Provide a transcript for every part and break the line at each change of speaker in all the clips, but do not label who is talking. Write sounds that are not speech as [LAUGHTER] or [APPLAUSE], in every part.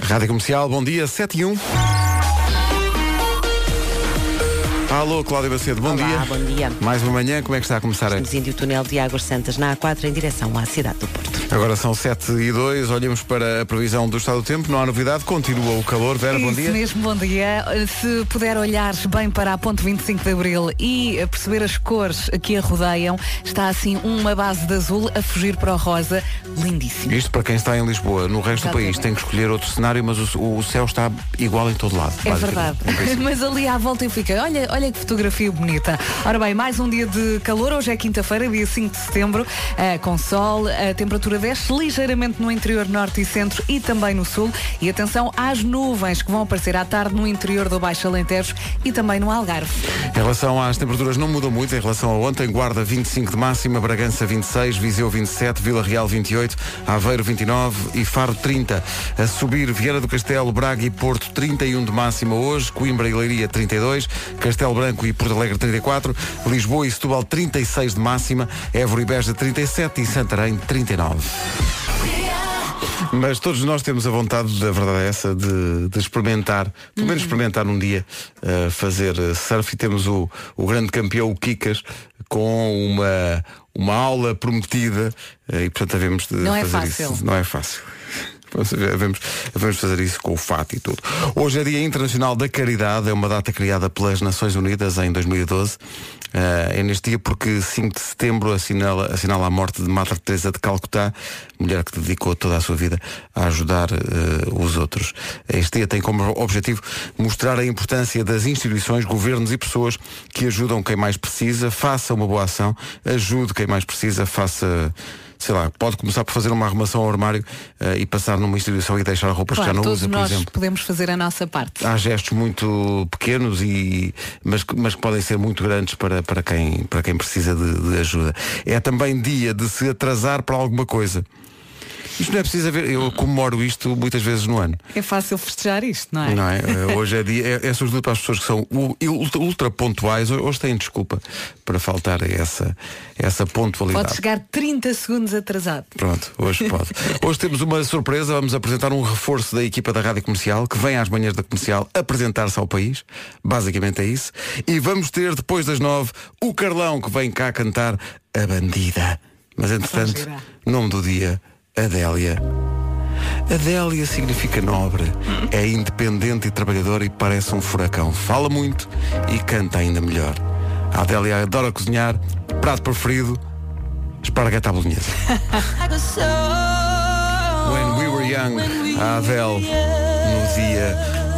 Rádio Comercial, bom dia, 7 e 1. Alô, Cláudia Macedo, bom
Olá,
dia.
bom dia.
Mais uma manhã, como é que está a começar? a-
Estamos indo o túnel de Águas Santas na A4 em direção à cidade do Porto.
Agora são 7 e 2, olhamos para a previsão do estado do tempo, não há novidade, continua o calor. Vera, bom
É Isso
dia.
mesmo, bom dia. Se puder olhar bem para a ponte 25 de Abril e perceber as cores que a rodeiam, está assim uma base de azul a fugir para o rosa, lindíssimo.
Isto para quem está em Lisboa, no resto do país
Exatamente.
tem que escolher outro cenário, mas o, o céu está igual em todo lado.
É verdade.
basicamente. Em
[LAUGHS]
princípio.
Mas ali à volta eu fiquei, olha, olha que fotografia bonita. Ora bem, mais um dia de calor, hoje é quinta-feira, dia 5 de setembro, eh, com sol, a temperatura desce ligeiramente no interior norte e centro e também no sul. E atenção às nuvens que vão aparecer à tarde no interior do Baixo Alentejo e também no Algarve.
Em relação às temperaturas, não mudou muito em relação a ontem. Guarda 25 de máxima, Bragança 26, Viseu 27, Vila Real 28, Aveiro 29 e Faro 30. A subir, Vieira do Castelo, Braga e Porto 31 de máxima hoje, Coimbra e Leiria 32, Castelo Branco e Porto Alegre 34, Lisboa e Setúbal 36 de máxima, Évora e Beja 37 e Santarém 39. Mas todos nós temos a vontade, da verdade é essa, de, de experimentar,
Uhum.
pelo menos experimentar um dia, eh, fazer eh, surf e temos o, o grande campeão, o Kikas, com uma, uma aula prometida eh, e portanto havemos de
Não é
fazer
fácil.
isso. Não é fácil. Vamos, vamos fazer isso com o fato e tudo. Hoje é Dia Internacional da Caridade, é uma data criada pelas Nações Unidas em 2012. Ah, é neste dia porque 5 de setembro assinala, assinala a morte de Madre Teresa de Calcutá, mulher que dedicou toda a sua vida a ajudar eh, os outros. Este dia tem como objetivo mostrar a importância das instituições, governos e pessoas que ajudam quem mais precisa, faça uma boa ação, ajude quem mais precisa, faça sei lá, pode começar por fazer uma arrumação ao armário eh, e passar numa instituição e deixar roupas
Claro,
que já não
todos
usa, por
nós
exemplo. Ah.
podemos fazer a nossa parte.
Há gestos muito pequenos e mas, que- mas que podem ser muito grandes para, para, quem, para quem precisa de, de ajuda. É também dia de se atrasar para alguma coisa. Isto não é preciso haver, eu comemoro isto muitas vezes no ano.
É fácil festejar isto, não é?
Não é?
[LAUGHS]
Eh, Hoje é dia, é, é sobretudo para as pessoas que são u- ultra, ultra pontuais, hoje têm desculpa para faltar a essa, essa pontualidade.
Pode chegar 30 segundos atrasado.
Pronto, hoje pode. Hoje temos uma surpresa, vamos apresentar um reforço da equipa da Rádio Comercial, que vem às manhãs da comercial apresentar-se ao país. Basicamente é isso. E vamos ter, depois das nove, o Carlão que vem cá cantar A Bandida. Mas entretanto,
gira.
nome do dia, Adélia. Adélia significa nobre, é independente e trabalhadora e parece um furacão. Fala muito e canta ainda melhor. A Adélia adora cozinhar, prato preferido, espargueta à bolonhesa. When We Were Young, a Adele, no dia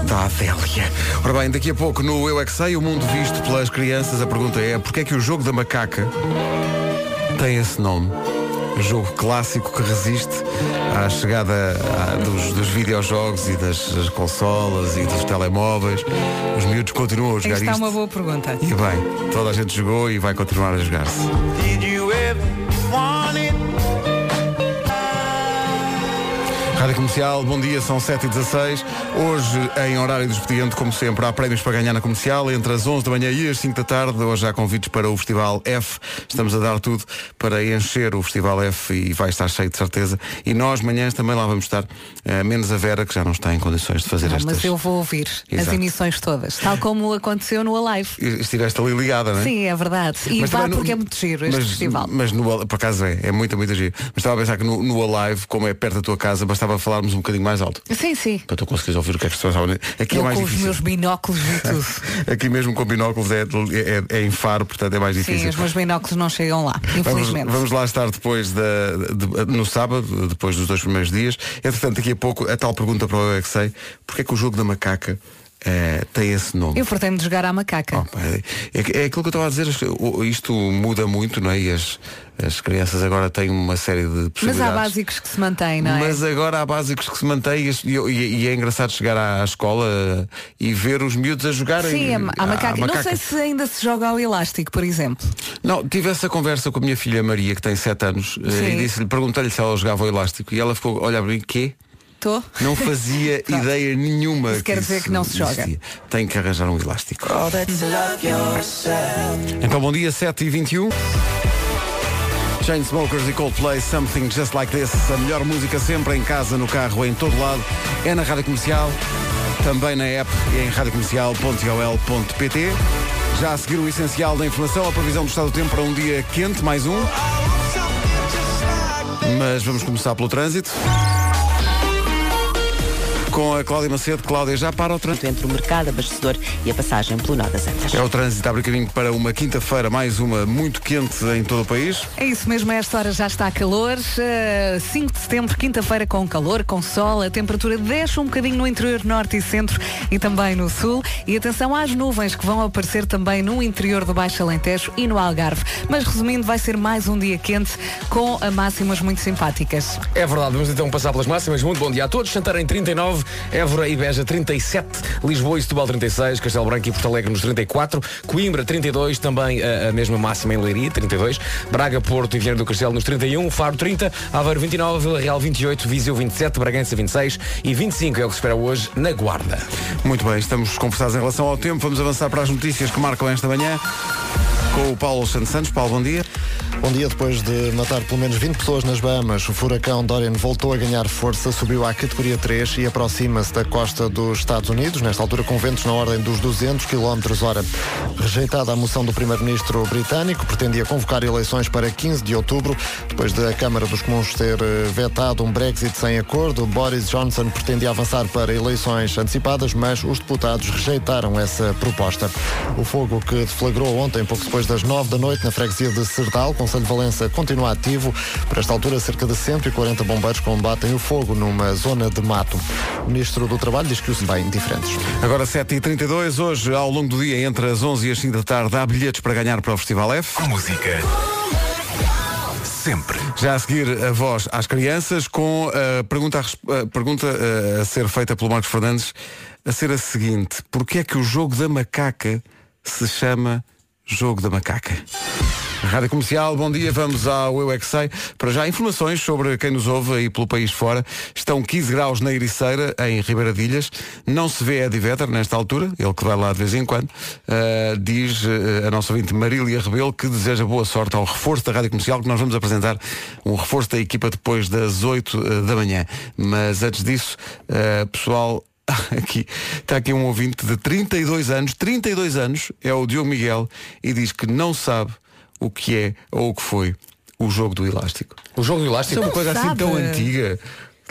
da Adélia. Ora bem, daqui a pouco no Eu É Que Sei, o mundo visto pelas crianças, a pergunta é porque é que o jogo da macaca tem esse nome? Jogo clássico que resiste à chegada ah, dos, dos videojogos e das, das consolas e dos telemóveis. Os miúdos [LAUGHS] continuam a jogar
Esta é
isto.
uma boa pergunta.
E bem, toda a gente jogou e vai continuar a jogar-se. Rádio Comercial, bom dia, são 7h16. Hoje, em horário do expediente, como sempre, há prémios para ganhar na comercial, entre as 11 da manhã e as 5 da tarde. Hoje há convites para o Festival F. Estamos a dar tudo para encher o Festival F e vai estar cheio de certeza. E nós, manhãs, também lá vamos estar, eh, menos a Vera, que já não está em condições de fazer
Ah,
estas.
mas eu vou ouvir
Exato.
as emissões todas, tal como aconteceu no Alive.
Estiveste ali ligada, não é?
Sim, é verdade. E
Mas
vá
também no-
porque é muito giro este
mas,
festival.
Mas no, Al- por acaso é, é muito, muito giro. Mas estava a pensar que no, no Alive, como é perto da tua casa, bastava falarmos um bocadinho mais alto.
Sim, sim.
Para tu conseguires ouvir o que é que se passava. Aqui é
Eu
mais
com os
difícil.
meus binóculos e tudo.
Aqui mesmo com binóculos é, é- é em faro, portanto [LAUGHS] é mais difícil.
sim, os meus binóculos não chegam lá,
Vamos,
infelizmente.
vamos lá estar depois da, de- no sábado, depois dos dois primeiros dias. Entretanto, daqui a pouco, a tal pergunta para o Eu é que sei, porque é que o jogo da macaca eh, tem esse nome?
Eu pretendo jogar à macaca.
Oh, pá, é, é aquilo que eu estava a dizer, acho que o- isto muda muito, não é? E as, as crianças agora têm uma série de possibilidades.
mas há básicos que se mantêm, não é?
Mas agora há básicos que se mantêm e as- e, e- e é engraçado chegar à, à escola eh, e ver os miúdos a jogarem Ah,
Sim, a, ma- à
à- à
macaca. Não sei se ainda se joga ao elástico, por exemplo.
Não, tive essa conversa com a minha filha Maria, que tem 7 anos, eh,
Sim.
e disse-lhe, perguntei-lhe se ela jogava o elástico e ela ficou, olha, bem, quê?
Estou?
Não
[LAUGHS]
fazia
Pronto.
ideia nenhuma.
Isso quer dizer que não se joga.
existia. Tem que arranjar um elástico.
Oh,
Então bom dia, 7 e 21. Chainsmokers e Coldplay, Something Just Like This. A melhor música sempre, em casa, no carro, em todo lado. É na Rádio Comercial, também na app e em radiocomercial.ol.pt. Já a seguir o essencial da informação, a previsão do estado do tempo para um dia quente, mais um. Mas vamos começar pelo trânsito. Com a Cláudia Macedo. Cláudia, já para o trânsito.
Entre o mercado abastecedor e a passagem pelo nó das Antas.
É o trânsito a abrir caminho para uma quinta-feira, mais uma muito quente em todo o país.
É isso mesmo, a esta hora já está calor. eh, 5 de setembro, quinta-feira, com calor, com sol. A temperatura desce um bocadinho no interior norte e centro e também no sul. E atenção às nuvens que vão aparecer também no interior do Baixo Alentejo e no Algarve. Mas resumindo, vai ser mais um dia quente com a máximas muito simpáticas.
É verdade, vamos então passar pelas máximas. Muito bom dia a todos. Santarém 39, Évora e Beja 37, Lisboa e Setúbal 36, Castelo Branco e Porto Alegre nos 34, Coimbra 32, também eh, a, a mesma máxima em Leiria 32, Braga, Porto e Viana do Castelo nos 31, Faro 30, Aveiro 29, Vila Real 28, Viseu 27, Bragança 26 e 25 é o que se espera hoje na Guarda.
Muito bem, estamos conversados em relação ao tempo. Vamos avançar para as notícias que marcam esta manhã com o Paulo Santos Santos. Paulo, bom dia.
Bom dia, depois de matar pelo menos 20 pessoas nas Bahamas, o furacão Dorian voltou a ganhar força, subiu à categoria 3 e aproxima-se da costa dos Estados Unidos, nesta altura com ventos na ordem dos 200 km hora. Rejeitada a moção do primeiro-ministro britânico, pretendia convocar eleições para 15 de outubro, depois da Câmara dos Comuns ter eh, vetado um Brexit sem acordo, Boris Johnson pretendia avançar para eleições antecipadas, mas os deputados rejeitaram essa proposta. O fogo que deflagrou ontem, pouco depois das 9 da noite, na freguesia de Cerdal, Conselho de Valença, continua ativo. Por esta altura, cerca de 140 bombeiros combatem o fogo numa zona de mato. O ministro do Trabalho diz que os bem diferentes.
Agora 7h32, hoje ao longo do dia, entre as 11 e as 5 da tarde, há bilhetes para ganhar para o Festival F.
Música. Sempre.
Já a seguir a voz às crianças com a pergunta, a, res- a pergunta eh, a ser feita pelo Marcos Fernandes a ser a seguinte. Porquê é que o jogo da macaca se chama jogo da macaca? Rádio Comercial, bom dia, vamos ao Eu é Que Sei. Para já, informações sobre quem nos ouve aí pelo país fora. Estão 15 graus na Ericeira, em Ribeira de Ilhas. Não se vê Eddie Vedder nesta altura, ele que vai lá de vez em quando. Ah, diz eh, a nossa ouvinte Marília Rebelo que deseja boa sorte ao reforço da Rádio Comercial, que nós vamos apresentar um reforço da equipa depois das 8 da manhã. Mas antes disso, ah, pessoal, [LAUGHS] Aqui, está aqui um ouvinte de 32 anos, 32 anos, é o Diogo Miguel, e diz que não sabe o que é ou o que foi o jogo do elástico.
O jogo do
Isso é
elástico.
uma coisa assim
sabe.
tão antiga.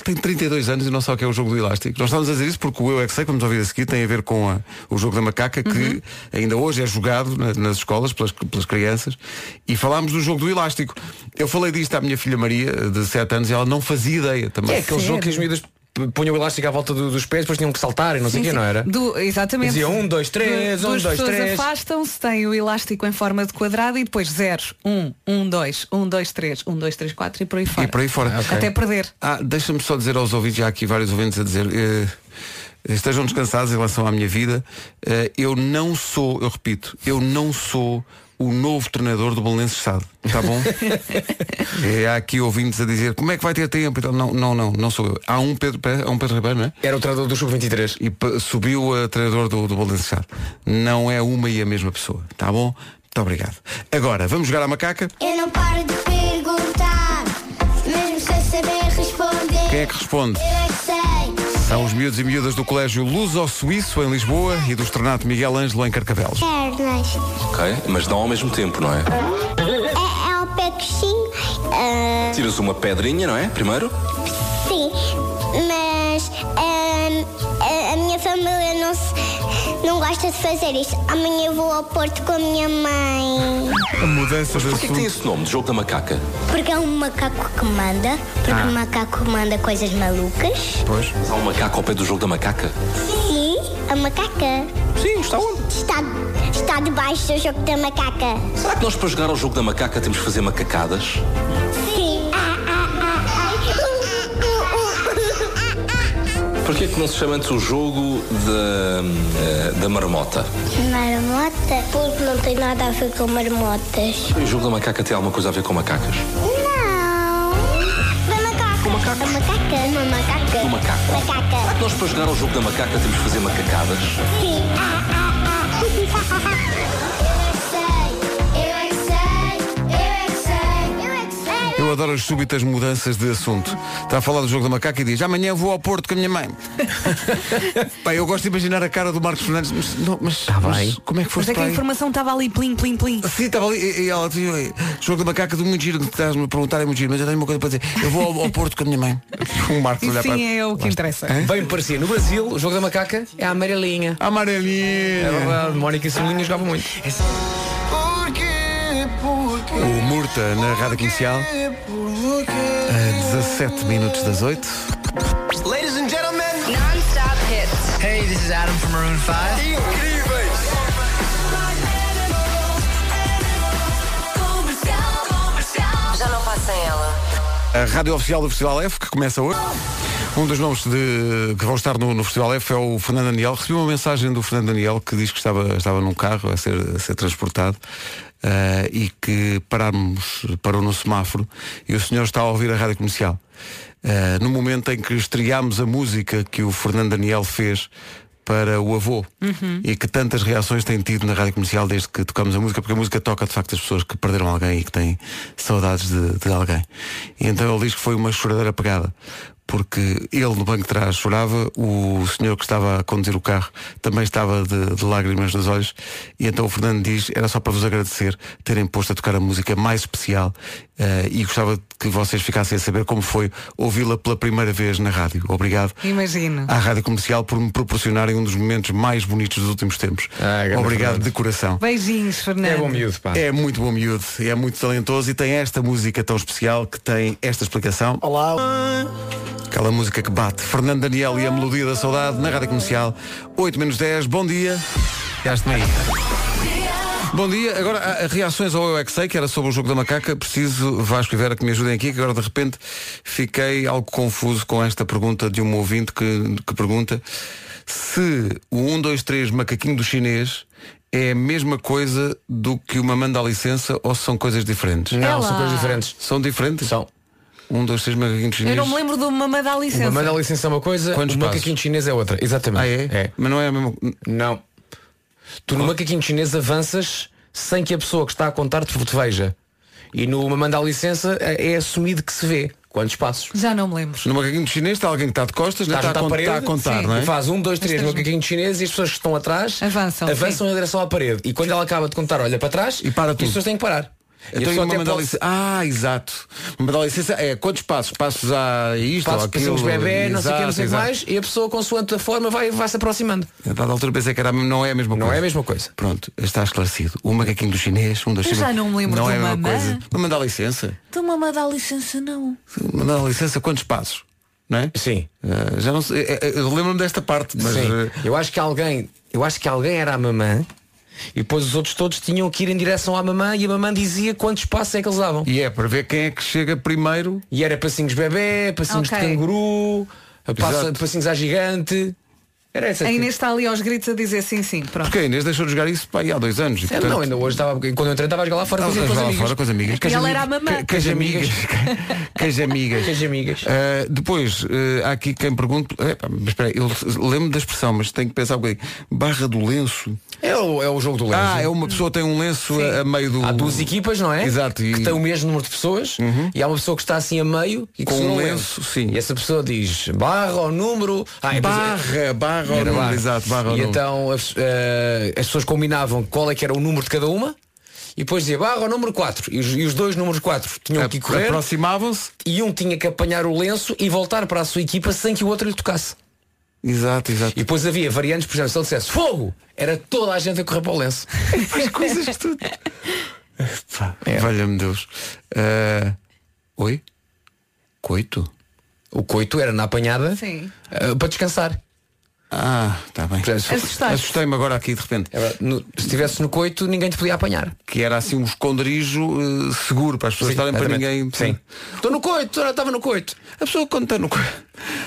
Tem 32 anos e não sabe o que é o jogo do elástico. Nós estamos a dizer isso porque o Eu É Que Sei, que vamos ouvir a seguir, tem a ver com a- o jogo da macaca, que ainda hoje é jogado na- nas escolas pelas, pelas crianças. E falámos do jogo do elástico. Eu falei disto à minha filha Maria, de 7 anos, e ela não fazia ideia também.
É aquele jogo que as miúdas p- punham o elástico à volta do- dos pés, depois tinham que saltar e não sei o que, não era?
Do, exatamente.
Dizia um, dois, três, um,
Duas
dois,
pessoas
três.
afastam-se, têm o elástico em forma de quadrado e depois zeros. Um, um, dois, um, dois, três, um, dois, três, quatro e por aí fora.
E por aí fora.
Até perder.
Ah, deixa-me só dizer aos ouvintes, já há aqui vários ouvintes a dizer, eh, estejam descansados em relação à minha vida. Eh, eu não sou, eu repito, eu não sou o novo treinador do Belenenses Sado, tá bom? Eh, há aqui ouvintes a dizer, como é que vai ter tempo? Então, não, não, não, não sou eu. Há um Pedro, Pe- há um Pedro Ribeiro, não é?
Era o treinador do Sub-23.
E pa- subiu a treinador do, do Belenenses Sado. Não é uma e a mesma pessoa, tá bom? Muito obrigado. Agora, vamos jogar à macaca.
Eu não paro de perguntar, mesmo sem saber responder.
Quem é que responde?
Eu é que sei.
São os miúdos e miúdas do Colégio Luso Suíço em Lisboa e do Estrenato Miguel Ângelo em Carcavelos.
Pernas.
Ok? Mas dão ao mesmo tempo, não é?
É, é o pé coxinho? Ah,
Tiras uma pedrinha, não é? Primeiro.
sim, mas ah, a, a minha família não, se- não gosta de fazer isso. Amanhã vou ao Porto com a minha mãe.
A mudança de
Porquê que tem
assunto.
esse nome, de jogo da macaca?
Porque é um macaco que manda, porque
Ah.
o macaco manda coisas malucas.
Pois.
Há um macaco ao pé do jogo da macaca?
Sim, a macaca.
Sim, está onde?
Está, está debaixo do jogo da macaca.
Será que nós para jogar ao jogo da macaca temos que fazer macacadas?
Sim. Ah, ah, ah, ah.
Porquê que não se chama antes o jogo da, eh, da marmota?
Marmota? Porque não tem nada a ver com marmotas.
O jogo da macaca tem alguma coisa a ver com macacas?
Não. Da macaca. macaca. Uma macaca. Uma macaca.
Do macaco. Será
Macaca.
que nós para jogar ao jogo da macaca temos que fazer macacadas?
Sim. Ah, ah, ah. Eu é que sei. Eu é que sei. Eu é que sei. Eu é que sei.
Eu adoro as súbitas mudanças de assunto. Está a falar do jogo da macaca e diz, amanhã vou ao Porto com a minha [LAUGHS] mãe. Bem, eu gosto de imaginar a cara do Marcos Fernandes, mas, não, mas, mas como é
Mas
que foste
é que
para
a
aí?
informação estava ali, plim, plim, plim.
Sim, estava ali e, e ela tinha jogo da macaca do muito giro que estás-me a perguntar é muito giro, mas eu tenho uma coisa para dizer. Eu vou ao, ao Porto com a minha mãe. [LAUGHS] O Marcos olhar para
Sim, é o que interessa.
Bem me parecia. No Brasil, o jogo da macaca é a amarelinha. É
Amarelinha.
verdade, Mónica e Simulinha jogava muito.
O Murta na rádio comercial. A 17 minutos das 8.
Non-stop hits.
Hey, this is Adam from Maroon 5.
Já não passa ela.
A rádio oficial do Festival F, que começa hoje. Um dos nomes de- que vão estar no, no Festival F é o Fernando Daniel. Recebi uma mensagem do Fernando Daniel que diz que estava, estava num carro a ser, a ser transportado eh, e que parámos, parou no semáforo e o senhor está a ouvir a rádio comercial. Eh, no momento em que estreámos a música que o Fernando Daniel fez para o avô e que tantas reações tem tido na rádio comercial desde que tocamos a música, porque a música toca de facto as pessoas que perderam alguém e que têm saudades de, de alguém. E então ele diz que foi uma choradeira pegada, porque ele no banco de trás chorava, o senhor que estava a conduzir o carro também estava de, de lágrimas nos olhos, e então o Fernando diz, era só para vos agradecer terem posto a tocar a música mais especial eh, e gostava que vocês ficassem a saber como foi ouvi-la pela primeira vez na rádio. Obrigado
Imagino.
à Rádio Comercial por me proporcionarem um dos momentos mais bonitos dos últimos tempos.
Ah, grande
Obrigado
Fernando.
de coração.
Beijinhos, Fernando.
miúdo, pá.
É muito bom miúdo, é muito talentoso e tem esta música tão especial que tem esta explicação.
Olá,
Aquela música que bate. Fernando Daniel e a Melodia da Saudade na Rádio Comercial. 8 menos 10, bom dia. Gaste-me aí. Bom dia, agora a- a reações ao Eu é que sei, que era sobre o jogo da macaca, preciso, Vasco e Vera, que me ajudem aqui, que agora de repente fiquei algo confuso com esta pergunta de um ouvinte que, que pergunta se o 1, 2, 3 macaquinho do chinês é a mesma coisa do que uma manda à licença ou se são coisas diferentes?
Não, são
Ela.
coisas diferentes.
São diferentes?
São.
1, 2, 3 macaquinho do
Eu
chinês.
não me lembro de uma mamada à
Uma
licença.
manda a licença é uma coisa,
Quantos
o
passos?
macaquinho chinês é outra. Exatamente.
Ah, é?
É.
Mas não é a mesma.
Não. Tu no macaquinho chinês avanças sem que a pessoa que está a contar te te veja. E no manda a licença é é assumido que se vê. Quantos passos?
Já não me lembro.
No macaquinho chinês está alguém que está de costas, né? está,
Está junto
a
à
con-
parede,
está a contar,
sim.
não
E
é?
faz um, dois, três
Mas tens-
macaquinho chinês e as pessoas que estão atrás
Avançam,
avançam em direção à parede. E quando ela acaba de contar, olha para trás
E para
as
tudo.
pessoas têm que parar. E a
Então
pessoa
uma
até
mandar
pode-
licença. Ah, exato. Mandar licença é quantos passos? Passos a isto,
Passos,
ou aquilo.
passinhos bebê, não sei o que, não sei o que
exato,
mais, e a pessoa, consoante a forma, vai, vai se aproximando.
exato. A dada altura pensei que era, a mesma- não é a mesma
Não
coisa.
é a mesma coisa.
Pronto, está esclarecido. O macaquinho do chinês, um dos
Eu já
chinês.
não me lembro
Não
do
é a mesma
mamã.
coisa. Mas mandar licença.
Então mamada à licença não.
Mandar licença, quantos passos? Não é?
Sim.
Ah, já não sei. é, é, Eu lembro-me desta parte, mas.
Sim.
eh,
Eu acho que alguém, eu acho que alguém era a mamã e depois os outros todos tinham que ir em direção à mamã e a mamã dizia quantos passos é que eles davam.
E é para ver quem é que chega primeiro.
E era passinhos bebê, passinhos
Ok.
de canguru, a passa,
Exato.
passinhos à gigante. Era essa.
A Inês está ali aos gritos a dizer sim, sim. Pronto.
Porque a Inês deixou de jogar isso pá, aí há dois anos. E,
É,
portanto,
não, ainda hoje estava. Quando eu entrei estava a jogar lá fora,
Ah,
fazia com as
lá
amigas.
fora com as amigas. Que as
Ela era
amigas-
a mamã.
que- Que as amigas. Que as amigas. [LAUGHS]
Com as amigas.
Ah, depois, ah, há aqui quem pergunta. epá, mas espera, aí, eu lembro da expressão, mas tenho que pensar um bocadinho. Barra do lenço.
É o, é o jogo do lenço.
Ah, é uma pessoa que tem um lenço a, a meio do.
Há duas equipas, não é?
Exato, e- Uhum.
Que têm o mesmo número de pessoas e há uma pessoa que está assim a meio e que
Com
segura
um
o
lenço, sim.
E essa pessoa diz barra ou número. Ah, e depois-
Barra, barra ao
Era
número,
barra.
exato, barra
e
ao número.
então as, eh, as pessoas combinavam qual é que era o número de cada uma e depois dizia barra ao número 4 e os, e os dois números 4 tinham que
A-
correr
Aproximavam-se.
e um tinha que apanhar o lenço e voltar para a sua equipa sem que o outro lhe tocasse
Exato, exato.
e depois havia variantes por exemplo se ele dissesse fogo era toda a gente a correr para o lenço
[LAUGHS] Faz coisas que tu. Pá,
É.
Valha-me Deus. Ah, oi? Coito?
o coito era na apanhada
Sim.
eh, para descansar
Ah, está bem.
Portanto, se-
Assustaste.
Assustei-me agora aqui de repente.
era É, no- se estivesse no coito ninguém te podia apanhar
que era assim um esconderijo eh, seguro para as pessoas estarem para
exatamente.
ninguém.
Sim. estou no coito ora, estava no coito
A pessoa quando está no coito,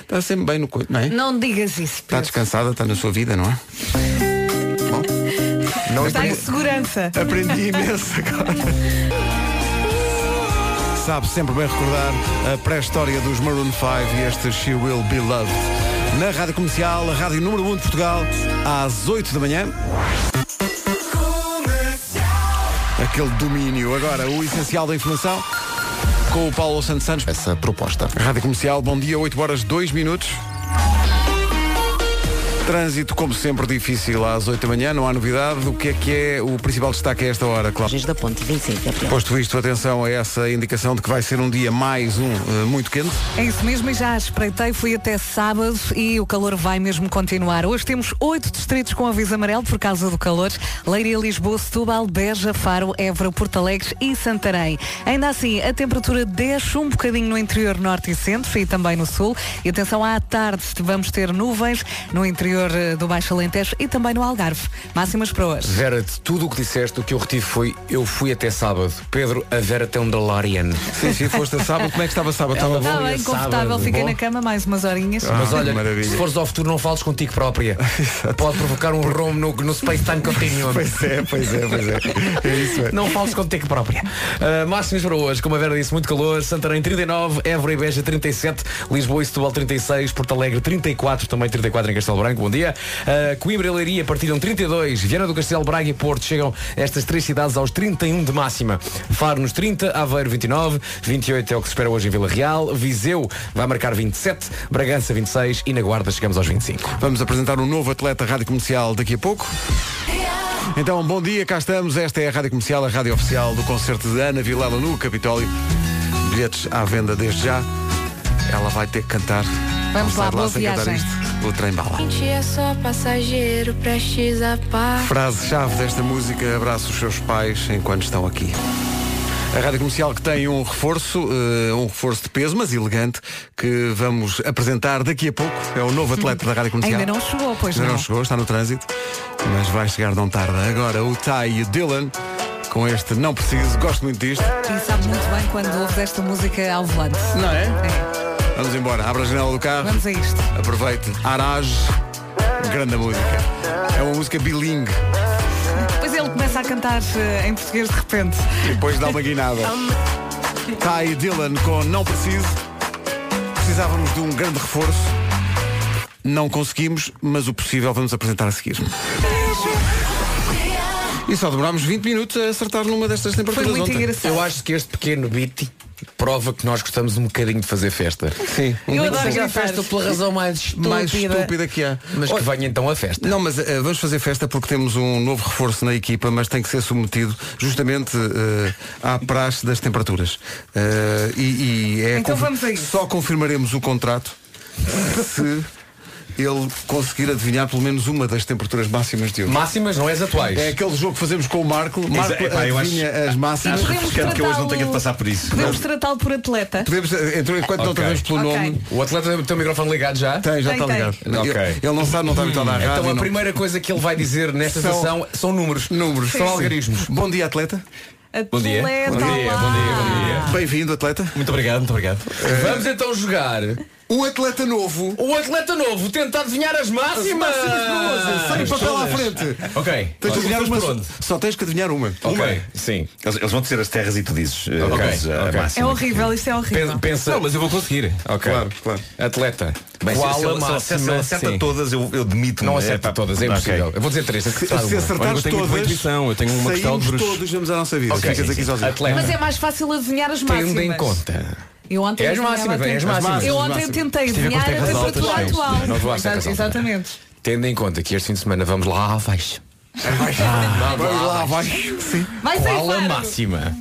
está sempre bem no coito, não é?
Não digas isso.
Está
Pedro.
descansada, está na sua vida, não é? Bom, não
Está em segurança.
Aprendi imenso agora. Sabe sempre bem recordar a pré-história dos Maroon 5 e este She Will Be Loved. Na Rádio Comercial, a Rádio Número 1 de Portugal, às 8 da manhã. Aquele domínio. Agora, o essencial da informação com o Paulo Santos Santos.
essa proposta.
Rádio Comercial, bom dia, 8 horas 2 minutos. Trânsito, como sempre, difícil às 8 da manhã, não há novidade. O que é que é o principal destaque a esta hora, Cláudio?
Margens da Ponte, 25 de Abril.
Posto isto, atenção a essa indicação de que vai ser um dia mais um eh, muito quente.
É isso mesmo, e já espreitei, fui até sábado e o calor vai mesmo continuar. Hoje temos oito distritos com aviso amarelo por causa do calor. Leiria, Lisboa, Setúbal, Beja, Faro, Évora, Porto Alegre e Santarém. Ainda assim, a temperatura desce um bocadinho no interior norte e centro e também no sul. E atenção, à tarde vamos ter nuvens no interior eh, do Baixo Alentejo e também no Algarve. Máximas para hoje.
Vera, de tudo o que disseste, o que eu retive foi eu fui até sábado. Pedro, a Vera tem um DeLorean.
Sim, sim, foste a sábado. Como é que estava sábado? Estava
Está
bom?
bem,
é
confortável,
sábado,
fiquei
bom.
na cama mais umas horinhas.
Mas olha,
Ah, maravilha.
se fores ao futuro não fales
[LAUGHS]
contigo própria. Pode provocar um rombo no, no Space Time Continuum.
Pois é, pois é, pois é. É isso, é.
Não fales contigo própria. Uh, máximos para hoje, como a Vera disse, muito calor. Santarém 39, Évora e Beja 37, Lisboa e Setúbal 36, Porto Alegre 34, também 34 em Castelo Branco, bom dia. Uh, Coimbra e Leiria partilham 32, Viana do Castelo, Braga e Porto chegam estas três cidades aos 31 de máxima. Faro nos 30, Aveiro 29, 28 é o que se espera hoje em Vila Real, Viseu vai marcar 27, Bragança 26 e na Guarda chegamos aos 25.
Vamos apresentar um novo atleta rádio comercial daqui a pouco. Então, bom dia, cá estamos. Esta é a Rádio Comercial, a rádio oficial do concerto de Ana Vilela no Capitólio. Bilhetes à venda desde já. Ela vai ter que cantar.
Vamos
Não
lá,
sai de
boa
sem cantar
viagem.
isto. O trem bala.
Gente é só passageiro, prestes a par.
Frase-chave desta música, abraça os seus pais enquanto estão aqui. A Rádio Comercial que tem um reforço, eh, um reforço de peso, mas elegante, que vamos apresentar daqui a pouco. É o novo atleta da Rádio Comercial.
Ainda não chegou, pois
Ainda
não.
não chegou, está no trânsito, mas vai chegar não tarde. Agora o Ty e o Dylan, com este Não Preciso, gosto muito disto.
E sabe muito bem quando ouves esta música ao volante.
Não é?
É,
Vamos embora, abra a janela do carro.
vamos a isto.
Aproveite. Arage, grande música. É uma música bilingue,
Depois ele começa a cantar eh, em português de repente.
depois dá uma guinada. Ty e Dylan com Não Preciso. Precisávamos de um grande reforço. Não conseguimos, mas o possível vamos apresentar a seguir. E só demorámos 20 minutos a acertar numa destas
Foi
temperaturas
muito
ontem.
engraçado.
Eu acho que este pequeno beat prova que nós gostamos um bocadinho de fazer festa.
Sim, um
Eu
mix
adoro
Seja a
gritar.
festa pela razão mais estúpida.
mais estúpida que há.
Mas que
Olha,
venha então a festa.
Não, mas eh, vamos fazer festa porque temos um novo reforço na equipa, mas tem que ser submetido justamente eh, à praxe das temperaturas. Eh, e, e é
Então
confi-
vamos a isso.
Só confirmaremos o contrato se ele conseguir adivinhar pelo menos uma das temperaturas máximas de hoje.
Máximas não és atuais. é
É aquele jogo que fazemos com o Marco. Marco
epá, eu acho-
adivinha as máximas.
Podemos
refrescante que eu hoje não tenha de
tratá-lo-
passar por isso.
é Podemos tratá-lo por atleta.
Podemos, eh, então, enquanto não
Ok.
trazemos pelo
Ok.
nome.
O atleta tem o microfone ligado já?
Tem, já
Tem,
está
tem.
ligado.
Ok.
Ele, ele não sabe, não está habituado à rádio.
Então a
não-
primeira coisa que ele vai dizer nesta
São-
sessão são números.
Números,
São algarismos.
Bom dia, atleta.
Atleta
Bom dia. Bom dia, bom dia, bom dia.
Bem-vindo, atleta. Eh,
Muito obrigado, muito obrigado.
Vamos então jogar
O atleta novo.
o atleta novo tenta adivinhar as máximas.
Sem papel à frente.
Ah, Ok.
Tens de adivinhar uma.
Vamos por onde?
Só tens que adivinhar uma.
Uma.
Ok.
Sim. Eles, eles vão dizer as terras e tu dizes, eh,
Ok,
dizes a
ok.
assim,
máxima.
É horrível, isto é
Pen-
horrível.
Pensa.
Não, mas eu vou conseguir.
Ok.
Claro, claro.
Atleta.
Bem, se- é se,
Qual a
ele- se ele-
máxima?
se ele acerta
Sim.
todas, eu, eu demito-me.
Não
É,
acerta
pá,
todas, é
ok.
impossível. Eu vou dizer três. acertar
Se
uma.
acertares
eu tenho muita
todas,
intuição, eu tenho uma questão
saímos
de bruxo.
todos, vamos à nossa vida.
Ok.
Ficas aqui sozinho.
Atleta.
Mas é mais fácil adivinhar
um
as
Tendo
máximas.
em conta.
Eu ontem
É as
adivinhava
máximas,
tanto.
é as máximas.
Eu
As
ontem
máximas.
tentei adivinhar a
terras altas,
temperatura
sim.
atual.
Não vou às terras
Exato-
altas.
Exatamente.
Tendo em conta que este fim de semana vamos lá abaixo.
Ah, Vamos lá, vai. Sim.
Vai ser
Qual a
claro.
máxima?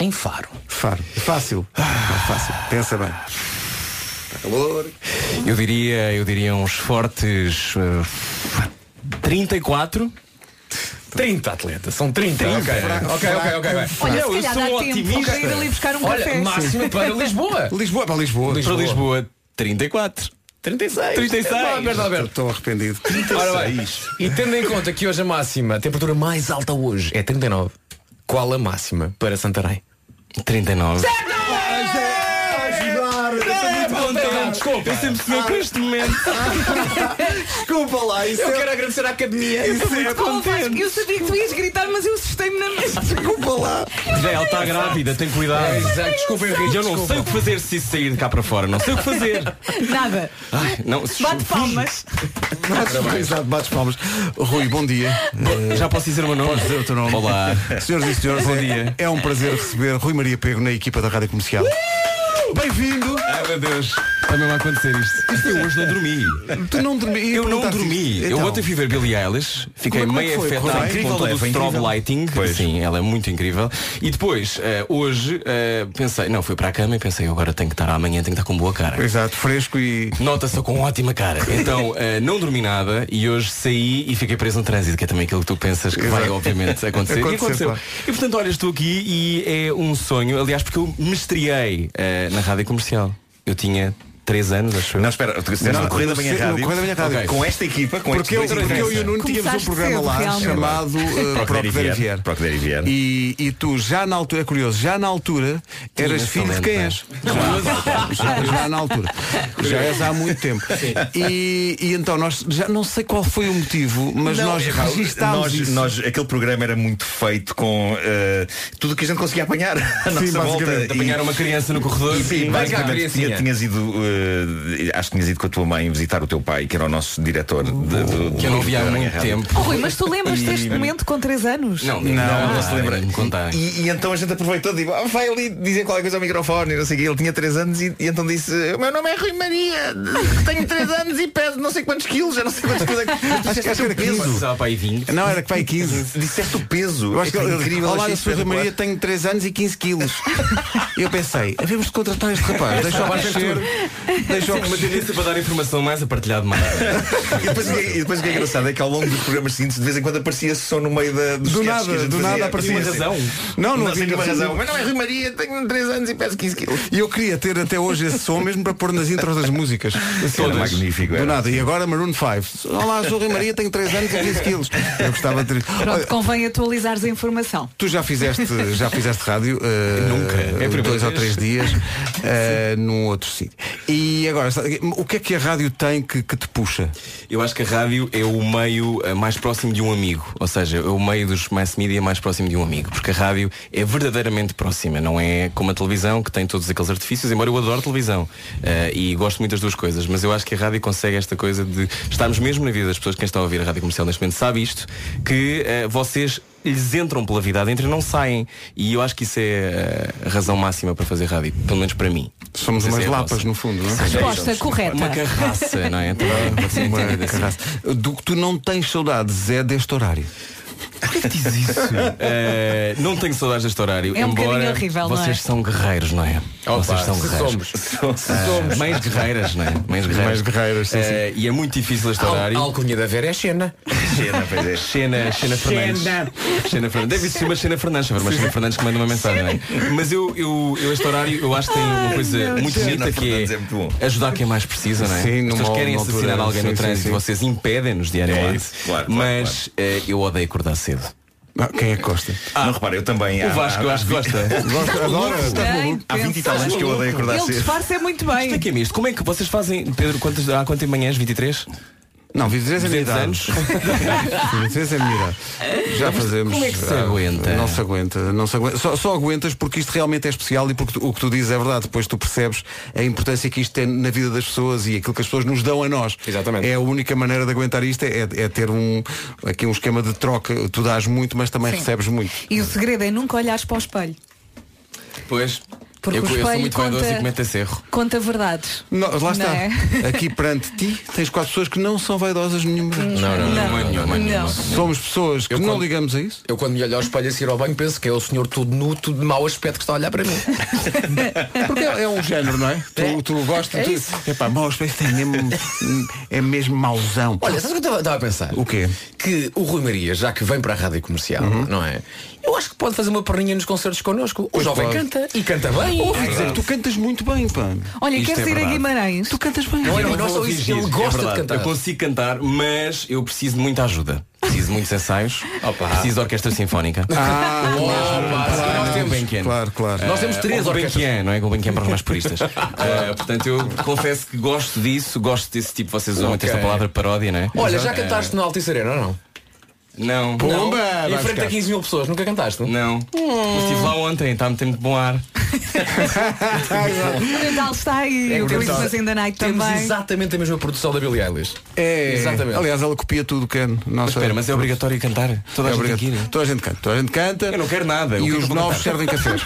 Em Faro.
Faro. É Fácil. É Fácil. Pensa bem. Está calor.
Eu diria, eu diria uns fortes. eh, 34.
30 atleta, são 30. ok, ok, ok, ok. vai.
Olha,
Eu
se calhar dá
sou
tempo para ir ali buscar um
Olha,
café.
máxima para
[LAUGHS]
Lisboa.
Lisboa, para Lisboa.
Para
Lisboa.
Lisboa, 34.
36.
36.
Vá, Alberto, Alberto.
Estou arrependido.
Ora bem, e tendo em conta que hoje a máxima, a temperatura mais alta hoje é 39, qual a máxima para Santarém?
39.
Ajudar.
Espera, espera, espera,
Desculpa! Eu sempre sonhei com este momento.
Desculpa lá, isso
Eu
é-
quero agradecer à academia.
Isso
Isso
é
é
Oh, Vasco, eu sabia que tu ias gritar, mas eu assustei-me na mesa.
Desculpa lá.
Já ela está grávida, tem cuidado.
É, exato. Desculpa, Henrique,
Eu não
desculpa.
sei o que fazer se isso sair de cá para fora. Não sei o que
[LAUGHS]
fazer.
Nada.
Ai, não, se-
Bate
[LAUGHS]
palmas.
Bates, exato, bates palmas.
Rui, bom dia.
Eh, Já posso dizer o meu nome? Posso dizer o teu nome. Olá.
Senhoras e senhores,
Bom
é,
dia.
é um prazer receber Rui Maria Pego na equipa da Rádio Comercial. Bem-vindo!
Ai meu Deus. Também vai acontecer isto. eu hoje não dormi.
Tu não dormi.
Eu não
perguntar-te
dormi.
isso.
Eu
Então,
ontem fui ver Billie Eilish, fiquei
Como é- como é
meio
que foi? Correu
afetado
bem?
com todo
Incrível,
o
foi
strobe
incrível.
lighting. Sim, ela é muito incrível. E depois, eh, hoje, eh, pensei, não, fui para a cama e pensei, eu agora tenho que estar amanhã, tenho que estar com boa cara.
[LAUGHS] Exato, fresco e.
Nota-se com ótima cara. Então, eh, não dormi nada e hoje saí e fiquei preso no trânsito, que é também aquilo que tu pensas que vai
Exato. [LAUGHS]
obviamente acontecer. e
Aconteceu,
aconteceu.
claro.
E portanto, olha, estou aqui e é um sonho, aliás, porque eu me estreiei eh, na rádio comercial. Eu tinha 3 anos, acho eu.
Não, espera, tu disseste
Não,
no Correio da Manhã
no
Rádio.
Correio da Manhã Rádio.
Ok. Com esta equipa, com
Porque eu,
estes dois
porque eu e o Nuno tínhamos um
Começaste
programa
cedo,
lá
realmente.
chamado uh,
Procter e
Procter e
Vier.
Vier.
Procter e Vier.
E, e tu já na altura, é curioso, já na altura eras
Tinhas
filho de
talento,
quem
é?
és. Já, já- já na altura. Já és há muito tempo. E, e então nós já não sei qual foi o motivo, mas
Não,
nós
é, Raul,
registámos
nós-
isso.
nós- aquele programa era muito feito com eh, tudo o que a gente conseguia apanhar [LAUGHS] à nossa volta.
basicamente,
Apanhar uma criança no corredor.
E, sim,
vai cá,
basicamente
criancinha.
tinha- tinhas ido, eh, acho que tinhas ido com a tua mãe visitar o teu pai, que era o nosso diretor de, do-
Que eu não
do-
via há
da Manhã
muito
Rádio.
tempo.
Oh, Rui, mas tu lembras
E-
deste momento com 3 anos?
Não, não se lembra.
Me contarem.
E, e então a gente aproveitou e disse, "Ah, vai ali dizer qualquer coisa ao microfone, não sei o quê. Ele tinha 3 anos e, e então disse, o meu nome é Rui Maria, tenho 3 anos e peso não sei quantos quilos, já não sei quantos quilos. é que-" Disseste "Ah, o peso.
Passava para aí 20.
Não, era que vai 15.
Disseste o peso.
Eu acho que
É pá,
ele-
incrível,
Olá,
achei
eu
isso
sou o Rui Maria,
espetacular.
tenho 3 anos e 15 quilos. eu pensei, havemos de contratar este
[LAUGHS]
rapaz, deixa-o
é
crescer. Deixa-o
Uma
crescer.
tendência para dar informação mais a partilhar de mais.
E depois, o que é- e depois o que é engraçado é que ao longo dos programas seguintes, de vez em quando aparecia som no meio da, dos
Do
sketches
nada,
que a gente
do
fazia.
nada aparecia. assim.
Tinha
razão.
Não, não
Não,
havia
sei nenhuma
razão.
razão. Mas não é Rui Maria, tenho 3 anos e peso 15 quilos.
E eu queria ter até hoje esse som mesmo para pôr nas intros das músicas. Todas.
magnífico,
Do
era.
nada. E agora Maroon 5. Olá, sou o Rui Maria, tenho 3 anos e 15 quilos. Eu gostava de ter. isto.
Pronto,
Olha,
convém atualizares a informação.
Tu já fizeste, já fizeste rádio Nunca,
É a primeira
dois ou
vez.
três dias eh, num outro sítio. E agora, sabe, o que é que a rádio tem que, que te puxa?
Eu acho que a rádio é o meio eh, mais próximo de um amigo. Ou seja, é o meio dos mass media mais próximo de um amigo. Porque a rádio é verdadeiramente próxima. Não é como a televisão, que tem todos aqueles artifícios. Embora eu adoro televisão. eh, e gosto muito das duas coisas. Mas eu acho que a rádio consegue esta coisa de estarmos mesmo na vida das pessoas. Quem está a ouvir a rádio comercial neste momento sabe isto. Que eh, vocês lhes entram pela vida adentro e não saem. E eu acho que isso é eh, a razão máxima para fazer rádio. Pelo menos para mim.
Somos
Não sei
umas
se é a
lapas,
vossa.
no fundo, não é?
Resposta
Uma
correta.
carraça, não é? Então, você
Uma
entende assim.
carraça. Do que tu não tens saudades é deste horário.
Eh, não tenho saudades deste horário.
É um
embora
bocadinho horrível, não é?
Vocês são guerreiros, não é? vocês são guerreiros.
[LAUGHS]
somos.
Ah, mães guerreiras, não é? Mães guerreiras.
Mães guerreiras, sim,
Eh, E é muito difícil
um-
este horário.
alcunha da Vera é Xena.
Cheira, pois é.
Xena, Xena Fernandes. Xena Fernandes. Deve existir uma Xena Fernandes, se houver uma Xena Fernandes que manda uma mensagem, não é? Mas eu, eu, eu este horário, eu acho que tem uma coisa muito
Xena
bonita
Fernandes
que
é muito bom.
é ajudar quem mais precisa, não é?
Sim,
As
numa-
pessoas querem
numa
assassinar
altura,
alguém
sim,
no
sim,
trânsito,
sim.
vocês impedem-nos diariamente.
É isso, claro, claro,
mas eh, eu odeio acordar cedo.
Ah, Quem é que gosta? Ah,
não repara, eu também.
O
há-
Vasco,
há-
eu acho que
[LAUGHS]
gosta.
[LAUGHS] Gosta?
Tá
Adora? tá
Quem
Há 20 e tal
pensa?
anos que eu odeio acordar
Tá Ele
cedo.
disfarça muito bem.
Isto é que é misto. Como é que vocês fazem, Pedro, quantas, há quantas manhãs? 23?
Não, 23 é a minha
200
idade.
anos?
23 é a minha idade. Já fazemos.
como é que se
ah,
aguenta?
Não se aguenta. Não se aguenta. Só, só aguentas porque isto realmente é especial e porque tu- o que tu dizes é verdade. Depois tu percebes a importância que isto tem na vida das pessoas e aquilo que as pessoas nos dão a nós.
Exatamente.
É a única maneira de aguentar isto, é, é ter um, aqui um esquema de troca. Tu dás muito, mas também recebes muito.
E o segredo é nunca olhares para o espelho.
Pois.
Porque
eu,
o
eu
espelho
sou muito
conta-
vaidoso e cometo a cerro.
Conta verdades.
Não, lá está.
é?
[LAUGHS] Aqui perante ti tens quatro pessoas que não são vaidosas nenhuma.
Não, não, não.
Não.
é nenhuma, é nenhuma.
Não.
Somos pessoas que
Eu
não
quando-
ligamos a isso.
Eu quando me olho ao espelho a seguir ao banho penso que é o senhor todo nu, tudo de mau aspecto que está a olhar para mim.
[LAUGHS] Porque é é um género, não é? Tu, tu gostas de. Epá, mau aspecto é mesmo. É mesmo mauzão.
Olha, sabes o que eu estava a pensar?
O quê? Uhum.
Que o Rui Maria, já que vem para a rádio comercial, não é? Eu acho que pode fazer uma perninha nos concertos connosco. O jovem
pode.
canta
[LAUGHS]
e canta bem.
Ouvi dizer que tu cantas muito bem, pá.
[LAUGHS] Olha,
Isto
queres
é
ir a
verdade.
Guimarães?
Tu cantas bem.
Não,
Eu
não,
[LAUGHS]
vou
só isso,
fingir,
ele gosta de
é verdade.
cantar.
Eu consigo cantar, mas eu preciso de muita ajuda. preciso de muitos ensaios, preciso de orquestra sinfónica.
Ah,
O mesmo
opa,
passo que
claro,
nós temos.
claro, claro.
Nós temos três
Ou
Gulbenkian, não é? Gulbenkian para os mais
[LAUGHS]
puristas. Eh, portanto, eu confesso que gosto disso, gosto desse tipo, vocês usam muito
Ok.
esta palavra paródia, não é?
Olha, já
Eh,
cantaste na Altice Arena ou não?
Não.
Pumba, vai
Em frente
buscar.
a 15 mil pessoas, nunca cantaste? Não. Mas Estive lá ontem, está-me tendo de bom ar.
O Natal está aí,
É
o
brutal.
Christmas in the Night
Temos
também.
exatamente [LAUGHS] a mesma produção da Billie Eilish.
É,
Exatamente.
aliás, ela copia tudo que Mas
espera, mas é obrigatório cantar? Toda a gente tem que ir.
Toda a gente canta, toda a gente canta. Eu
não quero nada.
E
eu
os
quero
novos
cantar. [LAUGHS]
servem cafés.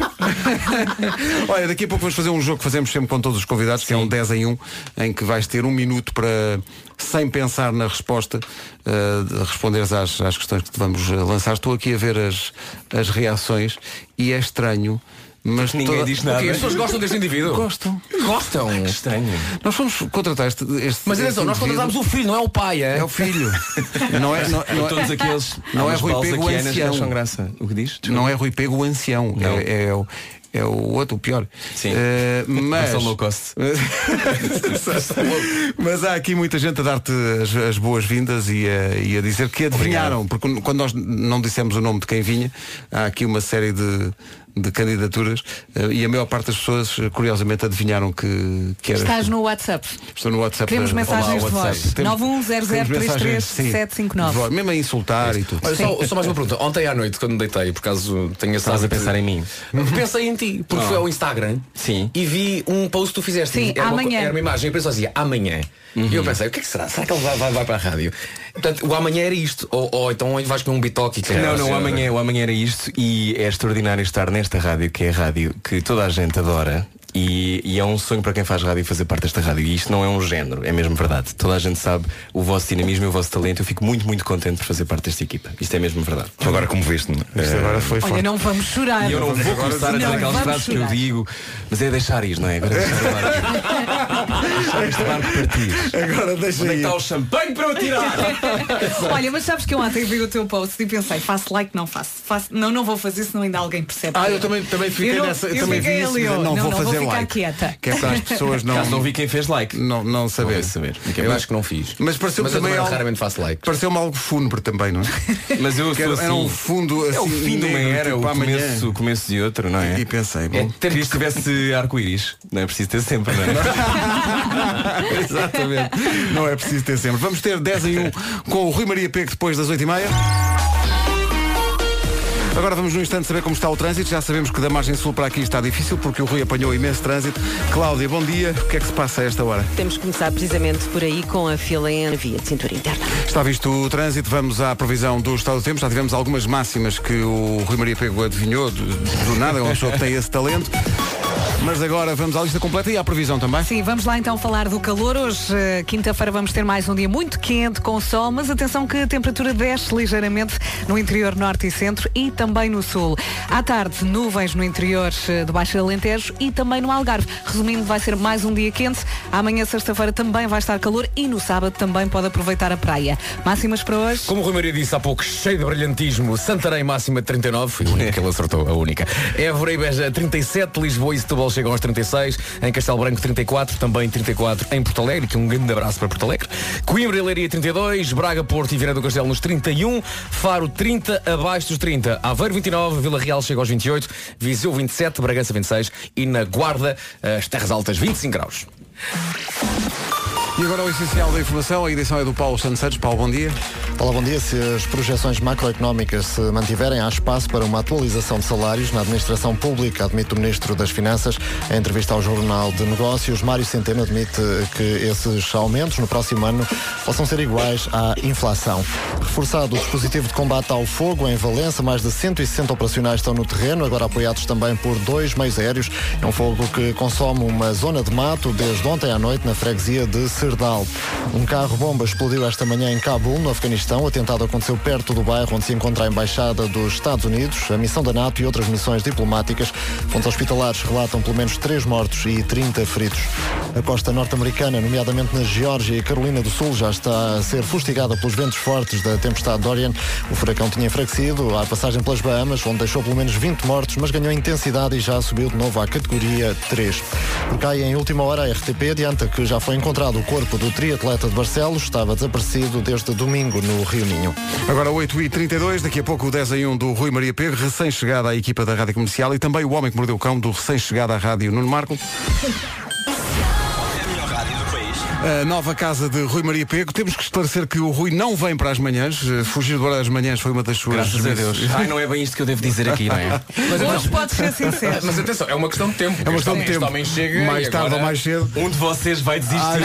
Olha, daqui a pouco vamos fazer um jogo que fazemos sempre com todos os convidados, que é um 10 em 1, em que vais ter um minuto para, sem pensar na resposta, eh, de responderes às, às questões que te vamos eh, lançar. Estou aqui a ver as, as reações e é estranho. Mas
Ninguém
toda-
diz nada.
O quê?
As pessoas gostam deste indivíduo?
Gostam.
Gostam.
Estranho.
Nós fomos contratar este. este
Mas
este
atenção, nós
indivíduo.
contratámos o filho, não é o pai, é?
É o filho. Não é, não, não é-
Todos aqueles.
Não
há
é
umas
Rui
pausas
Pego o
aqui, Ana, já acham
ancião.
graça. O que diz? Desculpa.
Não é Rui Pego o ancião.
Não.
É, é o, é o outro, o pior.
Sim.
Eh, mas...
Sou low cost.
[LAUGHS] mas há aqui muita gente a dar-te as, as boas-vindas e a, e a dizer que adivinharam. Porque quando nós não dissemos o nome de quem vinha, há aqui uma série de, de candidaturas eh, e a maior parte das pessoas, curiosamente, adivinharam que, que era.
Estás no WhatsApp.
Estou no WhatsApp.
Queremos
da-
mensagens
Olá,
de
WhatsApp.
voz.
Temos-
910033759.
Voz, Mesmo a insultar e tudo.
Olha, só, só mais uma pergunta. Ontem à noite, quando me deitei, por acaso tenho esse
Estavas a
hábito de-
pensar em mim.
Pensei em ti, porque
Ah.
foi ao Instagram
Sim.
e vi um post que tu fizeste.
Sim,
era Uma,
amanhã.
co- era uma imagem, eu pensei assim, amanhã. E
Uhum.
eu pensei, o que é que será? Será que ele vai, vai, vai para a rádio? Portanto, o amanhã era isto. Ou, ou então hoje vais com um bitoque. que
Não,
era-
não, o amanhã, o amanhã era isto e é extraordinário estar nesta rádio, que é a rádio que toda a gente adora. E, e é um sonho para quem faz rádio fazer parte desta rádio. E isto não é um género, é mesmo verdade. Toda a gente sabe o vosso dinamismo e o vosso talento. Eu fico muito, muito contente por fazer parte desta equipa. Isto é mesmo verdade.
Agora como viste, não é?
Isto agora foi
Olha,
forte.
não vamos chorar.
E eu não vou começar a dizer
Não
aquelas
vamos
frases que eu
chorar.
digo, mas é deixar ir,
[LAUGHS]
não é? Agora deixar o barco. deixar este barco partir.
Agora deixa
Onde é que
aí.
está o champanhe para eu [LAUGHS] tirar?
Olha, mas sabes que eu ontem vi o teu post e pensei, faço like, não faço. faço não, não vou fazer, senão ainda alguém percebe.
Ah,
que
eu também, também fiquei
Eu não-
nessa.
eu
também
fiquei
vi isso,
ali,
mas
ó,
não,
não,
vou
não, vou
fazer
ficar
like.
quieta.
Que é para as pessoas não,
Caso não vi quem fez like.
não, não
Não
saber.
vai saber.
Eu acho que não fiz.
Mas pareceu
Mas eu
também
também
algo-
raramente faço like.
Pareceu-me algo fúnebre também, não é?
[LAUGHS] Mas eu
Que
sou
era,
assim.
era um fundo assim.
É o fim de uma
negro,
era,
tipo,
o
amanhã. [LAUGHS]
começo, [LAUGHS] o começo de outro, não é?
E pensei, bom.
É, queria que tivesse arco-íris. Não é preciso ter sempre, [LAUGHS] não é?
Exatamente. Não é preciso ter sempre. Vamos ter 10 em 1 com o Rui Maria Pego depois das 8h30. Agora vamos num instante saber como está o trânsito. Já sabemos que da margem sul para aqui está difícil porque o Rui apanhou imenso trânsito. Cláudia, bom dia. O que é que se passa a esta hora?
Temos que começar precisamente por aí com a fila em via de cintura interna.
Está visto o trânsito, vamos à previsão do estado do tempo. Já tivemos algumas máximas que o Rui Maria Pego adivinhou do, do nada, é uma pessoa que tem esse talento. Mas agora vamos à lista completa e à previsão também.
Sim, vamos lá então falar do calor. Hoje, eh, quinta-feira, vamos ter mais um dia muito quente com sol, mas atenção que a temperatura desce ligeiramente no interior norte e centro e também no sul. À tarde, nuvens no interior eh, do Baixo Alentejo e também no Algarve. Resumindo, vai ser mais um dia quente. Amanhã, sexta-feira, também vai estar calor e no sábado também pode aproveitar a praia. Máximas para hoje?
Como o Rui Maria disse há pouco, cheio de brilhantismo, Santarém máxima de 39, foi a única que ele acertou, a única. Évora e Beja 37, Lisboa e Setúbal chegam aos 36, em Castelo Branco 34, também 34 em Porto Alegre, que um grande abraço para Porto Alegre. Coimbra e Leiria 32, Braga, Porto e Viana do Castelo nos 31, Faro 30, abaixo dos 30, Aveiro 29, Vila Real chega aos 28, Viseu 27, Bragança 26 e na Guarda, eh, as Terras Altas 25 graus.
E agora o essencial da informação, a edição é do Paulo Santos Santos. Paulo, bom dia.
Olá, bom dia. Se as projeções macroeconómicas se mantiverem, há espaço para uma atualização de salários na administração pública, admite o Ministro das Finanças. Em entrevista ao Jornal de Negócios, Mário Centeno admite que esses aumentos no próximo ano possam ser iguais à inflação. Reforçado o dispositivo de combate ao fogo em Valença, mais de 160 operacionais estão no terreno, agora apoiados também por dois meios aéreos. É um fogo que consome uma zona de mato desde ontem à noite na freguesia de Cerdal. Um carro-bomba explodiu esta manhã em Cabul, no Afeganistão. O atentado aconteceu perto do bairro onde se encontra a Embaixada dos Estados Unidos, a missão da NATO e outras missões diplomáticas. Fontes hospitalares relatam pelo menos três mortos e 30 feridos. A costa norte-americana, nomeadamente na Geórgia e Carolina do Sul, já está a ser fustigada pelos ventos fortes da tempestade Dorian. O furacão tinha enfraquecido à passagem pelas Bahamas, onde deixou pelo menos 20 mortos, mas ganhou intensidade e já subiu de novo à categoria 3. Por cá, em última hora, a RTP adianta que já foi encontrado o corpo corpo do triatleta de Barcelos estava desaparecido desde domingo no Rio Minho.
Agora 8h32, daqui a pouco o 10 em 1 do Rui Maria Pego, recém-chegado à equipa da Rádio Comercial e também o Homem que Mordeu o Cão do recém-chegado à Rádio Nuno Marco. A nova casa de Rui Maria Pego. Temos que esclarecer que o Rui não vem para as manhãs. Eh, Fugir do horário das manhãs foi uma das suas.
Graças a Deus. Ai, não é bem isto que eu devo dizer aqui, não é?
Mas Hoje pode ser sincero.
Mas atenção, é uma questão de tempo.
É uma questão de
Este
tempo.
homem chega
Mais
e
tarde
agora
ou mais cedo.
Um de vocês vai desistir.
Ai,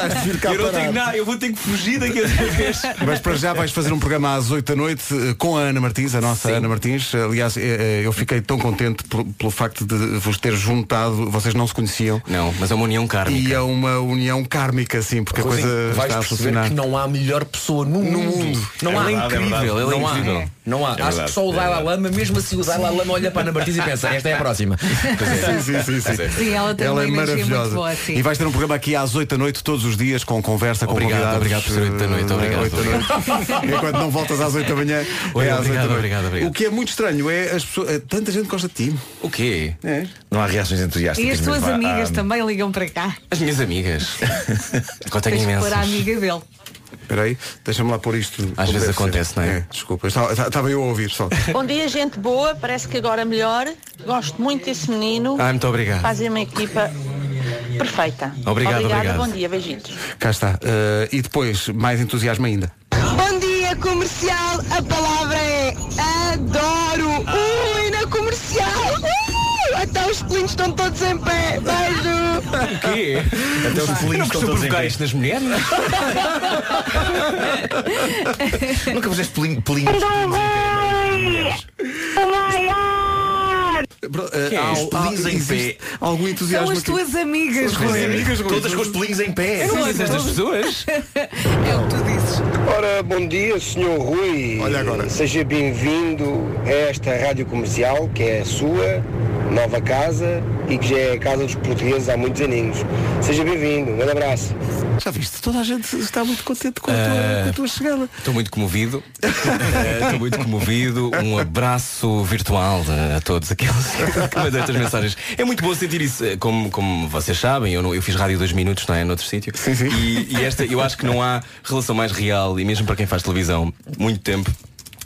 vais vir cá
eu não
parar.
tenho nada, eu vou ter que fugir daqui a três [LAUGHS] vezes.
Mas para já vais fazer um programa às 8 da noite eh, com a Ana Martins, a nossa Ana Martins. Aliás, eh, eh, eu fiquei tão contente por- pelo facto de vos ter juntado, vocês não se conheciam.
Não, mas é uma união kármica.
E é uma união kármica, assim, porque a coisa
vais
está a
perceber
funcionar.
que não há melhor pessoa no, mundo. Não
É
há.
verdade, é verdade. Ele é
não
incrível.
Há. Não há.
É
Acho
verdade,
que só
é
o Dalai
verdade.
Lama, mesmo assim o Dalai Lama olha para a Ana Martins e pensa, esta é a
[LAUGHS]
próxima.
é.
Sim, sim, sim, sim.
Sim, ela tem uma
é
energia
maravilhosa.
muito boa, sim.
E vais ter um programa aqui às 8 da noite, todos os dias, com conversa, com
Obrigado,
convidados.
obrigado por ser 8 da noite,
eh,
obrigado,
8 da [LAUGHS] noite. Enquanto não voltas às 8 da manhã,
Oi,
é às 8 da
obrigado,
noite.
obrigado, obrigado.
O que é muito estranho é as pessoas. eh, Tanta gente gosta de ti.
O quê?
É.
Não há reações entusiásticas.
E as tuas
mesmo,
ah,
há-
ah,
amigas
há-
também ligam para cá.
As minhas
[LAUGHS]
amigas. Eu tenho
Tens que pôr a
imensas.
amiga dele.
Espera aí, deixa-me lá pôr isto. como
vezes
deve
acontece,
ser.
não é?
Desculpa, eu estava, estava eu a ouvir [LAUGHS] só.
Bom dia, gente boa. Parece que agora é melhor. Gosto muito desse menino.
Ah, muito obrigado.
Fazem uma equipa perfeita.
Obrigado,
Obrigada,
obrigado.
bom dia, beijinhos.
Cá está. Eh, e depois, mais entusiasmo ainda.
Bom dia, comercial. A palavra é adoro. Ui, na comercial. Ui, até os pelinhos estão todos em pé. Beijo.
O quê? Até os
pelinhos
não
estão
costumo
todos em
provocar
pé.
isto nas mulheres?
[LAUGHS] Nunca puseste pelinho, pelinhos.
Bro, eh,
Que é?
há-
Os pelinhos
há-
em
existe
pé.
Algum
São
entusiasmo
as
aqui.
tuas amigas, Rui.
Todas com os pelinhos em pé.
Não dizes das
[LAUGHS]
pessoas?
É o que tu dizes.
[LAUGHS]
Ora, Ah, bom dia, Sr. Rui.
Olha agora.
Seja bem-vindo a esta rádio comercial, que é a sua nova casa e que já é a casa dos portugueses há muitos aninhos. Seja bem-vindo. Um grande abraço.
Já viste? Toda a gente está muito contente com a tua, com a tua chegada.
Estou muito comovido. Eh, Estou muito comovido. Um abraço virtual eh, a todos aqueles [LAUGHS] que mandam estas mensagens. É muito bom sentir isso. Eh, Como, como vocês sabem, eu, não- eu fiz rádio dois minutos, não é? Noutro sítio. E, e esta, eu acho que não há relação mais real, e mesmo para quem faz televisão, muito tempo.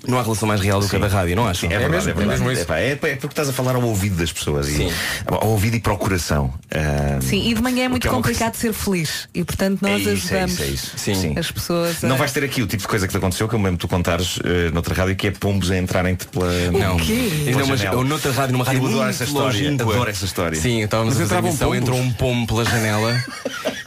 Não há relação mais real do que a da rádio, não acho?
É, verdade, é, verdade.
isso.
É, pá, é- é porque estás a falar ao ouvido das pessoas e, ao ouvido e para o coração. Ah,
Sim, e de manhã é muito
o que uma
complicado ser feliz. E portanto
É
nós
isso, é
ajudamos
isso, é isso. Sim. Sim.
as pessoas a.
Não vais ter aqui o tipo de coisa que te aconteceu, que eu me lembro que tu contares eh, noutra rádio, que é pombos a entrarem-te pela.
Não,
quê?
ainda
Pela
uma,
janela.
eu noutra rádio, numa rádio
Eu adoro
muito
essa história,
longínqua.
adoro essa história.
Sim, estávamos
Mas
a fazer a
entravam
emissão,
pombos?
entrou um pombo pela janela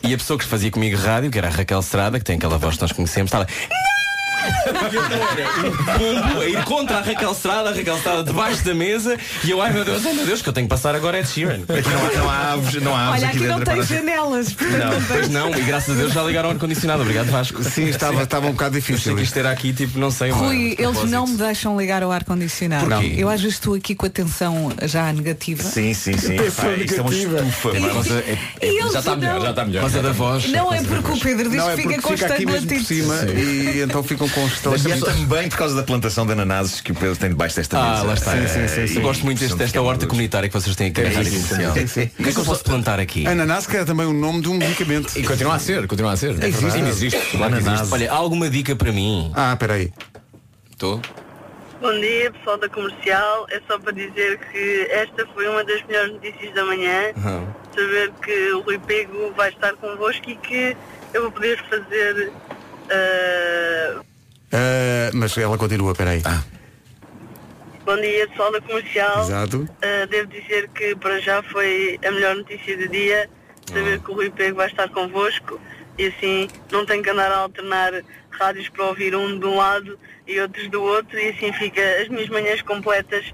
e a pessoa que fazia comigo rádio, que era a Raquel Estrada, que tem aquela voz que nós conhecemos, estava. "Não!" E eu era um pombo a ir contra a Raquel Estrada, a Raquel Estrada debaixo da mesa e eu, ai meu Deus, ai meu Deus, que eu tenho que passar agora é de Sheeran.
Aqui não há, não há aves, não há aves
Olha,
aqui
aqui
dentro.
não tem
para-
janelas.
Não, pois não, e graças a Deus já ligaram o ar-condicionado, obrigado Vasco.
Sim, estava, estava um bocado
Achei
difícil.
que isto era aqui, tipo, não sei. uma-
Rui,
um
eles
propósito.
não me deixam ligar ao ar-condicionado.
Porquê?
Eu às vezes estou aqui com a tensão já negativa.
Sim, sim, sim.
Pensou
Pá, isto é uma
negativa.
estufa.
E-
pá.
e eles
é, já está
não-
melhor, já está melhor.
Por causa da voz.
Não é porque o Pedro diz
Não,
que
é
fica
porque
com
fica aqui mesmo por
estalatites.
cima e então ficam com
E é
estalatites.
também por causa da plantação de ananases que o Pedro tem debaixo desta mesa.
Ah, lá está.
Eh, e-
Eu gosto muito deste-
são
desta horta
escândalos.
comunitária que vocês têm aqui na
É
rádio
isso,
comercial.
sim,
O que é que eu posso plantar aqui?
Ananás, que era também o nome de um medicamento.
E continua a ser, continua a ser.
É
verdade.
Ainda existe. Claro que existe.
Olha, há alguma dica para mim?
Ah, peraí.
Estou?
[LAUGHS] Bom dia, pessoal da comercial. É só para dizer que esta foi uma das melhores notícias da manhã. Saber que o Rui Pego vai estar convosco e que eu vou poder fazer. ah,
Ah, mas ela continua, peraí.
Ah.
Bom dia, pessoal da comercial.
Exato.
Ah, devo dizer que para já foi a melhor notícia do dia. Saber que o Rui Pego vai estar convosco e assim não tenho que andar a alternar rádios para ouvir um de um lado e outros do outro e assim fica as minhas manhãs completas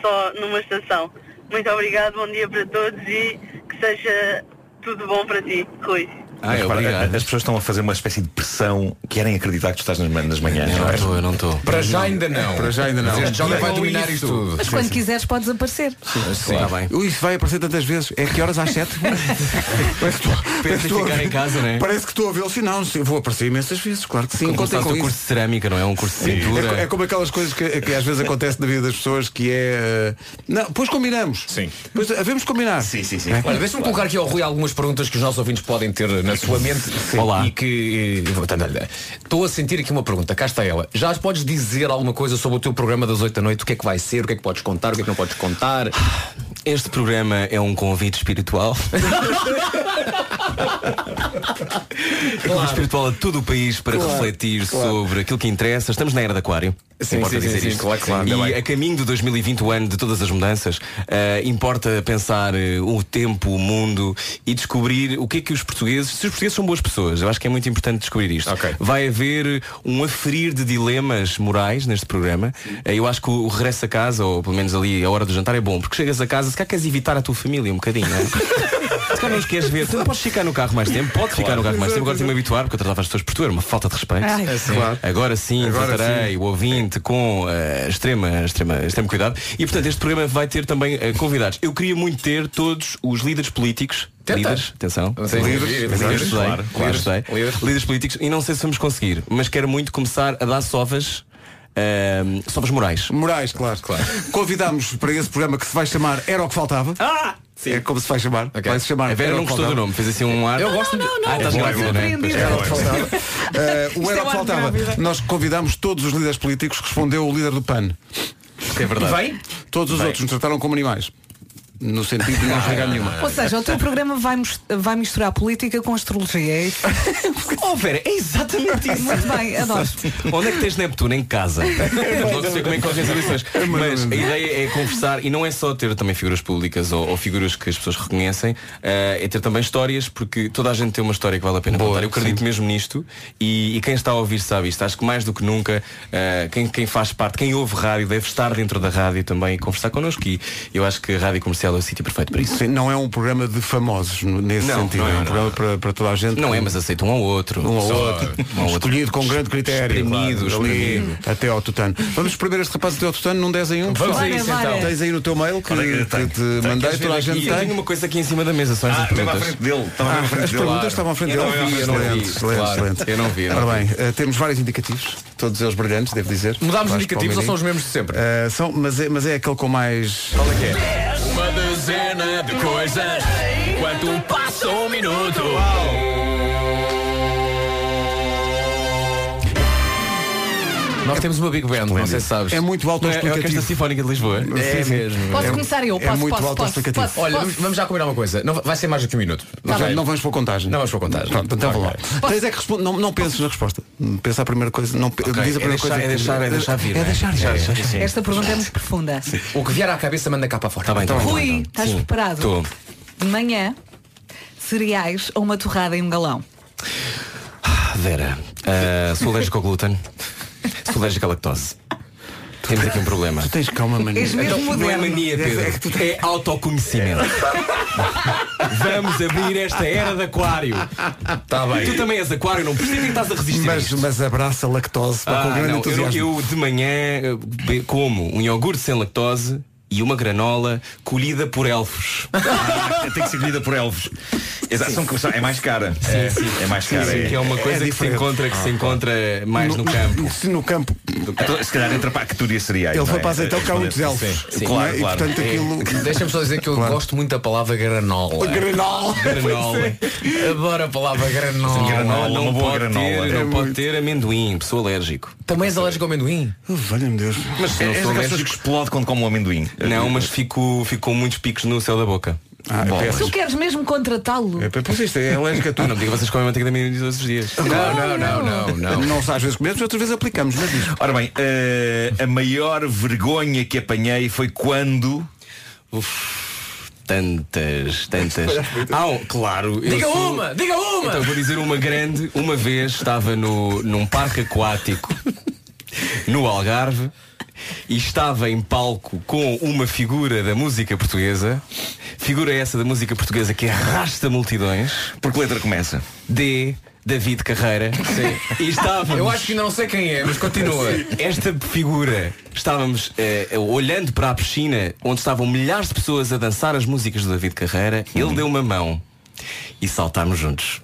só numa estação. Muito obrigado, bom dia para todos e que seja tudo bom para ti, Rui.
Ah,
Mas,
é,
pá,
obrigado.
As pessoas estão a fazer uma espécie de pressão, querem acreditar que tu estás nas, man- nas manhãs.
Eu
não
não
é?
estou, eu não estou.
Para já ainda não.
Para já ainda não.
Mas este jovem vai dominar isto tudo.
Mas quando quiseres podes aparecer.
Sim, está bem.
Ui, Isso vai aparecer tantas vezes. É que horas às 7? [LAUGHS] parece que estou-
Pensa em
parece que estou a
ficar
ver-
em casa, não é?
Parece que estou a vê-lo. Sim, não, sim, vou aparecer imensas vezes, claro que sim.
Como
Contem
está o
com
teu
isso.
curso de cerâmica, não é? Um curso de
É, co-
cintura.
é como aquelas coisas que, que às vezes acontece na vida das pessoas que é. eh, Não, pois combinamos.
Sim.
Pois havemos de combinar.
Sim, sim, sim.
É.
Olha, deixa-me colocar aqui ao Rui algumas perguntas que os nossos ouvintes podem ter na na sua mente sim, e que. eh, Estou a sentir aqui uma pergunta, cá está ela. Já podes dizer alguma coisa sobre o teu programa das 8 da noite? O que é que vai ser? O que é que podes contar? O que é que não podes contar?
Ah, Este programa [LAUGHS] é um convite espiritual. Claro. espiritual a todo o país para
Claro,
refletir
claro.
sobre aquilo que interessa. Estamos na era de aquário.
Sim,
importa
sim,
dizer
sim, sim,
isto.
claro que sim, ainda
e
bem.
a caminho de 2020, o ano de todas as mudanças, eh, importa pensar eh, o tempo, o mundo e descobrir o que é que os portugueses, se os portugueses são boas pessoas, eu acho que é muito importante descobrir isto. Vai haver um aferir de dilemas morais neste programa. Eh, Eu acho que o regresso a casa, ou pelo menos ali a hora do jantar, é bom, porque chegas a casa, se cá queres evitar a tua família um bocadinho.
[LAUGHS]
não é? se cá não os queres ver, tu não podes ficar no carro mais tempo, podes ficar no carro mais tempo, agora tenho de me habituar, porque eu tratava as pessoas por tu, era uma falta de respeito.
Ai, É,
assim.
sim. claro.
Agora sim,
Agora
tratarei
sim.
o ouvinte com eh, extrema, extrema, extremo cuidado. E portanto, este programa vai ter também eh, convidados. Eu queria muito ter todos os líderes políticos.
Tenta.
Líderes, atenção.
Sim, líderes, líderes,
Eu estudei,
claro,
eu
claro.
estudei. Líderes políticos. E não sei se vamos conseguir, mas quero muito começar a dar sovas. ehm, sovas morais.
Morais, claro, claro. Convidámos para esse programa que se vai chamar Era o que Faltava.
Ah! Sim.
É como se vai chamar. Vai se chamar
A Vera
Era o
não
que
gostou do
Faltava.
nome, fez assim um ar.
Eu
gosto de. Ah,
não,
estás
é bom,
grávida,
é bom.
né? Pois,
Era o que
é.
faltava. Eh,
Isto é
o Era
o
o
ar
que
de
faltava.
grávida.
Nós convidámos todos os líderes políticos, respondeu o líder do PAN.
É verdade. Vem?
Todos os
Vem. Ah.
outros nos trataram como animais. No sentido de não regar nenhuma.
Ou seja, o teu programa vai, mus- vai misturar política com astrologia, é
[LAUGHS]
isso?
oh, Vera, é exatamente
isso. Muito bem, adoro.
Onde é que tens Neptuno? Em
[LAUGHS]
casa. Vamos logo ver como é que correm as eleições. Mas a ideia é conversar e não é só ter também figuras públicas ou, ou figuras que as pessoas reconhecem, eh, é ter também histórias, porque toda a gente tem uma história que vale a pena contar. Eu acredito mesmo nisto e, e quem está a ouvir sabe isto. Acho que mais do que nunca, eh, quem, quem faz parte, quem ouve rádio, deve estar dentro da rádio também e conversar connosco. E eu acho que a rádio comercial é o sítio perfeito para isso.
Sim, não é um programa de famosos n- nesse
Não,
sentido.
não é,
é um
não.
programa para, para toda a gente.
Não é, mas aceita um ao outro.
Um ao
Só-
outro.
um ao outro.
Escolhido com grande critério.
Espremido,
claro, ali
espremido.
Até ao tutano. Vamos espremer este rapaz até ao tutano num 10 em 1.
Vamos a isso, então. é
Tens aí no teu mail que,
Olha,
que
eu tenho.
te
Tenho,
mandei.
queres ver
Toda a
aqui?
gente
Eu
tem.
tenho uma coisa aqui em cima da mesa, só estas perguntas.
Ah, as perguntas estavam à frente
Eu
dele.
não vi, eu não vi.
Excelente, excelente,
Claro,
excelente.
Eu não vi. eu não
Ora
vi.
bem, eh, temos vários indicativos, todos eles brilhantes, devo dizer. Vasco
Mudámos os indicativos ou
Palmeirinho.
são os mesmos de sempre?
Eh, são, mas, é, mas é aquele com mais.
Qual é que é? [LAUGHS] Uma dezena de coisas. Quanto passa um minuto. Nós temos uma Big Band, não sei se sabes.
É muito
É a
autoexplicativo.
Orquestra Sinfónica de Lisboa.
Sim, sim.
Posso começar eu? Posso, posso, posso, posso,
Olha,
posso.
vamos- vamos já combinar uma coisa. Não, vai ser mais do que um minuto.
Não,
Ok?
não vamos para a contagem.
Não vamos para a contagem.
Pronto, então vá lá. Tens é que responder. Não, não penses na resposta. Pensa a primeira coisa. Não, pe- Diz a primeira coisa.
é
que- É deixar, é deixar.
Esta pergunta é muito profunda.
O que vier à cabeça manda cá para fora. Está bem,
Então,
tá bem, Rui, tá bem. estás preparado?
Estou.
De manhã, cereais ou uma torrada em um galão?
Ah, Vera, ah, sou alérgico ao glúten. Sou alérgico à lactose. Temos aqui um problema.
Tu tens calma mania.
Então, não é mania, Pedro. É [LAUGHS] autoconhecimento. Vamos abrir esta era de aquário. Tá
bem.
Tu também és aquário, não percebes que estás a resistir. a
Mas,
isto.
mas abraça a lactose pá,
Ah,
com grande
não, eu,
entusiasmo.
eu de manhã eh, be- como um iogurte sem lactose e uma granola colhida
[LAUGHS]
por elfos.
Ah, Tem que ser colhida por elvos. Exato,
Sim.
são- são- [LAUGHS] é mais cara. é, é mais cara.
Sim, sim, que é uma coisa que se
diferente.
encontra, que se encontra mais no,
[LAUGHS]
campo.
Se no campo.
Então, Se calhar entra para a categoria cereais.
Ele
não
foi
é?
para azeite, ele cá há muitos
Sim.
elfos.
Sim.
Sim.
Claro,
E,
claro.
portanto,
É.
[LAUGHS]
aquilo-
Deixa-me só dizer que eu gosto muito da palavra granola.
Granola.
Granola. Adoro a palavra granola.
Ah, não
Não
pode
pode
ter,
ter,
É
não pode ter amendoim, sou alérgico.
Também és alérgico ao amendoim?
Valha-me Deus.
Mas
É-
não
és daquelas
sou
pessoas
alérgico.
que explode quando come um amendoim.
Não, mas fico, fico com muitos picos no céu da boca.
Ah,
Bom,
Tu queres mesmo contratá-lo?
Pois isto é alérgico a tudo.
Ah, não me diga que vocês comem manteiga de amendoim todos os dias.
Não, não, não, não, não.
Não só às vezes comemos, outras vezes aplicamos, mas diz.
Ora bem, eh, a maior vergonha que apanhei foi quando.
Tantas, tantas. Ah, um- claro. eu
Diga
sou- [LAUGHS]
uma, diga uma!
Então vou dizer uma grande. Uma vez estava no, num parque aquático no Algarve e estava em palco com uma figura da música portuguesa. Figura essa da música portuguesa que arrasta multidões.
Por que letra começa?
D. David Carreira. E estávamos.
Eu acho que não sei quem é, mas continua.
Esta figura, estávamos eh, olhando para a piscina onde estavam milhares de pessoas a dançar as músicas do David Carreira, ele deu uma mão e saltámos juntos.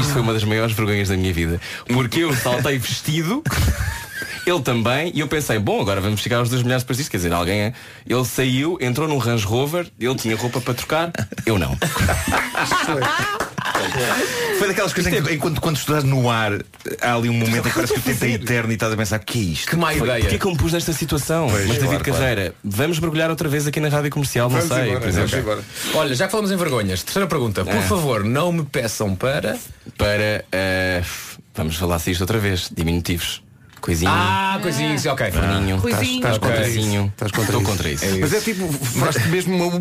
Isto foi uma das maiores vergonhas da minha vida. Porque eu saltei vestido, ele também, e eu pensei, bom, agora vamos chegar aos 2 milhares depois disto. Quer dizer, alguém. é- Ele saiu, entrou num Range Rover, ele tinha roupa para trocar, eu não.
Foi daquelas coisas
é-
em que, enquanto quando estás no ar, há ali um momento em que parece que o tempo é eterno e estás a pensar, o que é isto?
Que má
Foi-
ideia.
porquê
Porquê que eu me pus nesta situação?
Pois,
Mas David
claro,
Carreira, vamos mergulhar outra vez aqui na rádio comercial, não
Vamos
sei.
embora,
por exemplo.
vamos embora. Olha, já que falamos em vergonhas, terceira pergunta. Por
É.
favor, não me peçam para.
Para. eh, vamos falar se isto outra vez. Diminutivos. Coisinho.
Ah, coisinho, sim, ok.
Forninho.
Coisinho.
Estás
Ok.
contra isso.
Estás
contra Estou contra isso.
Mas é tipo, faz mesmo uma, uma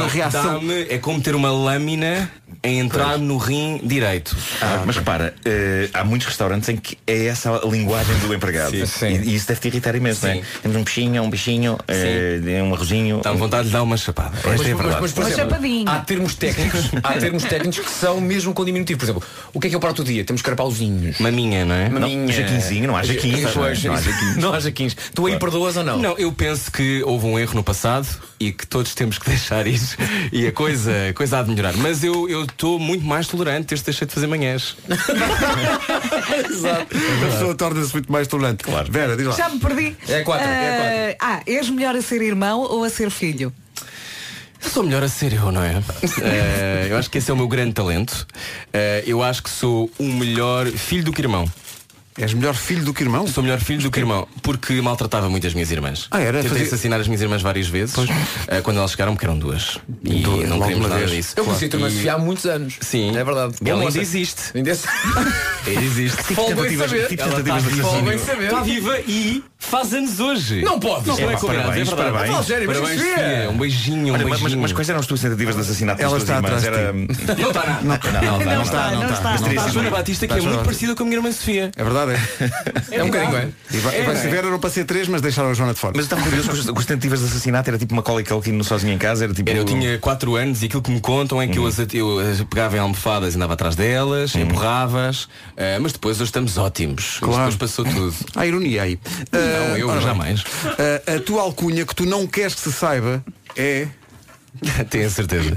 Não,
reação.
dá-me- é como ter uma lâmina a entrar no rim direito.
Ah, mas repara, eh, há muitos restaurantes em que é essa a linguagem do empregado.
Sim.
E, e isso deve te irritar imenso, não é? Temos um peixinho, um bichinho, eh, um arrozinho. Dá
vontade de dar uma chapada.
Esta é a verdade.
Mas, por
Uma
exemplo,
chapadinha.
há termos técnicos, há termos técnicos que são mesmo com diminutivo. Por exemplo, o que é que é o prato do dia? Temos carapauzinhos.
Maminha, não é?
Maminha.
Não, jaquinzinho, não há jaquins,
Pois,
não é? Não há jaquins.
[LAUGHS] Não há jaquins. Tu aí perdoas ou não?
Não, eu penso que houve um erro no passado e que todos temos que [LAUGHS] deixar isso e a coisa, a coisa há de melhorar. Mas eu eu estou muito mais tolerante, este deixei de fazer manhãs.
Exato. A pessoa torna-se muito mais tolerante. Claro. Vera, diz lá.
Já me perdi.
É quatro, é
Ah, ah, és melhor a ser irmão ou a ser filho?
Eu sou melhor a ser eu, não é? Eh, eu acho que esse é o meu grande talento. Eh, eu acho que sou o melhor filho do que irmão.
És melhor filho do que irmão?
Sou melhor filho do que irmão, porque maltratava muito as minhas irmãs.
Ah, era?
Tentei
Fazia-
assassinar as minhas irmãs várias vezes. eh, quando elas chegaram, porque eram duas. E
Duas,
não
logo
queremos
uma
nada
vez.
disso.
Eu conheci a turma
E-
Sofia há muitos anos.
Sim.
É verdade.
Ela
Bom,
ainda
moça.
existe. [LAUGHS]
Ainda existe.
Ele existe.
Falo bem
tentativas-
saber.
tipo
Ela
tentativas de
tá- falo bem
assassínio.
saber.
Está viva e faz anos hoje.
Não pode.
Não
É
é
pá,
combinado,
parabéns,
é verdade.
parabéns.
Fala sério, mas
Parabéns,
Sofia,
Sofia.
Um beijinho, um
Olha, mas,
beijinho.
mas, mas quais eram as tuas tentativas de assassinato das
Ela
tuas
está
irmãs?
atrás de
Era...
Não está
Não,
nada. não,
não
está,
está, não está.
Mas
Não
teria
está.
a Joana Batista que é
Está
muito
Joana.
parecida com a minha irmã Sofia.
É verdade, é?
É um bocadinho, é?
E vai,
É,
vai
não é?
se ver, eram para ser três, mas deixaram a Joana de fora.
Mas eu estava curioso com as- com as tentativas de assassinato, era tipo uma cola e calquino sozinha em casa, era tipo.
Era, eu tinha 4 anos e aquilo que me contam é que eu, as, eu as pegava em almofadas e andava atrás delas, empurravas, eh, mas depois hoje estamos ótimos. Mas
Claro.
Depois passou tudo.
Há ironia aí.
Não,
Ah,
eu
ora bem.
jamais. [LAUGHS]
Ah, a tua alcunha que tu não queres que se saiba é.
Tenho a certeza.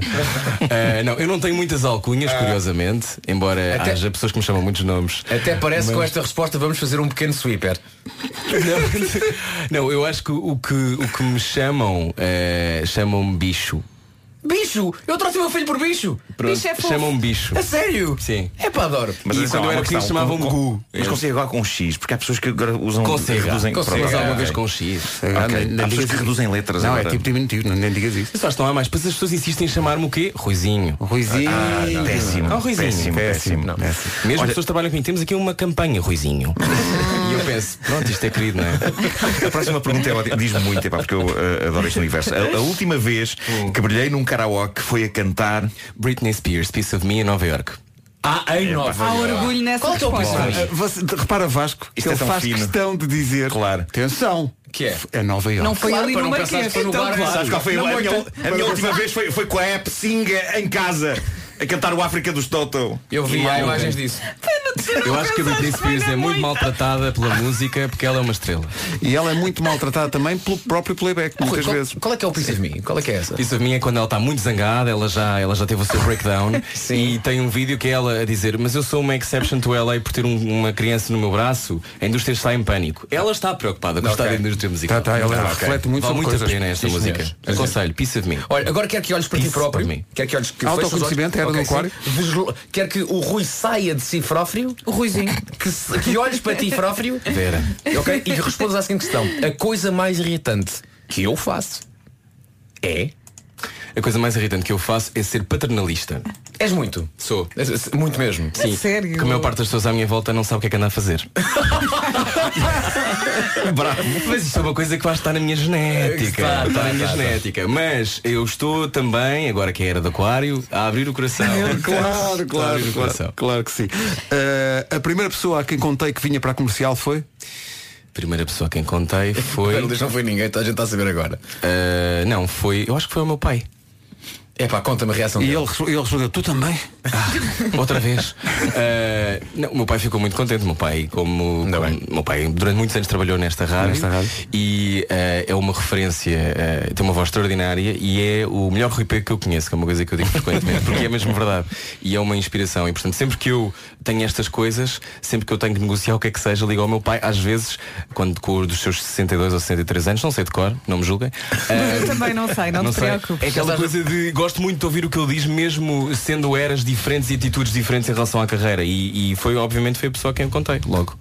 Eh, não, eu não tenho muitas alcunhas, curiosamente, embora
Até-
haja pessoas que me chamam muitos nomes.
Até parece que com
Mas-
esta resposta vamos fazer um pequeno
[LAUGHS]
sweeper.
Não, não, eu acho que o que, o que me chamam, eh, chamam-me bicho.
Bicho! Eu trouxe o meu filho por bicho! Bicho é fofo.
chamam-me bicho.
A sério?
Sim.
É pá, adoro.
E
atenção,
quando eu
há uma
era
questão,
pequeno chamavam-me
com- com-
Gu.
Mas
É.
consigo agora com um X, porque há pessoas que agora usam.
Consigo,
reduzem,
consigo.
Pronto,
Mas alguma
ok.
vez com X.
Ah,
Ok.
nem- nem
Há pessoas
digas
que
isso.
reduzem letras
Não,
agora.
é tipo diminutivo, não- nem digas isso.
Mas acho que não há mais, pois as pessoas insistem em chamar-me o quê? Ruizinho.
Ruizinho.
Ah, não. Péssimo,
Ah, Ruizinho.
péssimo, péssimo.
Não. Mesmo as pessoas que trabalham comigo, temos aqui uma campanha,
[LAUGHS]
Ruizinho. e eu penso, pronto, isto é querido, não é?
A próxima pergunta é ótima. diz muito, epá, porque eu eh, adoro este universo. A, a última vez que brilhei num karaoke foi a cantar.
Hum. Britney Spears, Piece of Me em Nova York.
Ah, em nova.
Há orgulho nessa
Qual é o teu
resposta.
personagem?
Ah, você- repara Vasco, que
Isto é
ele
tão
faz
fino.
questão de dizer
Claro.
Atenção,
Que é?
é Nova Iorque.
Não foi
Claro,
ali
para
no
não pensares
Marquês.
que foi no
Então,
bar,
claro.
Sabes qual foi a,
Não,
a minha,
oito-
a minha última vez foi, foi com a App Singa em casa a cantar o África dos Toto.
Eu vi há
Imagem.
imagens disso.
Eu acho que a Britney Spears é muito maltratada pela música porque ela é uma estrela.
[LAUGHS] E ela é muito maltratada também pelo próprio playback,
Rui,
muitas
qual,
vezes.
qual é que é o Piece of Me? Qual é que é essa?
Isso a mim é quando ela está muito zangada, ela já, ela já teve o seu
[LAUGHS]
breakdown e tem um vídeo que é ela a dizer mas eu sou uma exception to LA por ter um- uma criança no meu braço, a indústria está em pânico. Ela está preocupada com o estado da indústria musical.
Tá, tá, ela reflete muito
Vale
sobre
muito
coisas.
a pena esta
Sim,
música.
senhores.
Aconselho, Piece of Me.
Olha, agora quero que olhes para ti
Isso,
próprio.
para mim.
Quero que olhes que
Autoconhecimento,
feches os olhos.
era
Ok,
do
sim. Veslo- Quero que o Rui saia de si próprio.
O Ruizinho.
Que, se- que olhes para ti [LAUGHS] próprio.
Vera.
Ok? E respondas à seguinte questão. A coisa mais irritante que eu faço é.
A coisa mais irritante que eu faço é ser paternalista.
És muito. É
Sou.
És- és- Muito mesmo.
Sim,
sério?
porque a maior parte das pessoas à minha volta não sabe o que é que anda a
[LAUGHS]
fazer.
Bravo.
Mas isto é uma coisa que lá está na minha genética.
Está,
Está,
está,
na minha
está,
genética. Mas eu estou também, agora que é a era do aquário, a abrir o
[LAUGHS]
coração.
É,
Claro,
Está a abrir
claro,
o
claro,
coração.
claro que sim. Ah, a primeira pessoa a quem contei que vinha para a comercial foi.
Primeira pessoa a quem contei
[LAUGHS]
foi.
Não, não foi ninguém, então a gente está a saber agora.
ah, não, foi. Eu acho que foi o meu pai.
É pá, conta-me a reação
E
dele.
ele, respo- ele respondeu, tu também?
[LAUGHS] Outra vez. Ah, não, o meu pai ficou muito contente. O Meu pai, como,
Ainda
como-
bem.
meu pai durante muitos anos trabalhou nesta rádio,
Nesta rádio.
e ah, é uma referência, ah, tem uma voz extraordinária e é o melhor Rui Pego que eu conheço, que é uma coisa que eu digo frequentemente, porque é mesmo verdade. E é uma inspiração. E portanto, sempre que eu tenho estas coisas, sempre que eu tenho que negociar o que é que seja, ligo ao meu pai, às vezes, quando com o dos seus 62 ou 63 anos, não sei de cor, não me julguem. ah,
Eu também não sei, não, te
sei.
preocupes.
É aquela coisa de gosto muito de ouvir o que ele diz, mesmo sendo eras diferentes e atitudes diferentes em relação à carreira. E, e foi, obviamente, foi a pessoa a quem eu contei, logo.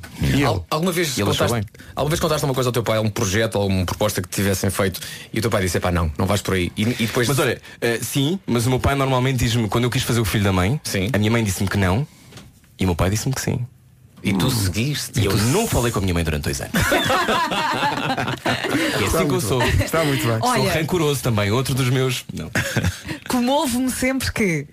Al- alguma, vez
E ele achou
contaste, alguma vez contaste uma coisa ao teu pai, um projeto ou uma proposta que tivessem feito e o teu pai disse, pá, não, não vais por aí. E, e depois.
Mas olha, eh, sim, mas o meu pai normalmente diz-me, quando eu quis fazer o filho da mãe, a minha mãe disse-me que não, e o meu pai disse-me que sim.
E tu seguiste.
E eu não falei com a minha mãe durante dois anos. e é
Está
assim que eu
muito
sou.
bem. Está muito bem.
Sou
Olha.
rancoroso também. Outro dos meus. Não.
Comovo-me sempre que.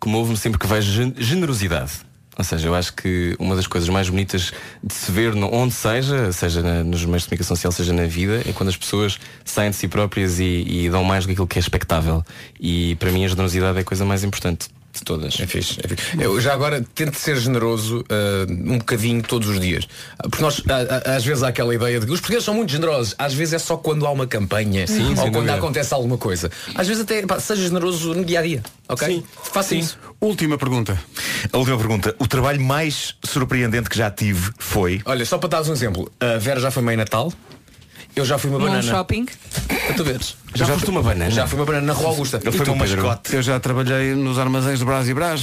Comovo-me sempre que vejo gen- generosidade. Ou seja, eu acho que uma das coisas mais bonitas de se ver no- onde seja, seja na- nos meios de comunicação social, seja na vida, é quando as pessoas saem de si próprias e, e dão mais do que aquilo que é expectável. E para mim a generosidade é a coisa mais importante de todas.
É fixe, é fixe. Eu já agora tento ser generoso ah, um bocadinho todos os dias. Ah, Porque nós, ah, ah, às vezes, há aquela ideia de que os portugueses são muito generosos. Às vezes é só quando há uma campanha
Sim, sem
ou quando
dúvida.
acontece alguma coisa. Às vezes até, pá, seja generoso no dia a dia, ok? Faça isso.
Última pergunta.
A última pergunta. O trabalho mais surpreendente que já tive foi.
Olha, só para dar-vos um exemplo. A Vera já foi mãe Natal. Eu já fui uma
Num
banana.
shopping.
Para tu veres.
Já foste uma banana?
Já fui uma banana na Rua Augusta.
Eu, fui
E tu,
um
Pedro?
mascote. eu já trabalhei nos armazéns de Brás e
[LAUGHS]
Brás.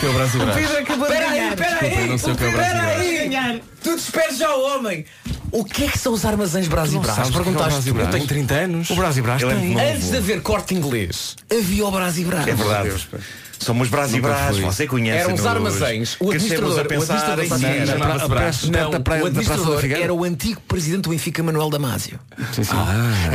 Teu braço e braço.
acabou
Espera aí, espera
Desculpa, eu não
aí.
sei o que é o
Espera
Brasil
aí. Tu despedes ao homem. O que é que são os armazéns Brás e
Não
Brás?
sabes o que é o Brás
Perguntaste.
e Brás?
Eu tenho
30 anos.
O Brás e Brás
Eu
tem. um
lembro-me Antes é de haver corte inglês, havia o Brás e Brás.
É verdade. Somos Brás e
Nunca
Brás,
fui.
você conhece.
Eram os armazéns. O
Crescemos
administrador,
a pensar
o
em
administrador,
si.
Não,
Praça- Praça-
não,
perto da praia- da Praça
o
da
administrador
Figueira.
era o antigo presidente do Benfica, Manuel Damasio.
Sim, sim.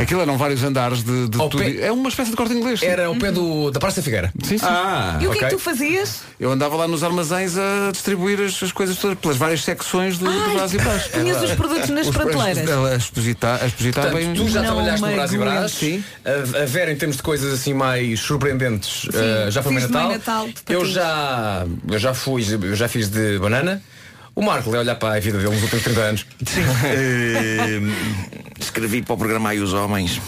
Aquilo eram vários andares de, de
Ah. Ao
tudo.
pé-
É uma espécie de corte inglês. sim.
Era ao pé do, da Praça da Figueira.
Sim, sim.
Ah,
E o que é que tu
[LAUGHS]
fazias?
Eu andava lá nos armazéns a distribuir as, as coisas todas pelas várias secções do, do
Ai,
Brás e Brás. É
punhas os produtos nas
Os-
prateleiras.
Ela
é
exposita- expositava
Portanto,
e-
tu já
Não
trabalhaste no Brás e
mergulho.
Brás a, a Vera em termos de coisas assim mais surpreendentes eh, já foi
fiz
meio
de
Natal,
meio Natal,
eu
patins.
já eu já fui eu já fiz de banana o Marco é olhar para a vida dele nos últimos 30 anos [LAUGHS]
Eh, [LAUGHS] Escrevi para o programa Ai os Homens.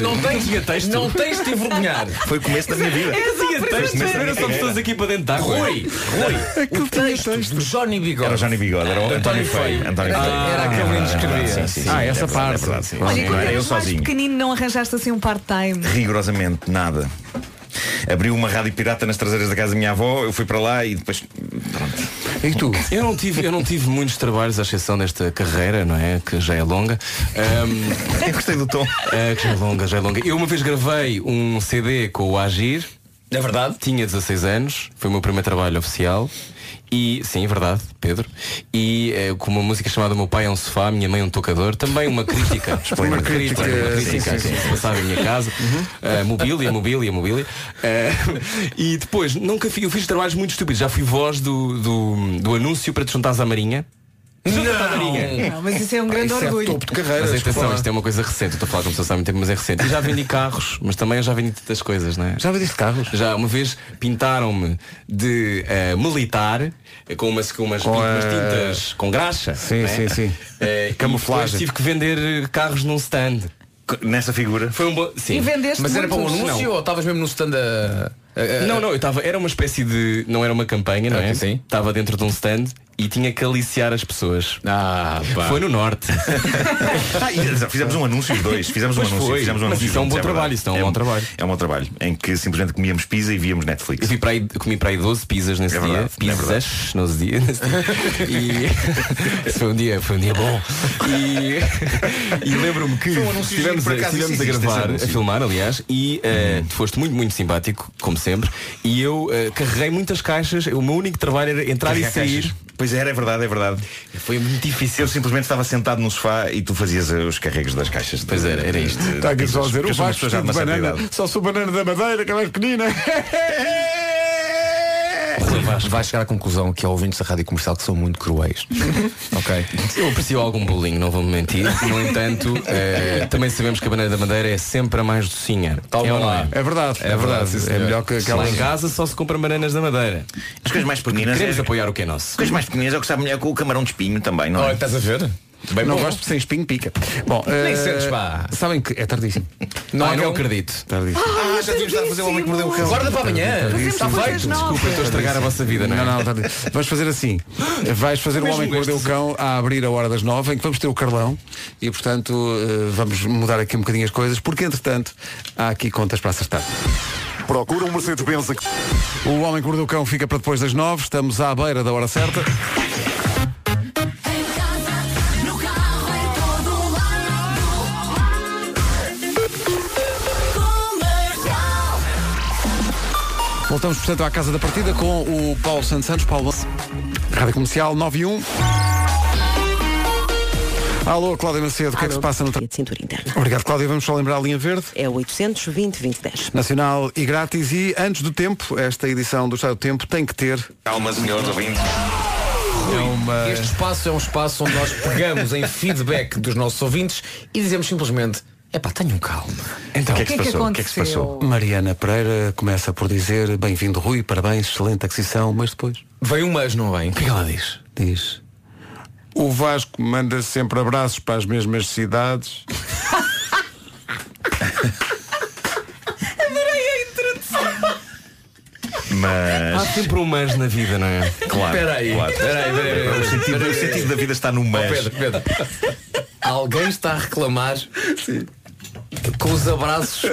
não, não tens não tens de te envergonhar
Foi o começo da minha vida.
Era só pessoas aqui para dentro de água.
Rui Rui o texto do Johnny Bigode
Era o Johnny Bigode, era o
António
António
Feio.
Feio.
Ah,
António
Era-
Feio.
era aquele menino que
é verdade,
escrevia.
sim, sim,
Ah,
sim,
essa
é verdade,
parte.
É verdade, sim.
Olha, e
Não
quando
era eu
eras mais
sozinho.
pequenino não arranjaste assim um part-time.
rigorosamente nada. Abriu uma rádio pirata nas traseiras da casa da minha avó, eu fui para lá e depois. Pronto.
E tu?
Eu não, tive, eu não tive muitos trabalhos, à exceção desta carreira, não é? Que já é longa. Ahm,
Eu gostei do tom.
ah, que já é longa, já é longa. Eu uma vez gravei um CD com o Agir.
é verdade
Tinha 16 anos, foi o meu primeiro trabalho oficial. E, sim, é verdade, Pedro. E eh, com uma música chamada Meu Pai é um Sofá, Minha Mãe é um Tocador, também uma crítica.
Esplêndido.
uma crítica, uma
Sim,
crítica
sim,
que se passava em minha casa. Eh, mobília, mobília, mobília. Eh, [LAUGHS] e depois, nunca fi- eu fiz trabalhos muito estúpidos. Já fui voz do, do, do anúncio para te juntares à Marinha. Junta-te à Marinha!
Não, mas isso é um grande
Isso é
orgulho.
topo de carreira.
Mas atenção,
desculpa.
isto é uma coisa recente, eu estou a falar como se fosse há muito tempo, mas é recente. E já vendi carros, mas também eu já vendi tantas coisas, não é?
Já vendeste carros?
Já uma vez pintaram-me de eh, militar eh, com umas, com umas,
Com,
umas
eh,
tintas com graxa.
Sim,
né?
sim, sim.
Eh, e
Camuflagem.
depois tive que vender eh, carros num stand.
Nessa figura.
Foi um bom. Sim.
E vendeste
mas era para um
muitos.
anúncio ou estavas mesmo no stand a, a- a-
Não, não, eu estava. Era uma espécie de. Não era uma campanha, não é?
Ok, sim.
Estava dentro de um stand e tinha que aliciar as pessoas.
ah, pá.
Foi no norte. [LAUGHS]
Ah, e fizemos um anúncio os dois. Fizemos um
Pois
anúncio.
foi.
Fizemos um
Mas
anúncio
isso é um
juntos,
bom trabalho,
verdade.
isso é um
É
bom trabalho.
É um bom trabalho. Em que simplesmente comíamos pizza e víamos
Eu
Netflix.
fui para aí, comi para aí 12 pizzas nesse
É verdade,
dia.
é verdade.
Pizzas nos [LAUGHS] dias. E [LAUGHS] Esse foi um dia, foi um dia bom. E, [LAUGHS] e lembro-me que
Foi um anúncio giro,
estivemos,
por
a,
acaso,
estivemos
isso
a
existe, esse
gravar, a
anúncio.
filmar, aliás, e eh, tu foste muito, muito simpático, como sempre, e eu eh, carreguei muitas caixas, o meu único trabalho era entrar e sair.
Pois era, é verdade, é verdade.
Foi muito difícil.
Eu simplesmente estava sentado no sofá e tu fazias eh, os carregos das caixas.
Pois era, era isto.
Está aqui só a dizer,
Porque
o
eu sou uma
Vasco
pessoa já de
de
uma certa
banana,
idade.
só sou banana da madeira, que é mais pequenina. [LAUGHS]
Rui Vasco vai chegar à conclusão que há ouvintes da rádio comercial que são muito [LAUGHS] cruéis. ok.
Eu aprecio algum bullying, não vou mentir. No entanto, eh, também sabemos que a banana da madeira é sempre a mais docinha.
Tal
é ou
qual
não é?
é.
É verdade, é,
verdade, sim,
verdade. É
senhor.
melhor que
Lá
aquelas.
em casa só se compra bananas da madeira.
As coisas mais pequeninas.
Queremos
é-
apoiar o que é nosso.
As coisas mais pequeninas é o que sabe melhor com o camarão de espinho também, não
Olha,
é?
estás a ver?
Bem não gosto de sem espinho, pica. Bom,
Nem
eh,
sentes, pá.
Sabem que é tardíssimo.
Não há
Ai,
cão.
Tardíssimo.
Ah, já devíamos estar a fazer o homem que
Ah,
mordeu o cão. Guarda para amanhã.
Tardíssimo.
Está feito. Desculpa, estou a estragar a vossa vida, não é?
Não, não, tardi- Vais fazer assim. Vais fazer o
Mesmo
homem que mordeu o cão a abrir a hora das nove, em que vamos ter o Carlão e, portanto, eh, vamos mudar aqui um bocadinho as coisas, porque, entretanto, há aqui contas para acertar.
Procura um Mercedes-Benz a-
O Homem que Mordeu o Cão fica para depois das nove. Estamos à beira da hora certa. Voltamos, portanto, à casa da partida com o Paulo Santos Santos. Paulo, Rádio Comercial 9 e 1. Alô, Cláudia Macedo, o que é que se passa no tra...
cintura interna.
Obrigado, Cláudia. Vamos só lembrar a linha verde.
É o 820 2010.
Nacional e grátis. E antes do tempo, esta edição do Estado do Tempo tem que ter
Calma, senhores ouvintes.
É Este espaço é um espaço onde nós pegamos em feedback dos nossos ouvintes e dizemos simplesmente, epá, tenham calma.
Então,
o que é que, passou? O que é que se passou?
Mariana Pereira começa por dizer bem-vindo Rui, parabéns, excelente aquisição, mas depois
Vem um mas, não vem? O que é que ela diz?
diz o Vasco manda sempre abraços para as mesmas cidades.
Adorei a introdução.
Mas.
Há sempre um mas na vida, não é?
Claro.
Peraí,
claro.
peraí, peraí, peraí.
O sentido-
Peraí.
o sentido da vida está no mas.
Oh, Pedro, Pedro. Alguém está a [LAUGHS] reclamar com os [LAUGHS] abraços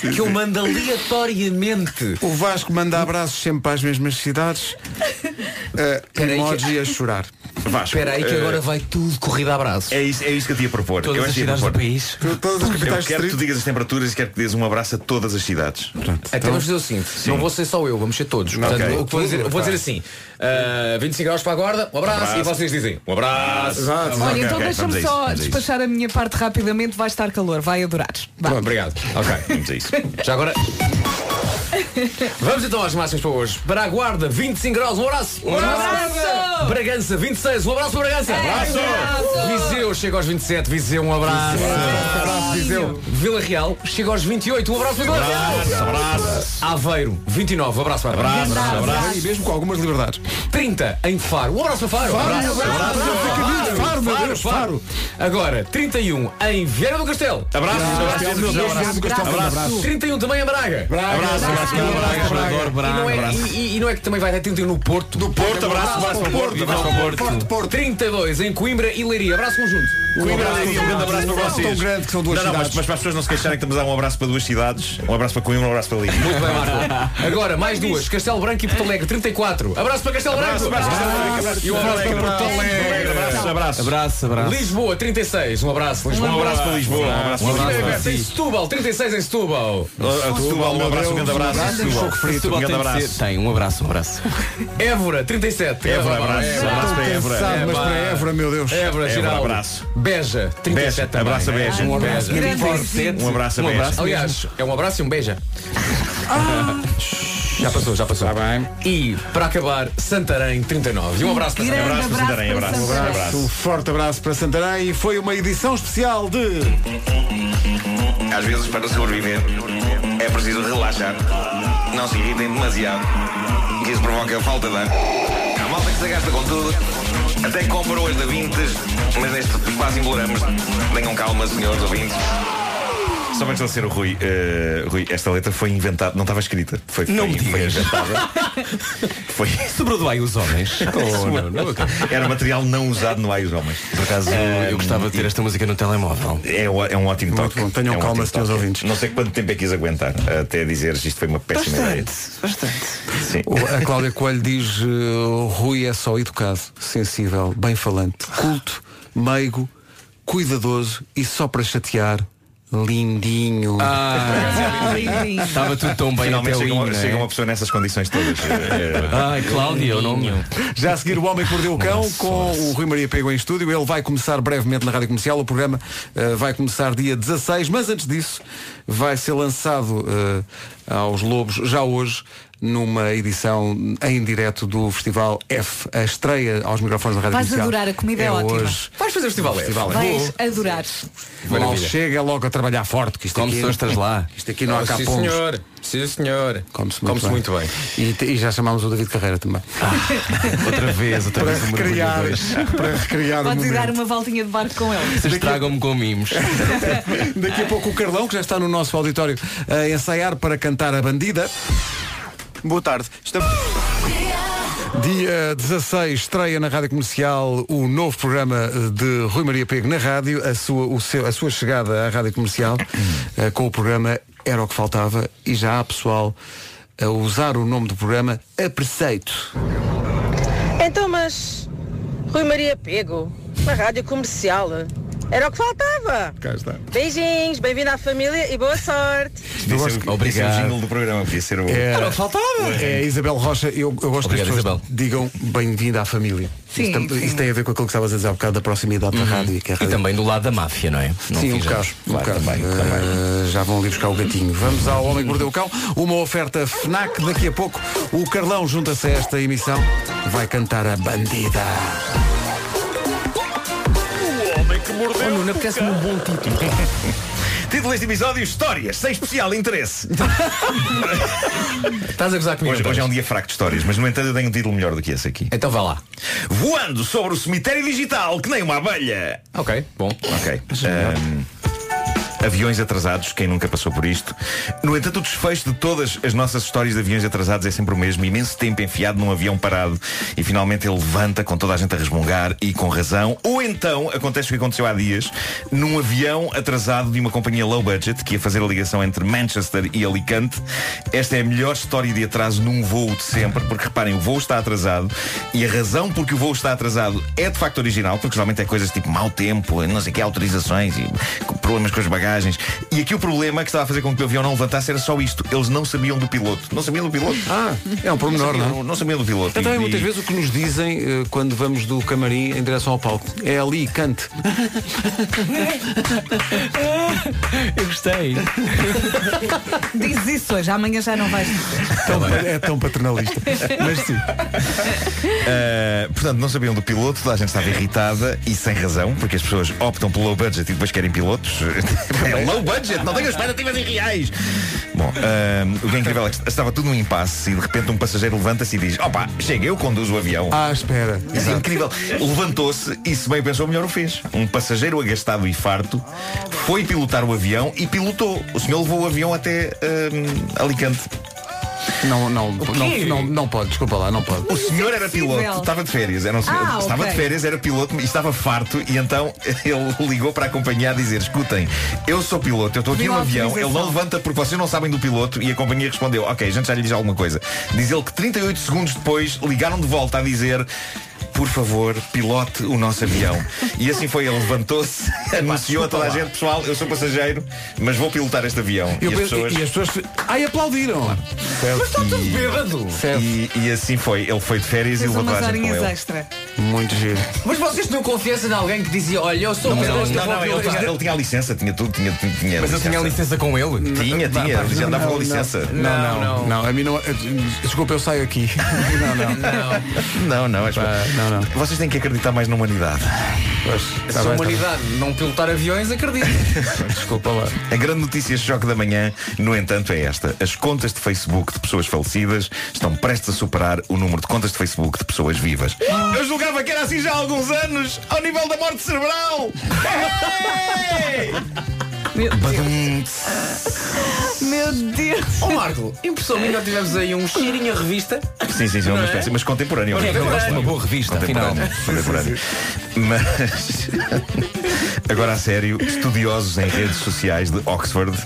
que eu mando aleatoriamente.
O Vasco manda abraços sempre para as mesmas
[LAUGHS]
cidades. Uh,
Peraí que-
emoji a chorar.
Vasco,
Espera aí que
eh,
agora vai tudo corrida a abraços.
É isso, é isso que eu te ia propor.
Todas
eu
as
acho que ia
cidades do
propor.
país.
Todas as
Eu
capitais de
quero que tu digas as temperaturas e quero que dês um abraço a todas as cidades.
Até
então
vamos fazer o seguinte, não vou ser só eu, vamos ser todos. Portanto,
Ok.
o que vou dizer, eu vou dizer assim, ah, 25 graus para a guarda, um abraço,
Abraço.
e vocês dizem, um abraço.
Exato.
Ah,
Olha,
ok,
então
ok,
deixa-me
vamos a isso,
só
vamos a isso.
despachar a minha parte rapidamente, vai estar calor, vai adorar. Vá.
Pronto, obrigado. Ok, vamos a isso. Já agora. Vamos então às máximas para hoje. Para a Guarda, 25 graus, um abraço.
Um abraço.
Bragança, 26, um abraço para Bragança.
Abraço.
Viseu, chega aos 27, Viseu, um abraço. abraço. Viseu. Vila Real, chega aos 28, um abraço para Vila Real. Abraço. Aveiro, 29, um abraço para Aveiro.
Abraço. E mesmo com algumas liberdades.
30 em Faro. Um abraço a Faro.
Faro,
Abraço.
abraço, abraço, abraço,
Faro,
Faro, meu
Faro,
Deus,
Faro. Agora, 31 em Vieira do Castelo.
Abraço,
abraço, abraço, abraço, abraço.
abraço. 31 também em Braga.
Abraço, abraço, abraço, adoro
E não, é,
Braga.
e, e não é que também vai ter 31 no Porto. Do
Porto, abraço, abraço para o Porto, abraço para o Porto.
Porto, 32 em Coimbra e Leiria. Abraço conjunto.
Coimbra, Leiria, um grande abraço para vocês.
é Tão grande que são duas
não, não, mas-
cidades.
Mas, para as pessoas não se queixarem que estamos a dar um abraço para duas cidades, um abraço para Coimbra, um abraço para Leiria.
Muito
[LAUGHS]
bem, Marco. Agora, mais
é
duas. Castelo Branco e Porto Alegre, 34. Abraço para Castelo
Abraço,
Branco.
abraço, abraço, abraço, abraço.
E um abraço para Porto Alegre.
Abraço, abraço.
Abraço,
Lisboa, 36. Um abraço, Lisboa.
Um abraço para Lisboa, um abraço
Um
para
abraço
Lisboa.
para em Setúbal, 36 em Setúbal.
A Setúbal, um abraço, um grande abraço. a Setúbal. Um grande abraço.
Tem, um abraço, um
[LAUGHS]
abraço.
Évora, 37.
Évora, abraço, abraço para Évora. É,
Sabe, mas para Évora, meu Deus.
Évora,
Évora,
Geraldo.
abraço.
Beja, 37
Beja,
também.
abraço a Beja.
Um abraço.
Beja.
Grande
Forte. Um abraço a Beja.
Aliás, é um abraço e um beija.
Ah.
[LAUGHS] Já passou, já
Tá
passou. E, para acabar, Santarém, 39. E um abraço para Santarém.
Abraço para Santarém, abraço.
Um abraço, um forte abraço para Santarém e foi uma edição especial de.
Às vezes, para sobreviver, é preciso relaxar. Não se irritem demasiado, que isso provoca falta de ar. A malta que se gasta com tudo, até compra hoje da Vintes, mas neste quase embolamos. Tenham calma, senhores ouvintes. Só para esclarecer o Rui, eh, Rui, esta letra foi inventada, não estava escrita, foi,
Não
foi-
me
foi
digas. [LAUGHS]
inventada. foi.
Sobrou do Ai os
[LAUGHS]
Homens. Oh,
não, Era material não usado no Ai os Homens. eh,
Por acaso, Eh, eu gostava de ter esta música no telemóvel.
É, ó- é um ótimo
Muito
toque.
bom. Tenham
É um
calma,
ótimo
senhores
toque.
ouvintes.
Não sei quanto tempo é que quis aguentar até dizeres isto foi uma péssima ideia. Sim.
O- A Cláudia Coelho diz eh, Rui é só educado, sensível, bem falante, culto, meigo, cuidadoso e só para chatear, lindinho.
Ah.
[LAUGHS]
Estava tudo tão bem
Finalmente
até o
chega, uma,
hino,
chega
é?
uma pessoa nessas condições todas.
[LAUGHS]
É,
Ai, Cláudia, o nome.
Já a seguir o Homem que Mordeu o Cão com o Rui Maria Pego em estúdio. Ele vai começar brevemente na Rádio Comercial. O programa eh, vai começar dia 16, mas antes disso vai ser lançado eh, aos lobos já hoje numa edição em direto do Festival F. A estreia aos microfones da Rádio
Vais
Comercial
adorar, a comida é ótima.
Hoje.
Vais fazer o Festival é. F.
Festival é. F.
Vais adorar.
Mal
Maravilha.
chega logo a trabalhar forte, [LAUGHS] que isto
Como
aqui,
se estás lá.
Isto aqui não há
Oh,
cá
sim,
pomos.
senhor. Sim, senhor.
Come-se
Come-se muito bem.
E, te- e já chamámos o David Carreira também.
Ah, Outra vez, outra
para
vez. um
recriar,
mergulhador.
para recriar o
Podes ir dar
momento.
uma voltinha de barco com
[LAUGHS]
ele.
Vocês tragam-me com mimos.
Daqui a pouco o Carlão, que já está no nosso auditório a ensaiar para cantar a bandida. Boa tarde. Dia 16 estreia na Rádio Comercial o novo programa de Rui Maria Pego na rádio, a sua, o seu- a sua chegada à Rádio Comercial eh, com o programa Era o que Faltava e já há pessoal a usar o nome do programa a preceito.
Então, mas Rui Maria Pego, na rádio comercial, era o que faltava.
Cá está.
Beijinhos, bem-vindo à família e boa sorte.
Podia ser, o- podia ser o jingle do programa, podia ser o.
É,
Era o que
É Isabel Rocha, eu, eu gosto que as
Obrigado,
pessoas
Isabel.
digam bem-vindo à família.
Sim,
isso, tam-
sim.
isso tem a ver com aquilo que estavas a dizer há bocado da proximidade
Uhum.
da rádio. Que a
E
rádio-
também do lado da máfia, não é? Não
Sim, um
fingamos.
bocado. um bocado. Eh, já vão ali buscar o gatinho. Vamos ao Homem que Mordeu o Cão. Uma oferta FNAC. Daqui a pouco o Carlão junta-se a esta emissão. Vai cantar a bandida.
O homem que mordeu.
Nuno, apetece-me um bom título.
[LAUGHS] Título deste episódio: Histórias, sem especial
[LAUGHS]
interesse.
Estás a gozar comigo.
Hoje, hoje é um dia fraco de histórias, mas no entanto eu tenho um título melhor do que esse aqui.
Então vá lá.
Voando sobre o cemitério digital, que nem uma abelha.
Ok, bom. é
Ok. Ahm, aviões atrasados, quem nunca passou por isto. No entanto, o desfecho de todas as nossas histórias de aviões atrasados é sempre o mesmo. Imenso tempo enfiado num avião parado e finalmente ele levanta com toda a gente a resmungar e com razão. Ou então acontece o que aconteceu há dias num avião atrasado de uma companhia low budget que ia fazer a ligação entre Manchester e Alicante. Esta é a melhor história de atraso num voo de sempre, porque reparem, o voo está atrasado e a razão porque o voo está atrasado é de facto original, porque geralmente é coisas tipo mau tempo, não sei o que, autorizações e com problemas com as bagagens. E aqui o problema que estava a fazer com que o avião não levantasse era só isto. Eles não sabiam do piloto. Não sabiam do piloto.
Ah, é um pormenor,
não?
não
Sabiam, não sabiam do piloto.
É também
E-
muitas
e-
vezes o que nos dizem eh, quando vamos do camarim em direção ao palco. É ali, cante.
[LAUGHS] Eu gostei.
Diz isso hoje, amanhã já não vais dizer.
Tão- é tão paternalista. Mas sim.
Uh, portanto, não sabiam do piloto, toda a gente estava irritada e sem razão, porque as pessoas optam pelo low budget e depois querem pilotos. [LAUGHS] é low budget, não tenho expectativas em reais. Bom, uh, o que é incrível é que estava tudo num impasse e de repente um passageiro levanta-se e diz, opa, chega, eu conduzo o avião.
Ah, espera.
Isso é incrível. Levantou-se e se bem pensou, melhor o fez. Um passageiro agastado e farto foi pilotar o avião e pilotou. O senhor levou o avião até uh, Alicante.
Não, não, não,
quê?
não, não pode, desculpa lá, não pode.
O senhor era
é Impossível.
piloto, estava de férias, era um senhor-
Ah,
estava
ok.
de férias, era piloto e estava farto e então [LAUGHS] ele ligou para a companhia a dizer, escutem, eu sou piloto, eu estou aqui
Pediu
no avião, ele
autorização.
não levanta porque vocês não sabem do piloto e a companhia respondeu, ok, a gente já lhe diz alguma coisa. Diz ele que 38 segundos depois ligaram de volta a dizer. Por favor, pilote o nosso avião. E assim foi, ele levantou-se, anunciou a toda a gente, pessoal, eu sou passageiro, mas vou pilotar este avião.
Eu
e as
penso-
pessoas...
E as pessoas. Ai, aplaudiram! Certo.
tudo bêbado.
E, e assim foi, ele foi de férias e
Tens
levou toda
umas
a gente com
horinhas
ele.
extra.
Muito giro.
Mas vocês tinham confiança em alguém que dizia, olha, eu sou
Não,
um
mas ele-
piloto,
não,
eu vou
não, ele,
pilotar.
tinha, ele tinha a licença, tinha tudo, tinha, tinha, tinha
Mas ele
licença.
tinha licença com ele?
Tinha, tinha,
Não,
já andava
não,
com licença.
Não, não, não. não, a mim não. Desculpa, eu saio aqui. [LAUGHS] Não, não.
Não, não, acho que-
não, não.
Vocês têm que acreditar mais na humanidade.
Pois,
Se
tá bem, tá
a
bem.
humanidade não pilotar aviões, acredito.
Desculpa lá.
A grande notícia choque da manhã, no entanto, é esta. As contas de Facebook de pessoas falecidas estão prestes a superar o número de contas de Facebook de pessoas vivas. Eu julgava que era assim já há alguns anos, ao nível da morte cerebral. Hey! Badum.
Meu Deus.
Ó Marco, impressão minha, tivemos aí um cheirinho a revista.
Sim, sim, sim,
Não
uma
é?
espécie, mas contemporâneo.
Olha, eu gosto de uma boa revista, afinal.
Contemporâneo, contemporâneo. Mas [LAUGHS] agora a sério, estudiosos em redes sociais de Oxford.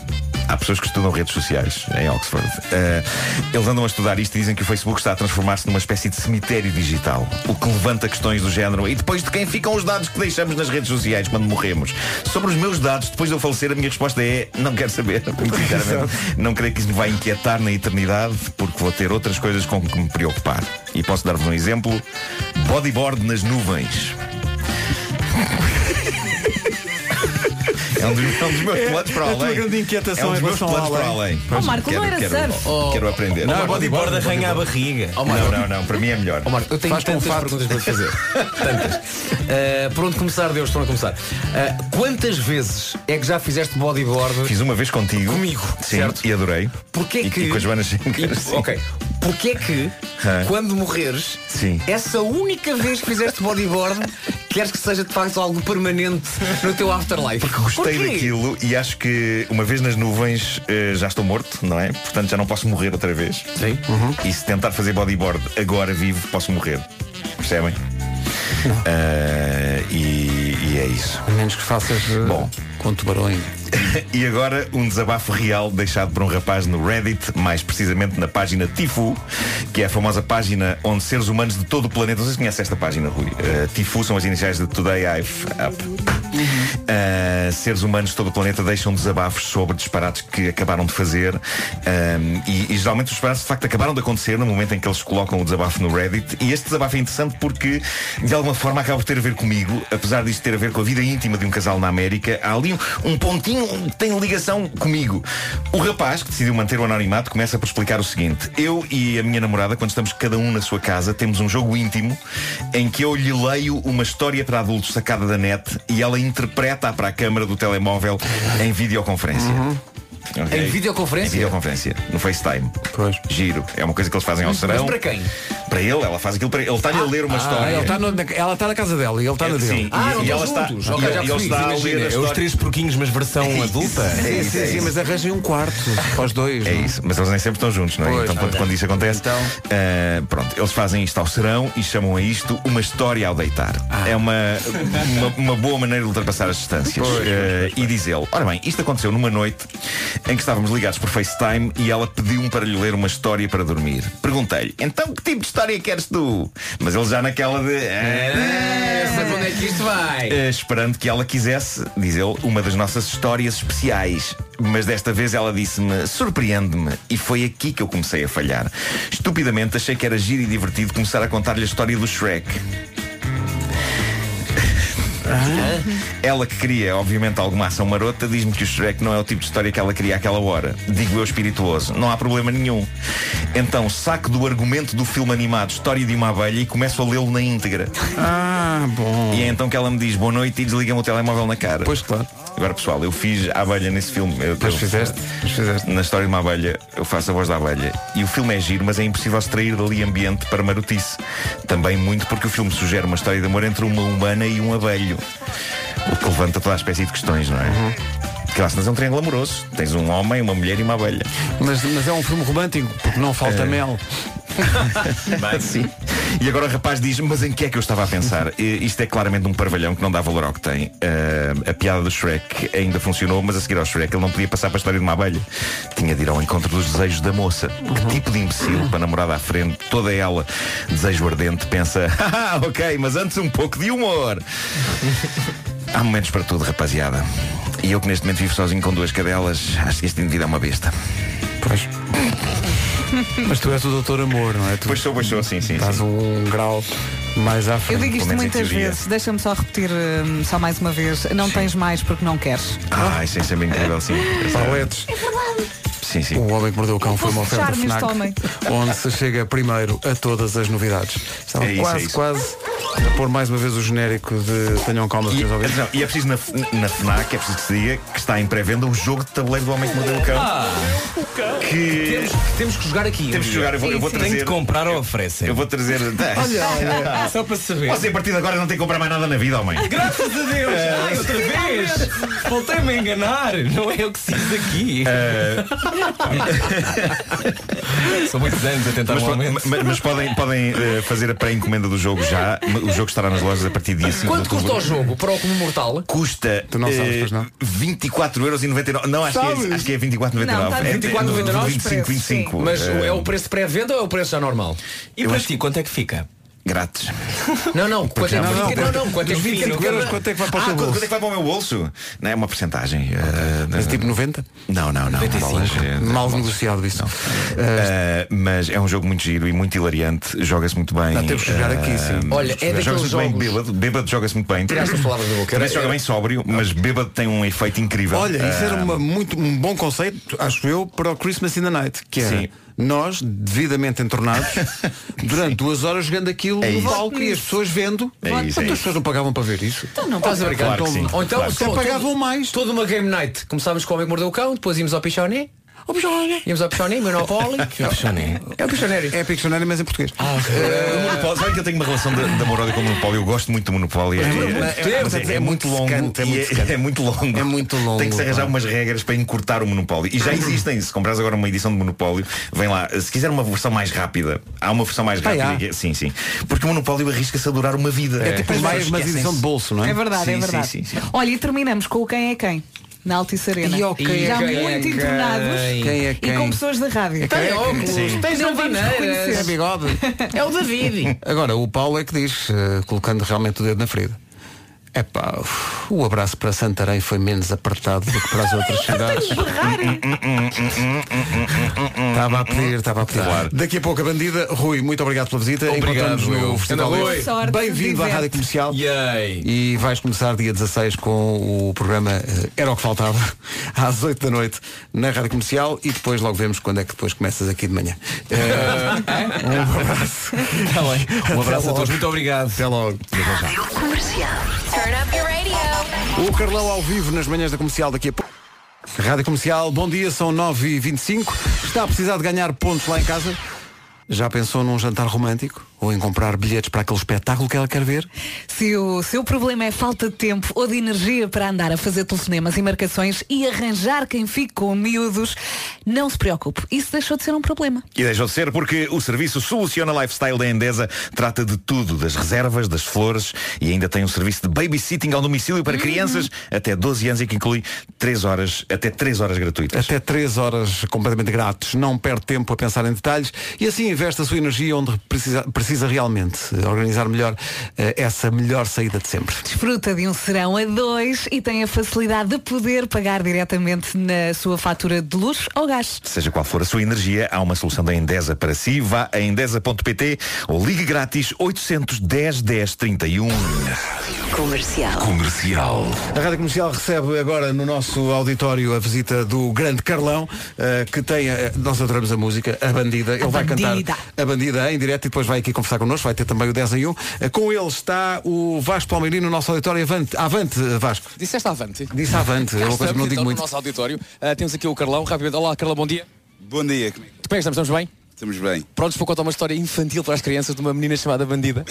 Há pessoas que estudam redes sociais em Oxford. Eh, eles andam a estudar isto e dizem que o Facebook está a transformar-se numa espécie de cemitério digital, o que levanta questões do género. E depois de quem ficam os dados que deixamos nas redes sociais quando morremos? Sobre os meus dados, depois de eu falecer, a minha resposta é não quero saber. [LAUGHS] Muito sinceramente, não creio que isso me vai inquietar na eternidade, porque vou ter outras coisas com que me preocupar. E posso dar-vos um exemplo: bodyboard nas nuvens. [LAUGHS] É um dos, é um dos meus planos
a
para além.
tua grande inquietação
é um dos
em
meus
relação
planos
ao
para
além.
além.
Pois,
quero, quero,
Oh.
quero aprender.
Não, é bodyboard arranha a barriga.
Oh,
não,
Marco.
não, não, para mim é melhor.
Ó Marco, eu tenho
Faz com
tantas
fato.
perguntas para te
[LAUGHS]
fazer. tantas. Uh, por onde começar, Deus, por onde começar? Uh, quantas vezes é que já fizeste bodyboard?
Fiz uma vez contigo.
Comigo,
Sim,
certo?
e adorei.
Porquê
E-
que...
e com a Joana Schenker,
E-
sim.
Ok. Porquê que,
Hã?
quando morreres,
Sim.
essa única vez que fizeste bodyboard, queres que seja de facto algo permanente no teu afterlife? Porque
Gostei daquilo e acho que uma vez nas nuvens eh, já estou morto, não é? Portanto já não posso morrer outra vez.
Sim. Uhum.
E se tentar fazer bodyboard agora vivo, posso morrer. Percebem? Ah, e, e é isso.
A menos que faças Bom. com tubarões.
[LAUGHS] e agora um desabafo real deixado por um rapaz no Reddit, mais precisamente na página Tifu, que é a famosa página onde seres humanos de todo o planeta. Vocês conhecem esta página, Rui? Eh, Tifu são as iniciais de Today I've Up.
Uhum.
Uh, seres humanos de todo o planeta deixam desabafos sobre disparates que acabaram de fazer Um, e, e geralmente os disparates de facto acabaram de acontecer no momento em que eles colocam o desabafo no Reddit e este desabafo é interessante porque de alguma forma acaba por ter a ver comigo apesar disto ter a ver com a vida íntima de um casal na América há ali um, um pontinho que tem ligação comigo o rapaz que decidiu manter o anonimato começa por explicar o seguinte eu e a minha namorada quando estamos cada um na sua casa temos um jogo íntimo em que eu lhe leio uma história para adultos sacada da net e ela interpreta-a para a câmara do telemóvel em videoconferência. Ok?
Em videoconferência?
Em videoconferência, no FaceTime. Giro. É uma coisa que eles fazem ao serão.
Mas para quem?
Para ele, ela faz aquilo para ele. Ele está-lhe a ler
ah,
uma história. É
Ela está, tá no- na, ela está na casa dela e ele está na dele. Ah,
Sim, e, e ela está, e
Ok,
ele-
já
ele
percebi.
está a
Imagina,
ler a
é os
história.
Três porquinhos, mas
[LAUGHS]
versão adulta.
É
Sim,
isso,
sim,
é
sim,
isso.
mas arranjem um quarto para os dois.
É
não?
isso, mas eles nem sempre estão juntos, não é?
Pois,
então quando,
pois.
quando isso acontece, ah, pronto, eles fazem isto ao serão e chamam a isto uma história ao deitar. É uma, uma, uma boa maneira de ultrapassar as distâncias.
Pois,
Ah, E diz ele, ora bem, isto aconteceu numa noite em que estávamos ligados por FaceTime e ela pediu-me para lhe ler uma história para dormir. Perguntei-lhe, então que tipo de história queres tu? Mas ele já naquela de. "Ah,
Essa, onde é que isto vai?
eh, esperando que ela quisesse, diz ele, uma das nossas histórias especiais. Mas desta vez ela disse-me, surpreende-me. E foi aqui que eu comecei a falhar. Estupidamente achei que era giro e divertido começar a contar-lhe a história do Shrek. Ela que queria, obviamente, alguma ação marota Diz-me que o Shrek não é o tipo de história que ela queria àquela hora Digo eu espirituoso Não há problema nenhum Então saco do argumento do filme animado História de uma abelha E começo a lê-lo na íntegra
Ah, bom.
e é então que ela me diz boa noite e desliga-me o telemóvel na cara. Pois
claro.
Agora pessoal, eu fiz a abelha nesse filme. Eu,
Pois
eu-
fizeste, pois fizeste.
Na história de uma abelha, eu faço a voz da abelha. E o filme é giro, mas é impossível extrair dali ambiente para marotice. Também muito porque o filme sugere uma história de amor entre uma humana e um abelho. O que levanta toda a espécie de questões, não é?
Uhum.
Que lá se é um triângulo amoroso. Tens um homem, uma mulher e uma abelha.
Mas, mas é um filme romântico, porque não falta
É.
mel.
Sim. E agora o rapaz diz, mas em que é que eu estava a pensar? E Isto é claramente um parvalhão que não dá valor ao que tem. Ah, a piada do Shrek ainda funcionou, mas a seguir ao Shrek ele não podia passar para a história de uma abelha. Tinha de ir ao encontro dos desejos da moça. Que tipo de imbecil para a namorada à frente, toda ela, desejo ardente, pensa, ah, ok, mas antes um pouco de humor. Há momentos para tudo, rapaziada. E eu que neste momento vivo sozinho com duas cadelas, acho que este indivíduo é uma besta.
Pois. [LAUGHS] Mas tu és o doutor amor, não é? Tu
Pois sou, pois sou, sim, é sim.
estás um grau mais à
Eu
frente.
digo isto
pelo menos em
muitas
teoria.
vezes, deixa-me só repetir hum, só mais uma vez. Não tens mais porque não queres.
Ah, isso é sempre incrível, sim.
Paletes.
Sim, sim.
O Homem que Mordeu o Cão foi uma
Posso
oferta
fechar-me este
FNAC,
homem?
onde se chega primeiro a todas as novidades. Estava
É isso,
quase,
é isso.
quase a pôr mais uma vez o genérico de Tenham Calma,
E,
seus ouvintes.
atenção, e é preciso na, na FNAC, é preciso que se diga que está em pré-venda o jogo de tabuleiro do Homem que Mordeu o Cão. Que
Ah, Temos, temos que jogar aqui. um
Temos que jogar, eu vou, eu vou trazer.
Tem de comprar ou oferecem?
Eu vou
[LAUGHS]
trazer. tá.
Olha, olha. Só para saber.
Você a partir de agora não tem que comprar mais nada na vida, homem.
Graças a Deus!
É.
Ai, outra vez! [LAUGHS] Voltei-me a enganar! Não é o que se diz aqui!
Eh,
São muitos anos a tentar
Mas,
um
po-
aumento.
ma- mas podem, podem eh, fazer a pré-encomenda do jogo já. O jogo estará nas lojas a partir de dia 5
Quanto
de outubro.
custa o jogo para o comum mortal?
Custa
não sabes,
eh,
pois não?
24,99€. Não, acho que,
Sabes?
é, acho que é 24,99€.
Não, tá
É
24,99,
25, 25.
Mas
eh,
é o preço de pré-venda ou é o preço já normal?
E para ti, quanto é que fica?
Grátis.
[LAUGHS] Não, não, quanto é que
Não, não,
fica? Não, não, quanto é que
os 25
fica?
euros, quanto é que vai para o
Ah,
teu
quanto-
bolso?
quanto é que
vai para o meu bolso? Não é uma porcentagem. eh,
Mas tipo 90?
Não, não, não.
95.
bolas, eh,
Mal
bolas.
negociado isso.
Eh, mas é um jogo muito giro e muito hilariante. Joga-se muito bem.
Não, temos que jogar
Eh,
aqui, sim.
Olha, é daqueles
Joga-se muito bem
jogos-
bêbado. Bêbado joga-se muito bem.
Tiraste as palavras da boca.
Também se joga
Era-
bem sóbrio, mas bêbado tem um efeito incrível.
Olha, isso era
Eh,
uma- muito, um bom conceito, acho eu, para o Christmas in the Night, que era
Sim.
nós, devidamente [LAUGHS] entornados, durante duas horas jogando aquilo
É
no
isso.
palco e as pessoas vendo.
É
Mas
isso, é
as
isso.
pessoas não pagavam para ver isso.
Então não estás a brincar.
Claro que sim,
Ou então
claro que
só-
sim. um- pagavam mais.
Toda uma game night. Começámos com o Homem que Mordeu o Cão, depois íamos ao Pichoné.
O Pichoné.
Íamos ao Pichoné, Monopólio. É o Pichonério.
É Pictionary, mas em português.
É, O Monopólio, sabe que eu tenho uma relação de, de amorosa com o Monopólio, eu gosto muito do Monopólio.
É,
É,
é,
é-
é,
mas é-
é
é muito
muito
longo.
secante, é muito
e
secante.
[LAUGHS] É muito longo.
É muito longo,
Tem que se arranjar
pá.
umas regras para encurtar o Monopólio. E já existem, se comprares agora uma edição de Monopólio, vem lá. Se quiser uma versão mais rápida, há uma versão mais
Ah,
rápida.
há.
que- é, Sim, sim. Porque o Monopólio arrisca-se a durar uma vida.
É tipo
As
mais
pessoas
uma
esquecem-se.
edição de bolso, não
É verdade, é
Sim,
verdade.
Sim, sim, sim.
Olha, e terminamos com o quem é quem. Na Altice Arena.
E ao quem
Já
é quem é
muito
quem?
entornados
Quem é
e
quem?
com pessoas da rádio.
Quem é
Tem
quem?
óculos,
Sim.
tem
Não vamos
jardineiras.
reconhecer.
bigode.
É o David.
Agora, o Paulo é que diz, eh, colocando realmente o dedo na ferida. É pá, o abraço para Santarém foi menos apertado do que para as outras cidades. Estava a pedir, estava a pedir. Daqui a pouco a bandida. Rui, muito obrigado pela visita.
Obrigado,
Encontramos no
eu.
Festival
Anda,
Livre.
Rui. Sorte,
Bem-vindo à
diverte.
Rádio Comercial.
Yay.
E vais começar dia 16 com o programa eh, Era o que Faltava, [LAUGHS] às 8 da noite, na Rádio Comercial. E depois logo vemos quando é que depois começas aqui de manhã. Eh, um abraço.
[LAUGHS] Um abraço
Até
a todos.
logo.
Muito obrigado.
Até logo.
Comercial. Turn up your radio.
O Carlão ao vivo nas manhãs da comercial daqui a pouco. Rádio Comercial, bom dia, são 9h25. Está a precisar de ganhar pontos lá em casa? Já pensou num jantar romântico? Ou em comprar bilhetes para aquele espetáculo que ela quer ver?
Se o seu problema é falta de tempo ou de energia para andar a fazer telefonemas e marcações e arranjar quem fique com miúdos, não se preocupe. Isso deixou de ser um problema.
E deixou de ser porque o serviço Soluciona Lifestyle da Endesa trata de tudo, das reservas, das flores e ainda tem um serviço de babysitting ao domicílio para crianças até 12 anos e que inclui 3 horas, até 3 horas gratuitas.
Até 3 horas completamente grátis. Não perde tempo a pensar em detalhes e assim investe a sua energia onde precisa, precisa realmente eh, organizar melhor eh, essa melhor saída de sempre.
Desfruta de um serão a dois e tem a facilidade de poder pagar diretamente na sua fatura de luz ou gás.
Seja qual for a sua energia, há uma solução da Endesa para si. Vá a endesa.pt ou ligue grátis 810 10 31.
Comercial.
Comercial.
A Rádio Comercial recebe agora no nosso auditório a visita do grande Carlão, eh, que tem, eh, nós adoramos a música, a bandida. Ele vai
Bandida.
cantar a bandida em direto e depois vai aqui conversar connosco, vai ter também o 10 em 1. Eh, com ele está o Vasco Palmeirinho no nosso auditório. Avante, avante eh, Vasco.
Disseste avante?
Disse avante, é uma coisa que não
Estamos,
digo
então,
muito.
no nosso auditório. Ah, temos aqui o Carlão, rapidamente. Olá, Carlão, bom dia.
Bom dia, como
Como
é
é que estamos? Estamos bem?
que estamos
[LAUGHS]
bem?
Prontos para contar uma história infantil para as crianças de uma menina chamada Bandida?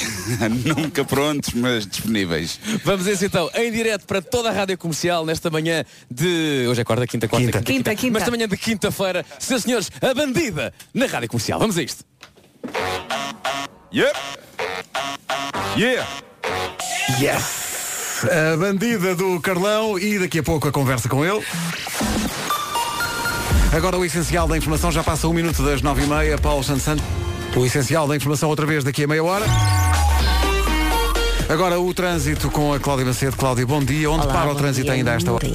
Nunca prontos, mas disponíveis.
Vamos a isso então, em direto para toda a rádio comercial nesta manhã de. Hoje é quarta, quinta, quarta, quinta,
Quinta, quinta.
Mas esta manhã de quinta-feira, seus senhores, a bandida na rádio comercial. Vamos a isto.
Yep! Yeah!
Yes! A bandida do Carlão e daqui a pouco a conversa com ele. Agora o essencial da informação já passa um minuto das nove e meia. Paulo Santos Santos. O essencial da informação outra vez daqui a meia hora. Agora o trânsito com a Cláudia Macedo. Cláudia, bom dia. Onde
Olá,
para o
bom
trânsito
dia,
ainda a esta hora?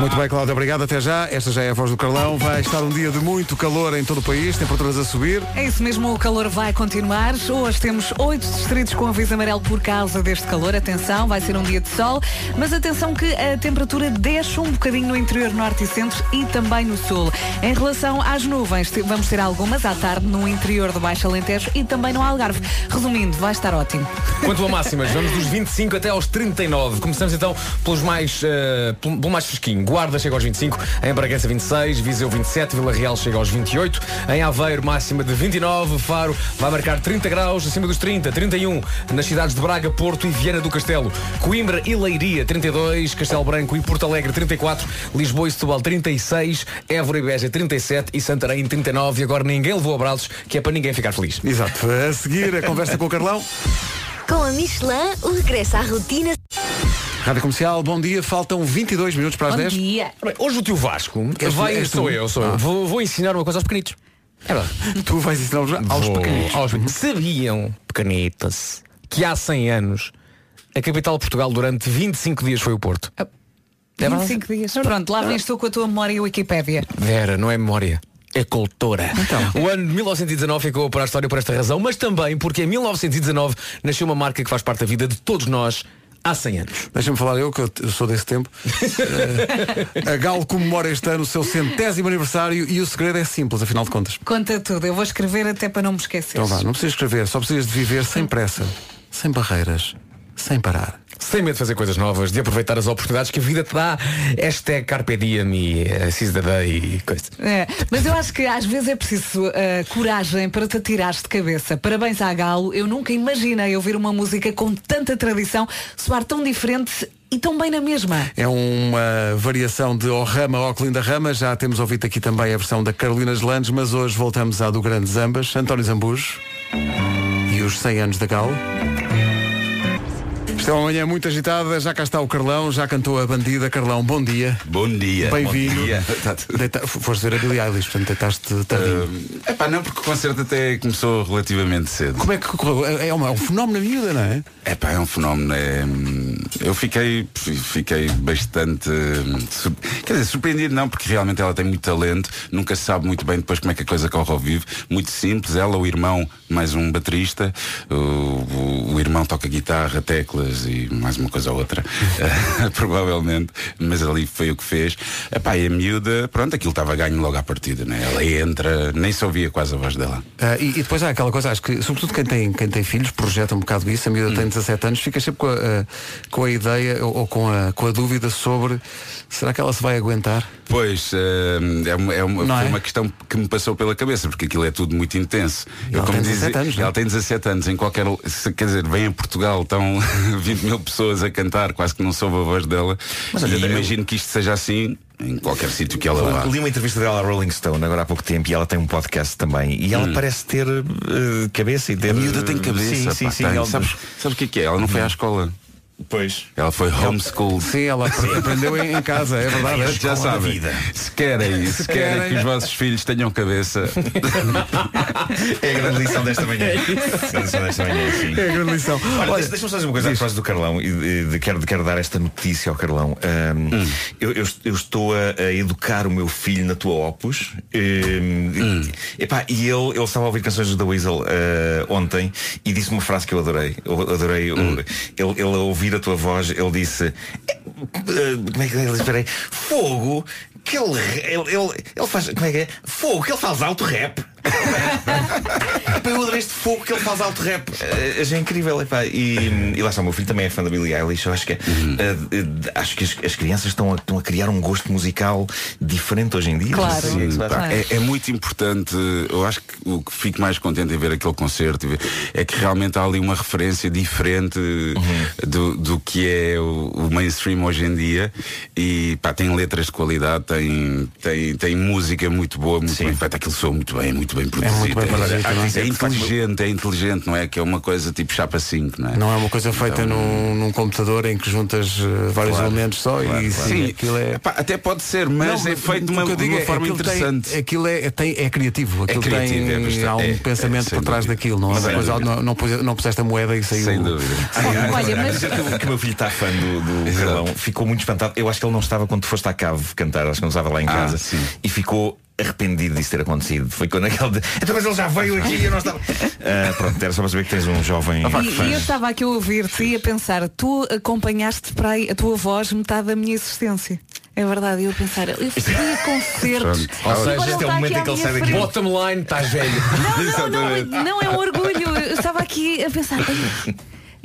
Muito bem, Cláudia, obrigado. Até já. Esta já é a voz do Carlão. Vai estar um dia de muito calor em todo o país, temperaturas a subir.
É isso mesmo, o calor vai continuar. Hoje temos oito distritos com aviso amarelo por causa deste calor. Atenção, vai ser um dia de sol, mas atenção que a temperatura desce um bocadinho no interior norte e centro e também no sul. Em relação às nuvens, te- vamos ter algumas à tarde no interior do Baixo Alentejo e também no Algarve. Resumindo, vai estar ótimo.
Quanto a
[LAUGHS]
máximas, vamos dos 25 até aos 39. Começamos então pelos mais, eh, pelo pelo mais fresquinho. Guarda chega aos 25, em Bragança 26, Viseu 27, Vila Real chega aos 28, em Aveiro máxima de 29, Faro vai marcar 30 graus, acima dos 30, 31 nas cidades de Braga, Porto e Viana do Castelo, Coimbra e Leiria 32, Castelo Branco e Porto Alegre 34, Lisboa e Setúbal 36, Évora e Beja 37 e Santarém 39. E agora ninguém levou abraços, que é para ninguém ficar feliz.
Exato. A seguir a conversa com o Carlão.
Com a Michelin, o regresso à rotina.
Rádio Comercial, bom dia. Faltam 22 minutos para as 10.
dia.
Ora bem, Hoje o tio Vasco
Queres tu-
vai,
és tu?
sou eu, sou eu.
Ah.
Vou, vou ensinar uma coisa aos pequenitos. É
[LAUGHS]
verdade.
Tu vais ensinar aos pequenitos.
Aos pequenitos. Sabiam, pequenitas, que há 100 anos a capital de Portugal durante 25 dias foi o Porto. É verdade.
25 dias. Pronto, lá vens tu com a tua memória e a Wikipédia.
Vera, não é memória. É cultura.
Então.
O ano de 1919 ficou para a história por esta razão, mas também porque em 1919 nasceu uma marca que faz parte da vida de todos nós há 100 anos.
Deixa-me falar eu, que eu eu sou desse
[LAUGHS]
tempo. Eh, a Gal comemora este ano o seu centésimo aniversário e o segredo é simples, afinal de contas.
Conta tudo, eu vou escrever até para não me esquecer.
Então vá, não precisas escrever, só precisas de viver sem pressa, sem barreiras, sem parar.
Sem medo de fazer coisas novas, de aproveitar as oportunidades que a vida te dá. Hashtag Carpe Diem e eh, Seize the Day e coisa.
É, mas eu acho que às vezes é preciso eh, coragem para te atirares de cabeça. Parabéns à Galo. Eu nunca imaginei ouvir uma música com tanta tradição soar tão diferente e tão bem na mesma.
É uma variação de O Rama, Oclin da Rama. Já temos ouvido aqui também a versão da Carolina Landes, mas hoje voltamos à do Grande Zambas, António Zambujo e os 100 anos da Gal. Isto é uma manhã muito agitada, já cá está o Carlão, já cantou a bandida. Carlão, bom dia.
Bom dia.
Bem-vindo. Tá,
Bom
[LAUGHS]
dia.
Deita- Foste ver a Billie Eilish, portanto deitaste tardinho.
Ah, epá, não, porque o concerto até começou relativamente cedo.
Como é que correu? É, é uma- é um fenómeno miúda, não é?
Epá, é um fenómeno. é, hum, eu fiquei, fiquei bastante. hum, sur- Quer dizer, surpreendido não, porque realmente ela tem muito talento, nunca se sabe muito bem depois como é que a coisa corre ao vivo. Muito simples, ela, o irmão, mais um baterista, o, o- o irmão toca guitarra, teclas e mais uma coisa ou outra, [LAUGHS] eh, provavelmente, mas ali foi o que fez. Epá, e a miúda, pronto, aquilo estava ganho logo à partida, né? Ela entra, nem se ouvia quase a voz dela.
Ah, e, e depois há aquela coisa, acho que, sobretudo quem tem, quem tem filhos, projeta um bocado isso, a miúda tem 17 anos, fica sempre com a, ah, com a ideia ou, ou com, a, com a dúvida sobre será que ela se vai aguentar?
Pois, hum, é uma, é uma-
Não
foi
é?
uma questão que me passou pela cabeça, porque aquilo é tudo muito intenso.
Ela tem 17 anos, não é?
ela tem 17 anos, em qualquer. se- Quer dizer, vem a Portugal, estão [LAUGHS] 20 mil pessoas a cantar, quase que não soube a voz dela.
Mas,
e
olha, eu-
imagino que isto seja assim em qualquer sítio que ela vá.
Li uma entrevista dela à Rolling Stone agora há pouco tempo e ela tem um podcast também. E ela
Hum.
parece ter eh, cabeça e ter.
A miúda tem
eh,
cabeça.
Sim, sim,
pá,
sim.
tem.
ela-
Sabes, sabes o que é que é? Ela não foi à escola.
Pois.
Ela foi homeschool.
Sim, ela aprendeu em, em casa, é verdade. é.
Já sabem, se querem, se
Se
querem
querem.
que os vossos filhos tenham
[LAUGHS]
cabeça,
É a grande lição desta manhã. A lição desta manhã, sim.
É a grande lição.
Olha,
Olha,
deixa- deixa-me só dizer uma coisa à propósito do Carlão e de, de- quero, quero dar esta notícia ao Carlão. Ahm, eu, eu est- eu estou a, a educar o meu filho na tua Opus Ahm, e- epá, e ele, ele estava a ouvir canções do The Weasel ah, ontem e disse uma frase que eu adorei. Eu adorei o- ele, ele a ouvir a tua voz, ele disse "Eh, ah, como é que ele esperei? Fogo que ele, ele, ele, ele faz. Como é que é? Fogo que ele faz alto rap. [LAUGHS] Epá, eu adorei este fogo que ele faz alto rap. Eh, Achei incrível. epá. E, e lá está, o meu filho também é fã da Billie Eilish. Eu acho que, é, eh, eh, acho que as, as crianças estão a, estão a criar um gosto musical diferente hoje em dia. Não sei o que é que se passa.
Pá, é, é muito importante. Eu acho que o que fico mais contente em ver aquele concerto e ver- é que realmente há ali uma referência diferente do, do que é o, o mainstream hoje em dia. E pá, tem letras de qualidade, tem, tem, tem música muito boa, muito bem feita. Aquilo soa muito bem, muito bem produzido.
muito bem produzido,
é,
não
é
é?
inteligente, é inteligente, não é? Que é uma coisa tipo chapa 5, não é?
Não é uma coisa feita
Então-
num, num computador em que juntas eh, vários
Claro.
elementos só e
Claro,
sim,
claro.
aquilo é.
Epá, até pode ser, mas é feito de uma,
o que eu
de
digo
uma
é,
forma
aquilo tem-
interessante.
aquilo é, tem- é criativo. Aquilo
criativo, é
tem,
bastante-
há um
é, é,
pensamento
sem
por trás
dúvida.
daquilo. Não, é uma
Sem
coisa,
dúvida.
não, não, puse- não puseste a moeda e saiu.
Sem dúvida.
Ai,
Olha,
ai,
mas-
ai, é
um-
que, que o meu filho está fã do, do Carlão. Ficou muito espantado. Eu acho que ele não estava quando tu foste à cave cantar, acho que não estava lá em casa. E ficou arrependido disso ter acontecido. Foi quando aquele. de- Então, mas ele já veio aqui e eu não [LAUGHS] estava. Ah, pronto, era só para saber que tens um jovem.
Ah,
E, e eu estava aqui a ouvir-te e a pensar, tu acompanhaste para aí a tua voz metade da minha existência. É verdade, eu a pensar, eu fui
[LAUGHS]
a concertos.
Ou
agora
seja,
ele
este
está
é o
aqui
momento
à
em que ele
minha
sai daqui.
frente.
Bottom line, estás velho.
[LAUGHS] Não, não, não, não é um orgulho. Eu estava aqui a pensar. "Ai,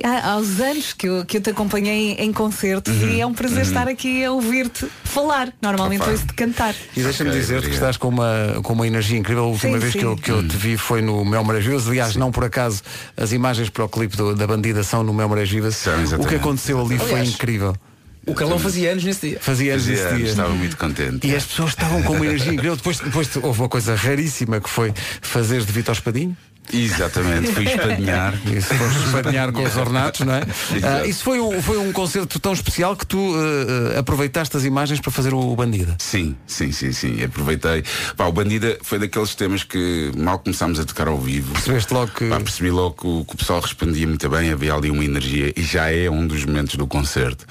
Há, há uns anos que eu, que eu te acompanhei em concertos e é um
Uhum.
prazer estar aqui a ouvir-te falar. Normalmente
Opa.
ouço de cantar.
E deixa-me dizer-te que estás com uma, com uma energia incrível. A última
Sim,
vez Que,
sim.
eu, que eu te vi foi no Mel Maravilhoso. Aliás, não por acaso as imagens para o clipe do- da bandida são no Mel Maravilhoso. O que
exatamente.
aconteceu ali foi
Aliás,
incrível.
O Carlão fazia anos nesse dia.
Fazia anos
Fazia
esse
anos,
dia.
Estava muito contente.
E as pessoas estavam com uma energia incrível. Depois, depois houve uma coisa raríssima que foi fazer de Vitor Espadinho.
Exatamente, fui espadinhar.
[LAUGHS] Isso, foste espadinhar com os ornatos, não é? Ah, isso foi um, foi um concerto tão especial que tu eh, eh, aproveitaste as imagens para fazer o Bandida.
Sim, sim, sim, sim. Aproveitei. Pá, o Bandida foi daqueles temas que mal começámos a tocar ao vivo.
Percebeste logo que.
Pá, percebi logo que o, que o pessoal respondia muito bem, havia ali uma energia e já é um dos momentos do concerto.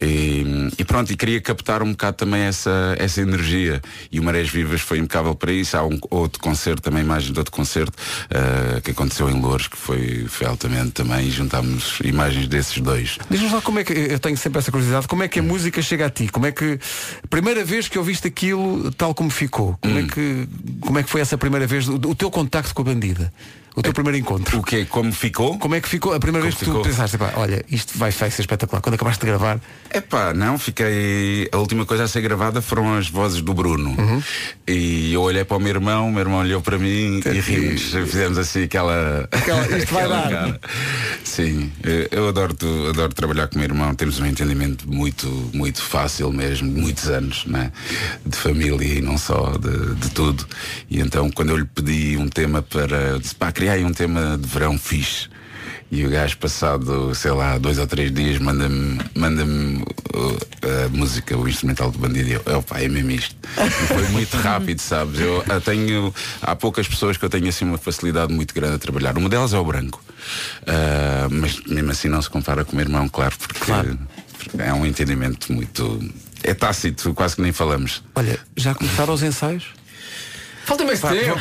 E, e pronto, e queria captar um bocado também essa, essa energia. E o Marés Vivas foi impecável para isso. Há um outro concerto, também imagens de outro concerto, ah, que aconteceu em Louros, que foi, foi altamente também, e juntámos imagens desses dois.
Diz-nos lá como é que, eu tenho sempre essa curiosidade, como é
Hum.
que a música chega a ti? Como é que, primeira vez que ouviste aquilo tal como ficou, como,
Hum.
é, que, como é que foi essa primeira vez, o, o teu contacto com a bandida? O teu primeiro encontro.
É O que Como ficou?
Como é que ficou? A primeira vez que
ficou?
tu pensaste, pá, olha, isto vai, vai ser espetacular. Quando acabaste de gravar,
Epá, não, fiquei. A última coisa a ser gravada foram as vozes do Bruno.
Uhum.
E eu olhei para o meu irmão, o meu irmão olhou para mim e rimos. Fizemos assim aquela.
Aquela- isto vai dar.
cara. Sim, eh, eu adoro, tu- adoro trabalhar com o meu irmão. Temos um entendimento muito, muito fácil mesmo, de muitos anos, né? De família e não só, de, de tudo. E então quando eu lhe pedi um tema para. eu Disse, pá, criei um tema de verão fixe. E o gajo passado, sei lá, dois ou três dias manda-me manda-me uh, a música, o instrumental do bandido e eu, "Oh, pá, é mesmo isto. E foi muito rápido, sabes? Eu, ah, tenho, há poucas pessoas que eu tenho assim uma facilidade muito grande a trabalhar. Uma delas é o branco. Ah, mas mesmo assim não se compara com o meu irmão, claro, porque, porque é um entendimento muito. É tácito, quase que nem falamos.
olha, já começaram os ensaios?
Falta imenso
Pá,
tempo.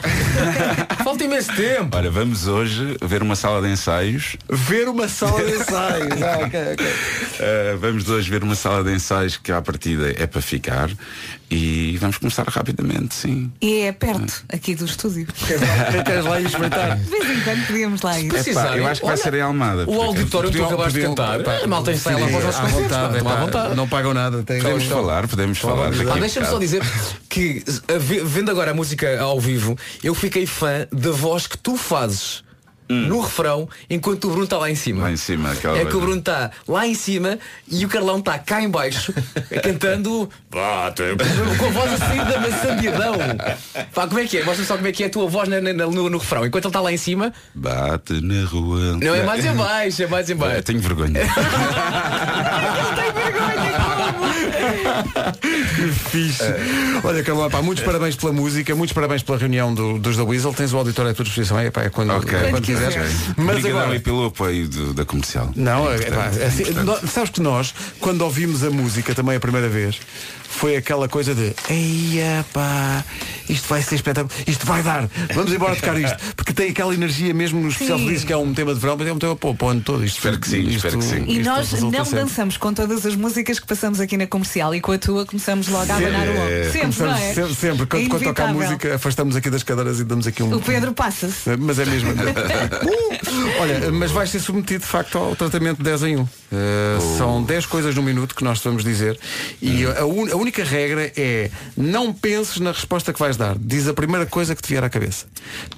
[LAUGHS] Falta imenso tempo.
Olha, vamos hoje ver uma sala de ensaios
Ver uma sala
[LAUGHS]
de ensaios. Ah, ok, ok.
Uh, vamos hoje ver uma sala de ensaios que à partida é para ficar e vamos começar rapidamente, sim.
E é perto aqui do estúdio.
[LAUGHS] Queres lá ir espreitar?
De vez em quando podíamos lá ir.
Epá, eu acho que vai ser em Almada.
o
por acaso.
auditório onde tu acabaste de cantar, a malta ensaia lá para os nossos
à
concertos,
vontade,
pá, tomar
pá,
à vontade.
Não pagam nada. Tem
Podemos falar, podemos falar daqui
Ah,
a
Deixa-me só
bocado.
dizer que a ve- vendo agora a música ao vivo, eu fiquei fã da voz que tu fazes no refrão enquanto o Bruno está lá em cima.
Hum. Lá em cima, aquela
É que o
coisa.
Bruno está lá em cima e o Carlão está cá
[LAUGHS]
em baixo cantando
Pá, tu
[LAUGHS]
é-
com a voz assim da maçambiadão. Pá, como é que é? Mostra-me só como é que é a tua voz na- na- na- no, no refrão. Enquanto ele está lá em cima,
Bate na rua.
não é mais em baixo, é mais em
Eu
baixo.
tenho vergonha.
Que fixe.
É.
Olha, Carlão, pá, muitos parabéns pela música, muitos parabéns pela reunião do- dos da Weasel. Tens o auditório à tua disposição, é, pá, é quando,
Ok,
é quando
ok.
quiseres. Mas
Obrigadão
agora.
e pelo apoio do- da comercial.
Não, é,
Importante,
pá, assim,
importante.
nó- sabes que nós, quando ouvimos a música também a primeira vez, foi aquela coisa de eia pá, isto vai ser espetáculo, isto vai dar, vamos embora tocar
[LAUGHS]
isto, porque tem aquela energia mesmo no especial
Sim.
feliz que é um tema de verão, mas é um tema para o para o ano todo. Isto,
Espero que sim,
isto-
espero que sim.
E
isto
nós
resulta
não
sempre.
dançamos com todas as músicas que passamos aqui na comercial e com a tua começamos logo a abanar o ombro. Sempre, não
Começamos
é?
sempre, sempre. Quando, quando toca a
Inevitável.
música, afastamos aqui das cadeiras e damos aqui um.
O Pedro passa-se.
Mas
[LAUGHS]
é mesmo.
[LAUGHS]
Uh! Olha, mas vais ser submetido de facto ao tratamento de 10 em 1. Uh,
Oh.
São 10 coisas no minuto que nós te vamos dizer. E
É.
a, un- a única regra é não penses na resposta que vais dar. Diz a primeira coisa que te vier à cabeça.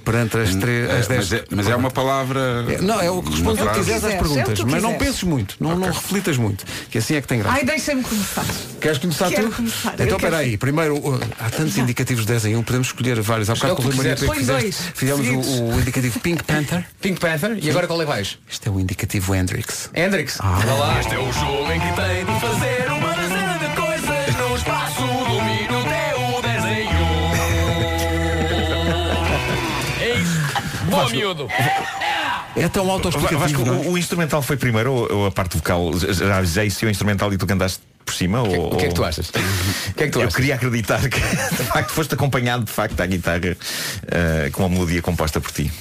Perante as, tre-
É,
as 10.
mas, é, mas é uma palavra.
É, Não, é o que responde o
uma
que
frase.
quiseres às
É o
perguntas,
que tu
mas não
quiseres.
penses muito, não, não reflitas muito, que assim é que tem graça.
Ai, deixa-me começar.
Queres começar
Quero
tu?
começar, eu
Então
quero.
espera aí, primeiro uh, há tantos indicativos de 10 em 1, podemos escolher vários. Há
Escolhe
bocado
É
com
o que
o Rui Maria
quiseres.
Pego fizeste-
Põe dois
fizemos o,
seguidos.
o indicativo Pink Panther.
[LAUGHS] Pink Panther, e agora qual é que vais?
Este é o indicativo Hendrix. Ah.
Hendrix. Vá lá. Este é o jogo em que tem de fazer uma dezena de coisas no espaço do minuto é o desenho. É isso. Boa, miúdo.
É tão
Vasco,
autoexplicativo. não é?
o, o instrumental foi primeiro ou, ou a parte vocal? Já- Já avisei se o instrumental e tu cantaste por cima? ou,
o que é que
ou-
tu achas? O que é que tu
Eu
achas?
queria acreditar que de facto foste acompanhado de facto à guitarra eh, com uma melodia composta por ti.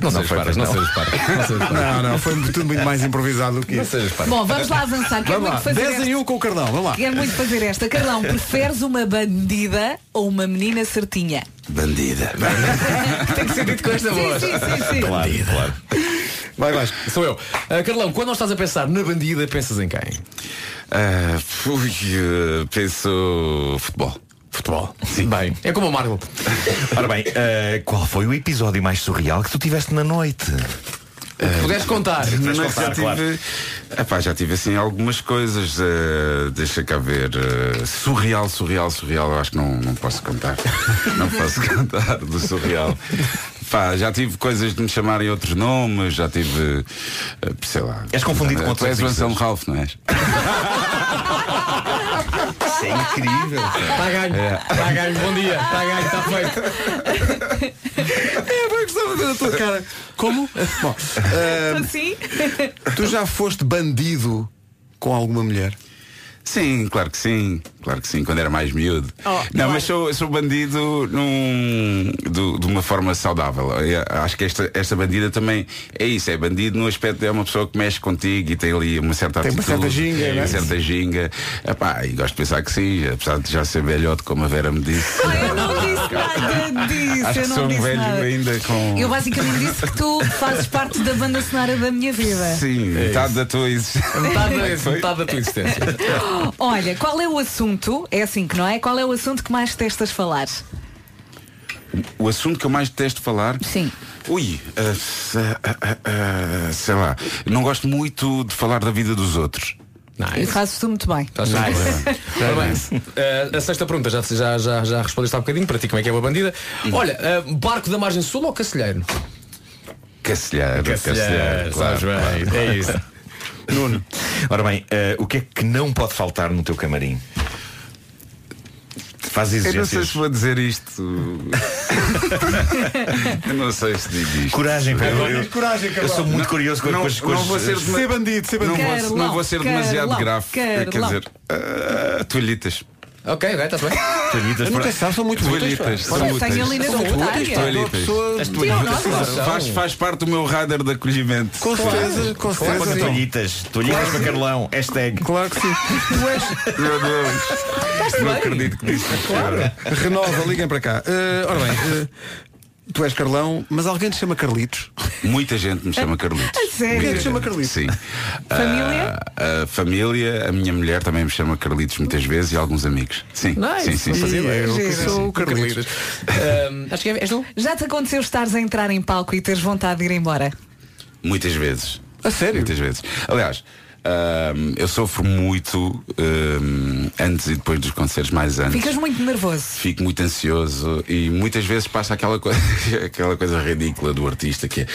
Não sejas
foi,
parvo,
pois
não
não.
sejas parvo,
[LAUGHS]
não sejas
[LAUGHS]
parvo.
Não, não, foi tudo muito mais improvisado do que isso.
Bom, vamos lá avançar.
é
Quero
Vamos
muito
lá,
fazer
10
esta.
em 1 com o Cardão, vamos lá.
Quero muito fazer esta. Carlão, preferes uma bandida ou uma menina certinha?
Bandida.
Tem que ser dito com esta
Sim,
voz.
sim, sim, sim.
Claro, claro.
Vai, vai.
Sou eu. Ah, Carlão, quando não estás a pensar na bandida, pensas em quem?
Ah, fui, eh, penso futebol.
Futebol. Sim. Bem, é como o Margo.
Ora bem, eh, qual foi o episódio mais surreal que tu tiveste na noite?
O que puderes contar.
Mas
Puderes
já
contar,
tive,
claro.
Epá, já tive assim algumas coisas. eh, deixa cá ver. eh, surreal, surreal, surreal. Eu acho que não, não posso
[LAUGHS]
contar. não posso contar do surreal. Pá, já tive coisas de me chamarem outros nomes, já tive. eh, sei lá.
És confundido com
Tu
outros
és o
artistas.
Anselmo Ralph, não és?
Isso é incrível.
Está Tá ganho.
É,
Está ganho. Bom dia. Está ganho. tá Está
[LAUGHS]
feito.
É, mas gostava de ver a tua cara. Como?
[LAUGHS]
Bom, ah,
Sim?
tu já foste bandido com alguma mulher?
Sim, claro que sim, claro que sim, quando era mais miúdo.
Oh,
não, mas sou, sou bandido num, do- de uma forma saudável. Eu acho que esta, esta bandida também é isso, é bandido no aspecto de é uma pessoa que mexe contigo e tem ali uma certa
Tem uma
atitude,
certa ginga, não é?
uma certa ginga. Epá, e gosto de pensar que sim, apesar de já ser velhote, como a Vera me disse.
Eu não disse nada disso.
acho
eu
que
não
sou um
disse
velho
nada.
ainda com.
Eu basicamente disse que tu fazes parte da banda sonora da minha vida.
Sim, metade da tua existência. é
Metade da-
metade
da tua existência.
Olha, qual é o assunto? É assim que não é? Qual é o assunto que mais testas falar?
O assunto que eu mais detesto falar.
Sim.
Ui, ah, se- ah, ah, ah, sei lá. Não gosto muito de falar da vida dos outros.
E fazes tu muito bem.
Tá
Fazes tu muito bem.
Ora bem, eh, a sexta pergunta já, já, já, já respondeste há bocadinho para ti como é que é uma bandida.
Hum.
Olha, eh, barco da margem sul ou cacilheiro?
Cacilhar,
Cacilheiro, sabes bem, é
[LAUGHS]
isso.
Nuno. Ora bem, eh, o que é que não pode faltar no teu camarim? Faz
Eu não sei
exigências.
se vou dizer isto. eu não sei se digo isto.
Coragem, Pedro. Eu-
Coragem,
eu sou muito curioso com
não,
com as
não vou ser,
coisas.
dema-
Ser bandido, ser
não
bandido.
vou-
Carlão,
não vou ser demasiado
Carlão,
grave.
Eh,
Quer
Carlão.
dizer, ah, toalhitas.
Ok, ok, estás bem.
Toalhitas,
Eu nunca sabes, são muito úteis, pá.
Toalhitas, são
Olha,
úteis.
tenho ali na
São muito
secretária.
úteis, toalhitas.
Estou a pessoa-
As
Tiram,
toalhitas
não é?
são- Faz, faz parte do meu radar de acolhimento.
Com certeza, com certeza.
Põe toalhitas, toalhitas para Carlão, hashtag.
Claro que
[LAUGHS]
sim. Tu és.
Meu Deus.
Não
acredito que disse.
Renova, liguem para cá. Eh, ora bem, eh, tu és Carlão, mas alguém te chama Carlitos?
Muita gente me chama Carlitos.
[LAUGHS] A sério?
Muita
Quem te
gente.
chama Carlitos?
Sim.
Família?
Ah, a família, a minha mulher também me chama Carlitos muitas vezes e alguns amigos. Sim,
Nice.
sim, sim.
Não
sim,
fazia
sim.
ideia, eu que
Sim,
sou
sim.
o Carlitos.
Acho que é- és tu?
Já te aconteceu estares a entrar em palco e teres vontade de ir embora?
Muitas vezes.
A sério?
Muitas vezes. Aliás, ahm, eu sofro muito ahm, antes e depois dos concertos, mais antes.
Ficas muito nervoso.
Fico muito ansioso e muitas vezes passa aquela coisa, [LAUGHS] aquela coisa ridícula do artista que é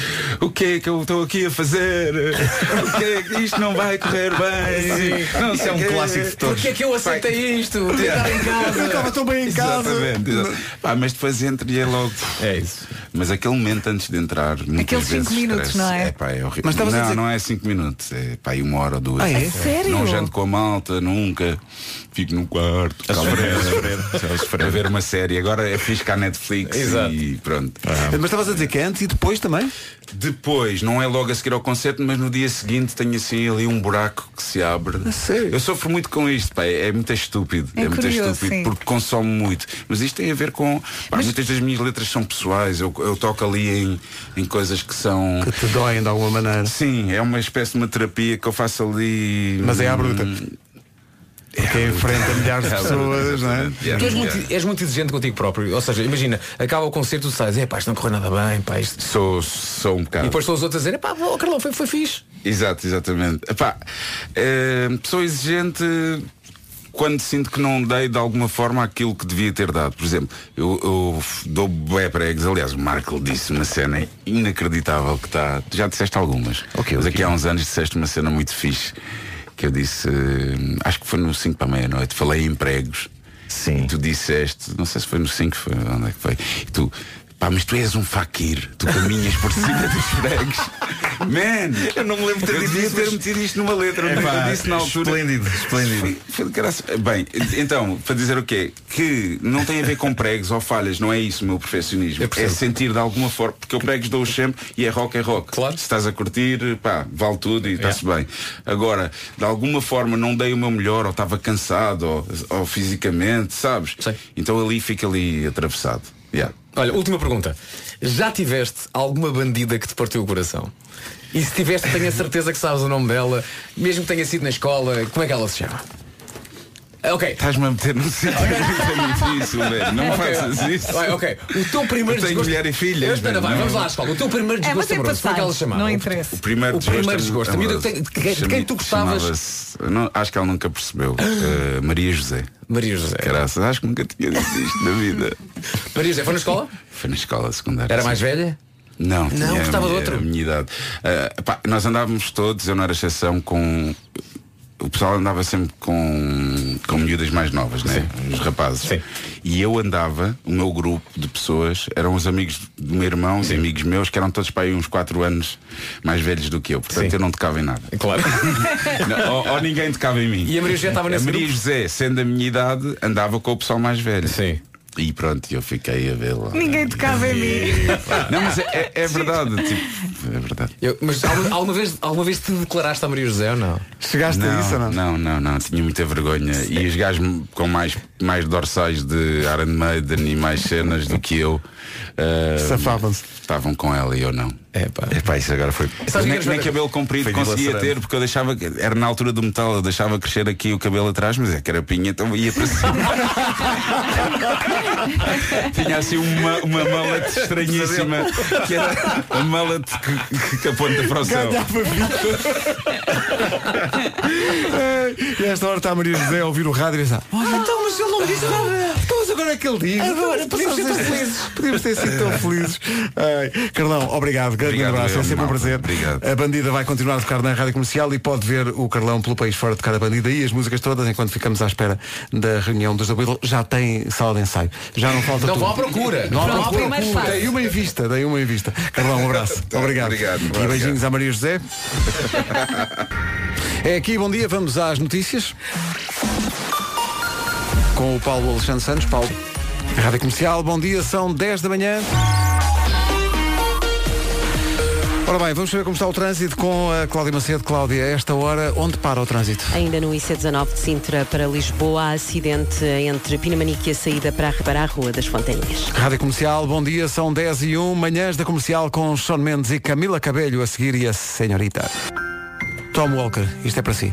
o que é que eu estou aqui a fazer? O que é que isto não vai correr bem?
Sim.
Não
Isso
sei
é um
o quê.
clássico de todos. Porquê que eu aceitei
Vai.
isto? Eu estava em casa. Eu estava tão bem em casa.
Exatamente, exato. Pá, mas depois entra e é logo.
É isso.
Mas aquele momento antes de entrar, muitas
Aqueles
vezes
cinco minutos,
estresse.
não é?
É, pá, é horrível.
Mas estavas a
não,
dizer-
não é 5 minutos, é pá, aí uma hora ou duas.
Ah, é? A sério?
Não janto com a malta, nunca. Fico num quarto,
A
calmo,
sofrer, a
a sofrer. A ver uma série. Agora é fisca à Netflix e pronto.
Eh, Mas estavas a dizer que é antes e depois também?
Depois, não é logo a seguir ao concerto, mas no dia seguinte tenho assim ali um buraco que se abre. Eu sofro muito com isto, pá, é muito estúpido.
É
muito
curioso,
estúpido
sim.
porque consome muito. Mas isto tem a ver com. pá, Muitas das minhas letras são pessoais, eu, eu toco ali em, em coisas que são.
Que te doem de alguma maneira.
Sim, é uma espécie de uma terapia que eu faço ali. hum,
Mas é à bruta.
Porque
enfrenta milhares de pessoas, não é?
Tu és muito, és muito exigente contigo próprio. Ou seja, imagina, acaba o concerto e tu sais, é pá, isto não correu nada bem, pá, isto.
Sou, sou um
E
bocado.
depois estão os outros a dizer, pá, Carlão, foi, foi fixe.
Exato, exatamente. Epá, eh, sou exigente quando sinto que não dei de alguma forma aquilo que devia ter dado. Por exemplo, eu, eu f- dou bué pregs, aliás, o Marco disse uma cena inacreditável que está. Tu Já disseste algumas. Mas aqui há uns anos disseste uma cena muito fixe que eu disse, eh, acho que foi no 5 para a meia-noite, falei em empregos.
Sim.
Tu disseste, não sei se foi no 5, foi, onde é que foi? E tu, pá, mas tu és um faquir, tu caminhas por cima dos pregos. Man!
Eu não me lembro de ter
Eu
dito
devia
isso,
ter
mas-
metido isto numa letra, não
Epá,
eu disse na altura.
Esplêndido, esplêndido.
Foi de graça. Bem, então, para dizer o quê? Que não tem a ver com pregos ou falhas, não é isso o meu perfeccionismo. É sentir de alguma forma, porque eu pregos dou sempre e é rock é rock. Claro. Se estás a curtir, pá, vale tudo e está-se bem. Agora, de alguma forma não dei o meu melhor, ou estava cansado, ou, ou fisicamente, sabes? Então ali fica ali atravessado. Yeah. [LAUGHS]
Olha, última pergunta. Já tiveste alguma bandida que te partiu o coração? E se tiveste, tenho a certeza que sabes o nome dela, mesmo que tenha sido na escola, como é que ela se chama? Ok.
Estás-me a meter no sítio muito difícil, velho. Não
Ok,
faças isso.
vai, ok. O teu
Eu
primeiro
tenho
desgosto-
mulher e filhas.
Eu, espera,
velho.
vai,
Não. é?
vamos lá à escola. O teu primeiro
É, mas
desgosto
é
amoroso, como é que ela se
passado.
chamava?
Não interessa.
O primeiro
O primeiro
desgosto. é
desgosto. A miúda que tem- de quem- de quem tu gostavas?
Chamava-se- não, acho que ela nunca
[GASPS]
percebeu. Eh, Maria José.
Maria José.
Caraças, acho que nunca tinha dito isto na vida.
[LAUGHS] Maria José, foi na escola?
Foi na escola secundária.
Era
sim.
mais velha?
Não,
Não,
tinha a
gostava de
minha-
outro.
a minha idade. Ah, pá, nós andávamos todos, eu não era exceção, com. O pessoal andava sempre com, com miúdas mais novas, né? Os rapazes. E eu andava, o meu grupo de pessoas, eram os amigos do meu irmão, os amigos meus, que eram todos para aí uns 4 anos mais velhos do que eu. Portanto, eu não tocava em nada.
Claro.
[LAUGHS] Não, ou, ou ninguém tocava em mim.
E a Maria José estava nesse
A Maria
grupo?
José, sendo a minha idade, andava com o pessoal mais velho. Sim. E pronto, eu fiquei a vê-la.
Ninguém tocava em mim.
[LAUGHS]
Não, mas é, é verdade, tipo, é verdade.
Eu- mas alguma, alguma vez, alguma vez te declaraste a Maria José ou não?
Chegaste
não, não? Não, não, Tinha muita vergonha. E os gajos com mais, mais dorsais de Iron Maiden e mais cenas do que eu. ah,
Safavam-se.
Estavam com ela e eu não. É pá. isso agora foi.
Sabes
nem,
que
nem
era-
cabelo comprido
Foi
conseguia
dilacerante.
ter, porque eu deixava. Era na altura do metal, eu deixava crescer aqui o cabelo atrás, mas é que era pinha, então ia para
[LAUGHS]
cima. Tinha assim uma, uma mallet estranhíssima, que era a mallet que, que- que aponta para o céu.
Ganhava vida. Eh, e esta hora está a Maria José a ouvir o rádio e está.
Ah, então, mas ele não disse nada.
Mas agora é que ele diz.
Agora,
Então,
podemos ser tão
passamos a-
felizes.
Podíamos ter sido tão felizes. Ai, Carlão, obrigado. Grande
Obrigado,
abraço. É
eu,
sempre um
malta.
prazer. A bandida vai continuar a tocar na rádio comercial e pode ver o Carlão pelo país fora de cada bandida e as músicas todas enquanto ficamos à espera da reunião dos da Beatle. Já tem sala de ensaio. Já não falta
Não
tudo.
vão à procura.
Não há
Não há
procura.
primeiro passo.
Dei uma em vista. Dei uma em vista. Carlão, um abraço. Obrigado.
Então, Obrigado,
E
obrigado.
beijinhos à
[LAUGHS]
Maria José. É aqui, bom dia. Vamos às notícias. Com o Paulo Alexandre Santos. Paulo. Rádio Comercial, bom dia, são 10 da manhã. Ora bem, vamos saber como está o trânsito com a Cláudia Macedo. Cláudia, a esta hora, onde para o trânsito?
Ainda no IC19 de Sintra para Lisboa, há acidente entre Pinamanique e a saída para, para a Rua das Fontaninhas.
Rádio Comercial, bom dia, são 10 e 1, manhãs da comercial com Sean Mendes e Camila Cabelho a seguir e a senhorita. Tom Walker, isto é para si.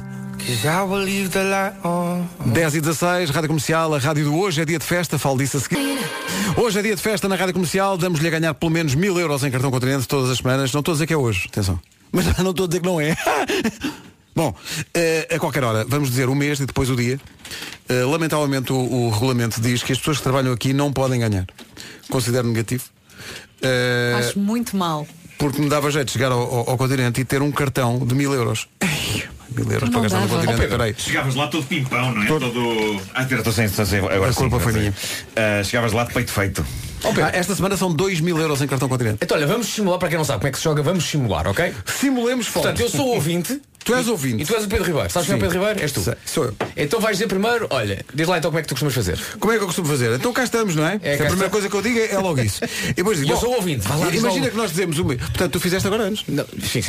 10 e 16, Rádio Comercial, a rádio do hoje é dia de festa, falo disso a seguir. Hoje é dia de festa na Rádio Comercial, damos-lhe a ganhar pelo menos mil euros em cartão continente todas as semanas. Não estou a dizer que é hoje, atenção. Mas [LAUGHS] não estou a dizer que não é. Bom, eh, a qualquer hora, vamos dizer o mês e depois o dia. Eh, Lamentavelmente o, o regulamento diz que as pessoas que trabalham aqui não podem ganhar. Considero negativo. Eh,
Acho muito mal.
porque me dava jeito de chegar ao, ao- ao continente e ter um cartão de mil euros. Ei, mil euros para gastar no
Oh,
continente,
Pedro,
peraí.
Chegavas lá todo pimpão, não é? Todo. Ah, Pedro, estou sem, estou sem- agora
A
sim,
culpa
agora
foi
sim.
minha.
Ah, chegavas lá de peito feito.
Ah, esta semana são 2 mil euros em cartão continente.
Então olha, vamos simular para quem não sabe como é que se joga, vamos simular, ok?
Simulemos fome.
Portanto, eu sou ouvinte.
Tu és ouvinte.
E tu és o Pedro Ribeiro. Sabes quem é o
Sim.
Pedro Ribeiro? És tu.
Sei, Sou eu.
Então vais dizer primeiro, olha, diz lá então como é que tu costumas fazer.
Como é que eu costumo fazer? Então cá estamos, não é? Se a
cá
primeira
estamos.
coisa que eu digo é é logo isso. E depois digo,
Eu
bom,
sou ouvinte, vá lá, diz
imagina
logo.
que nós dizemos uma. Portanto, tu fizeste agora antes.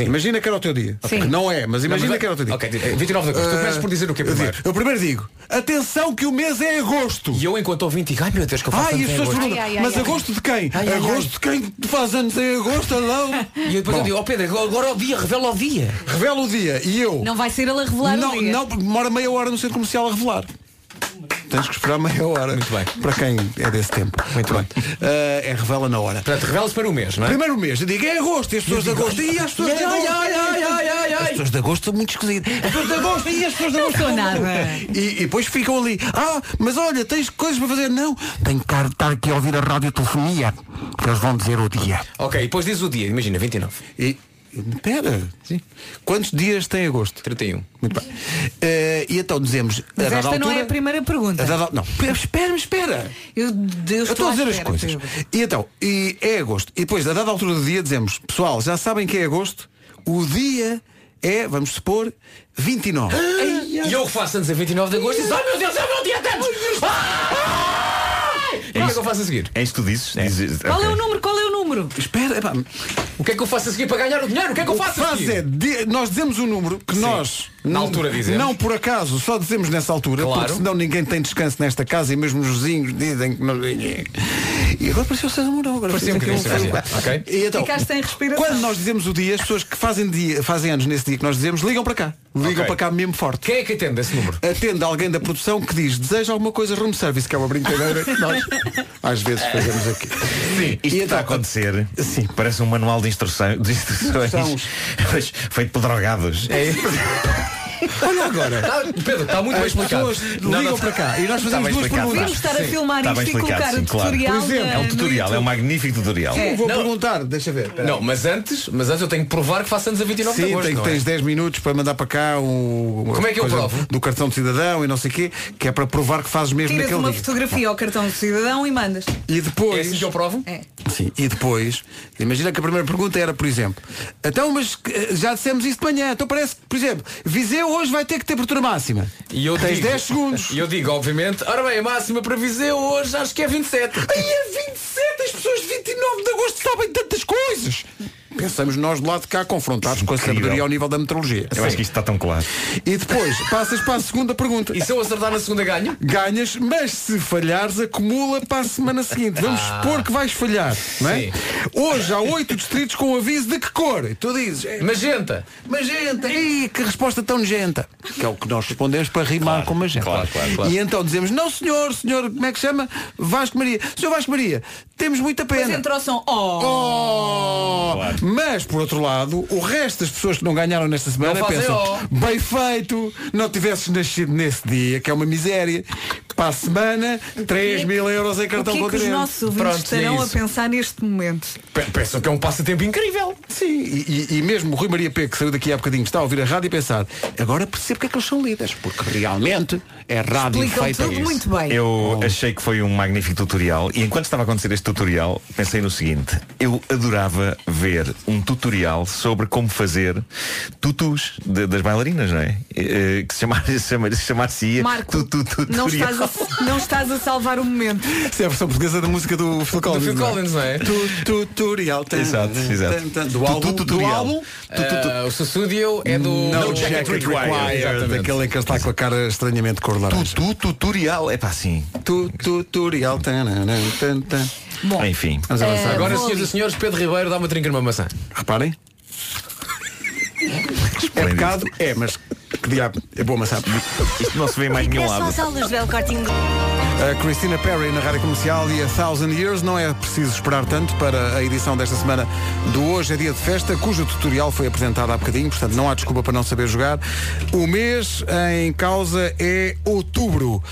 Imagina que era o teu dia.
Sim.
Que Não é, mas
Não,
imagina
mas-
que era o teu dia. Ah,
Ok, tipo, é, 29 de agosto. Tu começas por dizer o quê
eu
primeiro?
digo- Eu primeiro digo, atenção que o mês é agosto.
E eu enquanto ouvinte digo, ai meu Deus, que eu faço
Ah, e as
tanto em
pessoas
agosto.
perguntam, mas agosto de quem?
Ai, ai, ai.
agosto de quem faz anos em agosto, não?
E depois eu digo, ó Pedro, agora o dia, revela o dia.
Revela o dia. E eu.
Não vai ser ele a revelar
não,
o dia.
Não, porque demora meia hora no centro comercial a revelar. Tens que esperar meia hora. Muito bem. Para quem é desse tempo. Muito bem. é revela na hora.
Portanto, revela-se para o mês, não é?
Primeiro mês, eu digo é agosto, e as pessoas de agosto, e as pessoas de
Ai,
agosto.
ai, ai, ai, ai, ai.
As pessoas de agosto são muito esquisitas. As pessoas de agosto, e as pessoas de
Não
agosto.
sou nada.
E, e depois ficam ali. Ah, mas olha, tens coisas para fazer. Não, tenho que estar aqui a ouvir a radiotelefonia, que eles vão dizer o dia.
Ok, e depois diz o dia, imagina, 29.
E. Pera, quantos dias tem agosto?
31.
Muito bem. Eh, e então dizemos.
Mas
a dada
esta não é a
altura-
primeira pergunta.
a dada- não, Espera, espera, espera.
Eu, eu
Eu estou a dizer
à
as
espera,
coisas.
Pedro.
E então, e é agosto. E depois, a dada altura do dia, dizemos, pessoal, já sabem que é agosto, o dia é, vamos supor, 29.
E eu que faço antes a 29 de agosto e diz,
Ah,
ai meu Deus, é o meu dia de anos! Ai! Como é que eu faço a seguir?
É isto que tu dizes? Dizes-
Qual é
ok.
o número? Qual é o número?
Espera, epá,
O que é que eu faço a seguir para ganhar o dinheiro? O que é que eu
o
faço a
faz é,
seguir?
di- nós dizemos um número que nós,
Na
não-
altura dizemos.
não por acaso, só dizemos nessa altura,
Claro.
porque senão ninguém tem descanso nesta casa e mesmo os vizinhos dizem que não. E agora pareceu César Mourão. Agora
Parecia um
fiquei
bocadinho
com-
César Mourão. Ok.
E então,
Ficaste sem respiração.
Quando nós dizemos o dia, as pessoas que fazem, dia, fazem anos nesse dia que nós dizemos, ligam para cá. Ligam
Ok.
para cá mesmo forte.
Quem é que atende esse número?
Atende alguém da produção que diz deseja alguma coisa room service, que é uma brincadeira que nós às vezes fazemos aqui. então,
Sim, isto que está a acontecer. Parece um manual de, instrução, de instruções mas feito por drogados. É isso.
Olha agora.
Tá, Pedro, está muito bem
As
explicado. tá-
pessoas ligam para cá e nós fazemos duas perguntas.
Podemos estar a filmar
Está
isto
Tá bem
e colocar
explicado, sim,
o
claro.
tutorial.
Por exemplo,
na-
é um
no
tutorial, é um magnífico tutorial.
Vou
Não.
perguntar, deixa ver. espera aí.
Não, mas antes, mas antes eu tenho que provar que faço anos a 29
Sim,
de agosto.
tem-
não é?
tens 10 minutos para mandar para cá o
Como é que eu
coisa
provo?
do cartão de cidadão e não sei o quê, que é para provar que fazes mesmo
Tiras
naquele
uma
dia.
fotografia ao cartão do cidadão e mandas.
E depois.
que eu provo?
É.
Sim, e depois, imagina que a primeira pergunta era, por exemplo, então, mas eh, já dissemos isso de manhã, então parece que, por exemplo, Viseu hoje vai ter que temperatura máxima.
E eu
Tens
digo-
10 segundos.
E eu digo, obviamente, ora bem, a máxima para Viseu hoje acho que é 27.
Aí é 27, as pessoas de 29 de agosto sabem tantas coisas. Pensamos nós do lado de cá confrontados com a sabedoria ao nível da meteorologia.
Eu acho que isto está tão claro.
E depois passas para a segunda pergunta.
E se eu acertar na segunda ganho?
Ganhas, mas se falhares, acumula para a semana seguinte. Vamos
Ah.
supor que vais falhar. Não é? Hoje há oito distritos com aviso de que cor? E tu dizes. eh,
Magenta.
Magenta, e que resposta tão nojenta. Que é o que nós respondemos para rimar com magenta.
claro, claro, claro.
E então dizemos, não senhor, senhor, como é que chama? Vasco Maria. Senhor Vasco Maria, temos muita
Depois
pena.
entra o som. Oh!
Oh! Mas, por outro lado, o resto das pessoas que não ganharam nesta semana
Não fazem
pensam
oh.
bem feito, não tivesses nascido nesse dia, que é uma miséria. Para a semana, 3 mil euros em cartão
o que é que os
continente.
nossos ouvintes estarão a pensar neste momento?
Pe- Pensam que é um passatempo incrível.
Sim, e, e- e mesmo o Rui Maria P, que saiu daqui há bocadinho, está a ouvir a rádio e pensar, agora percebo porque é que eles são líderes, porque realmente é rádio
Explicam
feita
tudo
isso. Oh.
muito bem.
Eu achei que foi um magnífico tutorial e enquanto estava a acontecer este tutorial, pensei no seguinte: eu adorava ver um tutorial sobre como fazer tutus de- das bailarinas, não é? Eh, eh, Que se chamar- chama- [LAUGHS] chamar-se
Marco,
tutu tutorial.
Não estás, a, [LAUGHS] não estás a salvar o momento.
Isso é a versão portuguesa da música do Phil Collins.
Phil
não é?
Collins, não é?
Tu- Tutorial. tan,
Exato,
tan,
exato.
tan, tan.
Tu-
Do
tu-
álbum. Do
tutorial.
álbum.
Tu- tu- tu-
Ah, o Sussúdio é do
No Jacket Required.
Exatamente.
Daquele em que ele está com a cara estranhamente cor de laranja.
Tu tutorial. É pá, sim.
Tu- Tutorial. tan, tan, tan, tan.
Bom, eh,
Enfim.
Vamos avançar.
Agora,
vou
senhoras e
ali.
senhores, Pedro Ribeiro dá uma trinca numa maçã.
Reparem. É pecado? É, mas que diabo. É boa, mas sabe.
Isto não se vê em mais nenhum
Regresso
lado.
às aulas do El Cortinho.
A Christina Perry na Rádio Comercial e a Thousand Years não é preciso esperar tanto para a edição desta semana do Hoje é Dia de Festa, cujo tutorial foi apresentado há bocadinho, portanto não há desculpa para não saber jogar. O mês em causa é outubro.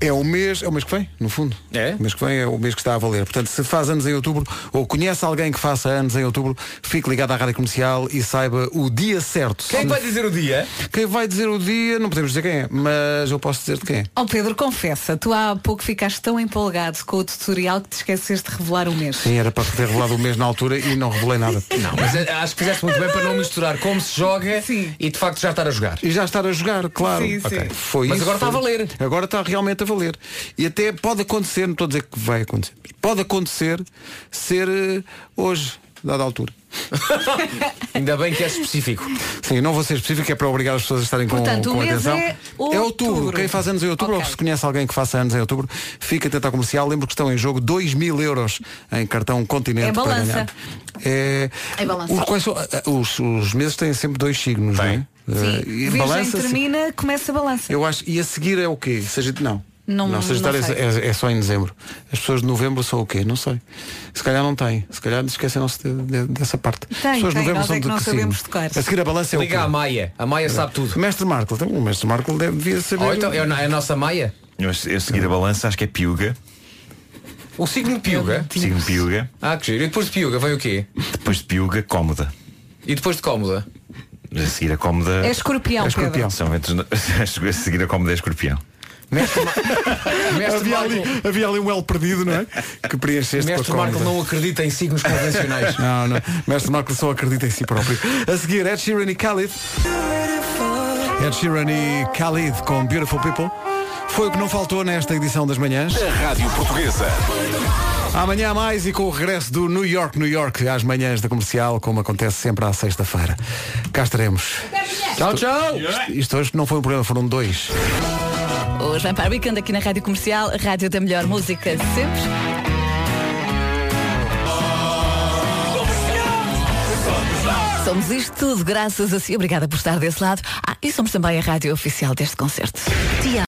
É o mês, é o mês que vem, no fundo.
É?
O mês que vem é o mês que está a valer. Portanto, se faz anos em outubro ou conhece alguém que faça anos em outubro, fique ligado à Rádio Comercial e saiba o dia certo.
Quem é que vai dizer o dia?
Quem vai dizer o dia, não podemos dizer quem é, mas eu posso dizer de quem é.
Oh Pedro, confessa, tu há pouco ficaste tão empolgado com o tutorial que te esqueceste de revelar o mês.
Sim, era para ter revelado o mês na altura e não revelei nada.
Não, mas eh, acho que fizeste muito bem para não misturar como se joga
Sim.
e de facto já estar a jogar.
E já estar a jogar, claro.
Sim, sim.
Ok. Foi
Mas
isso,
agora
foi-
está a valer.
Agora está realmente a valer. E até pode acontecer, não estou a dizer que vai acontecer, mas pode acontecer ser eh, hoje, dada a altura.
[LAUGHS] Ainda bem que é específico.
Sim, não vou ser específico, é para obrigar as pessoas a estarem com-
Portanto,
com,
o mês
atenção.
é outubro.
Quem faz anos em outubro,
Ok.
ou se conhece alguém que faça anos em outubro, fica atento à comercial. Lembro que estão em jogo 2 mil euros em cartão continente
É
para
balança.
ganhar. É,
É balança.
Os, quais são- eh, os, os meses têm sempre dois signos, não é? Eh,
Sim.
e
Virgem
balança, sim.
termina, começa a balança.
Eu acho. E a seguir é o quê? Sagit... Não.
Não-
Sagitário
não sei.
é, é- é só em dezembro. As pessoas de novembro são o quê? Não sei. Se calhar não têm. Se calhar esqueceram-se de- de- dessa parte.
Tem,
As pessoas de
tem.
novembro
Nós
são
é que
de
não
que
sabemos
signo?
tocar.
A seguir a balança é o quê?
Liga à Maia. A Maia sabe tudo.
Mestre Marco. Então, O mestre Marco deve- devia saber. um-
Ou então é a é a nossa Maia?
Eu, eu seguir a balança, acho que é piuga.
O signo de Piuga.
Signo piuga.
Ah, que giro. E depois de Piuga vem o quê?
Depois de piuga, cómoda.
E depois de Cómoda?
A seguir a cómoda.
É escorpião,
É escorpião.
Pedro.
São entre... [LAUGHS] A seguir a cómoda é escorpião.
Mestre
Havia ali,
Marco,
havia ali um L perdido, não é? Que preencheste com a
Mestre Marco
cómoda.
não acredita em signos
[LAUGHS]
convencionais.
Não, não. Mestre Marco só acredita em si próprio. A seguir, Ed Sheeran e Khalid. Ed Sheeran e Khalid com Beautiful People. Foi o que não faltou nesta edição das manhãs.
Rádio Portuguesa.
Amanhã há mais e com o regresso do New York, New York, às manhãs da comercial, como acontece sempre à sexta-feira. Cá estaremos.
Tchau, tchau!
Isto hoje não foi um programa, foram dois.
Hoje vem para o Weekend aqui na Rádio Comercial, a rádio da melhor música de sempre.
Somos isto tudo, graças a si. Obrigada por estar desse lado. Ah, e somos também a rádio oficial deste concerto.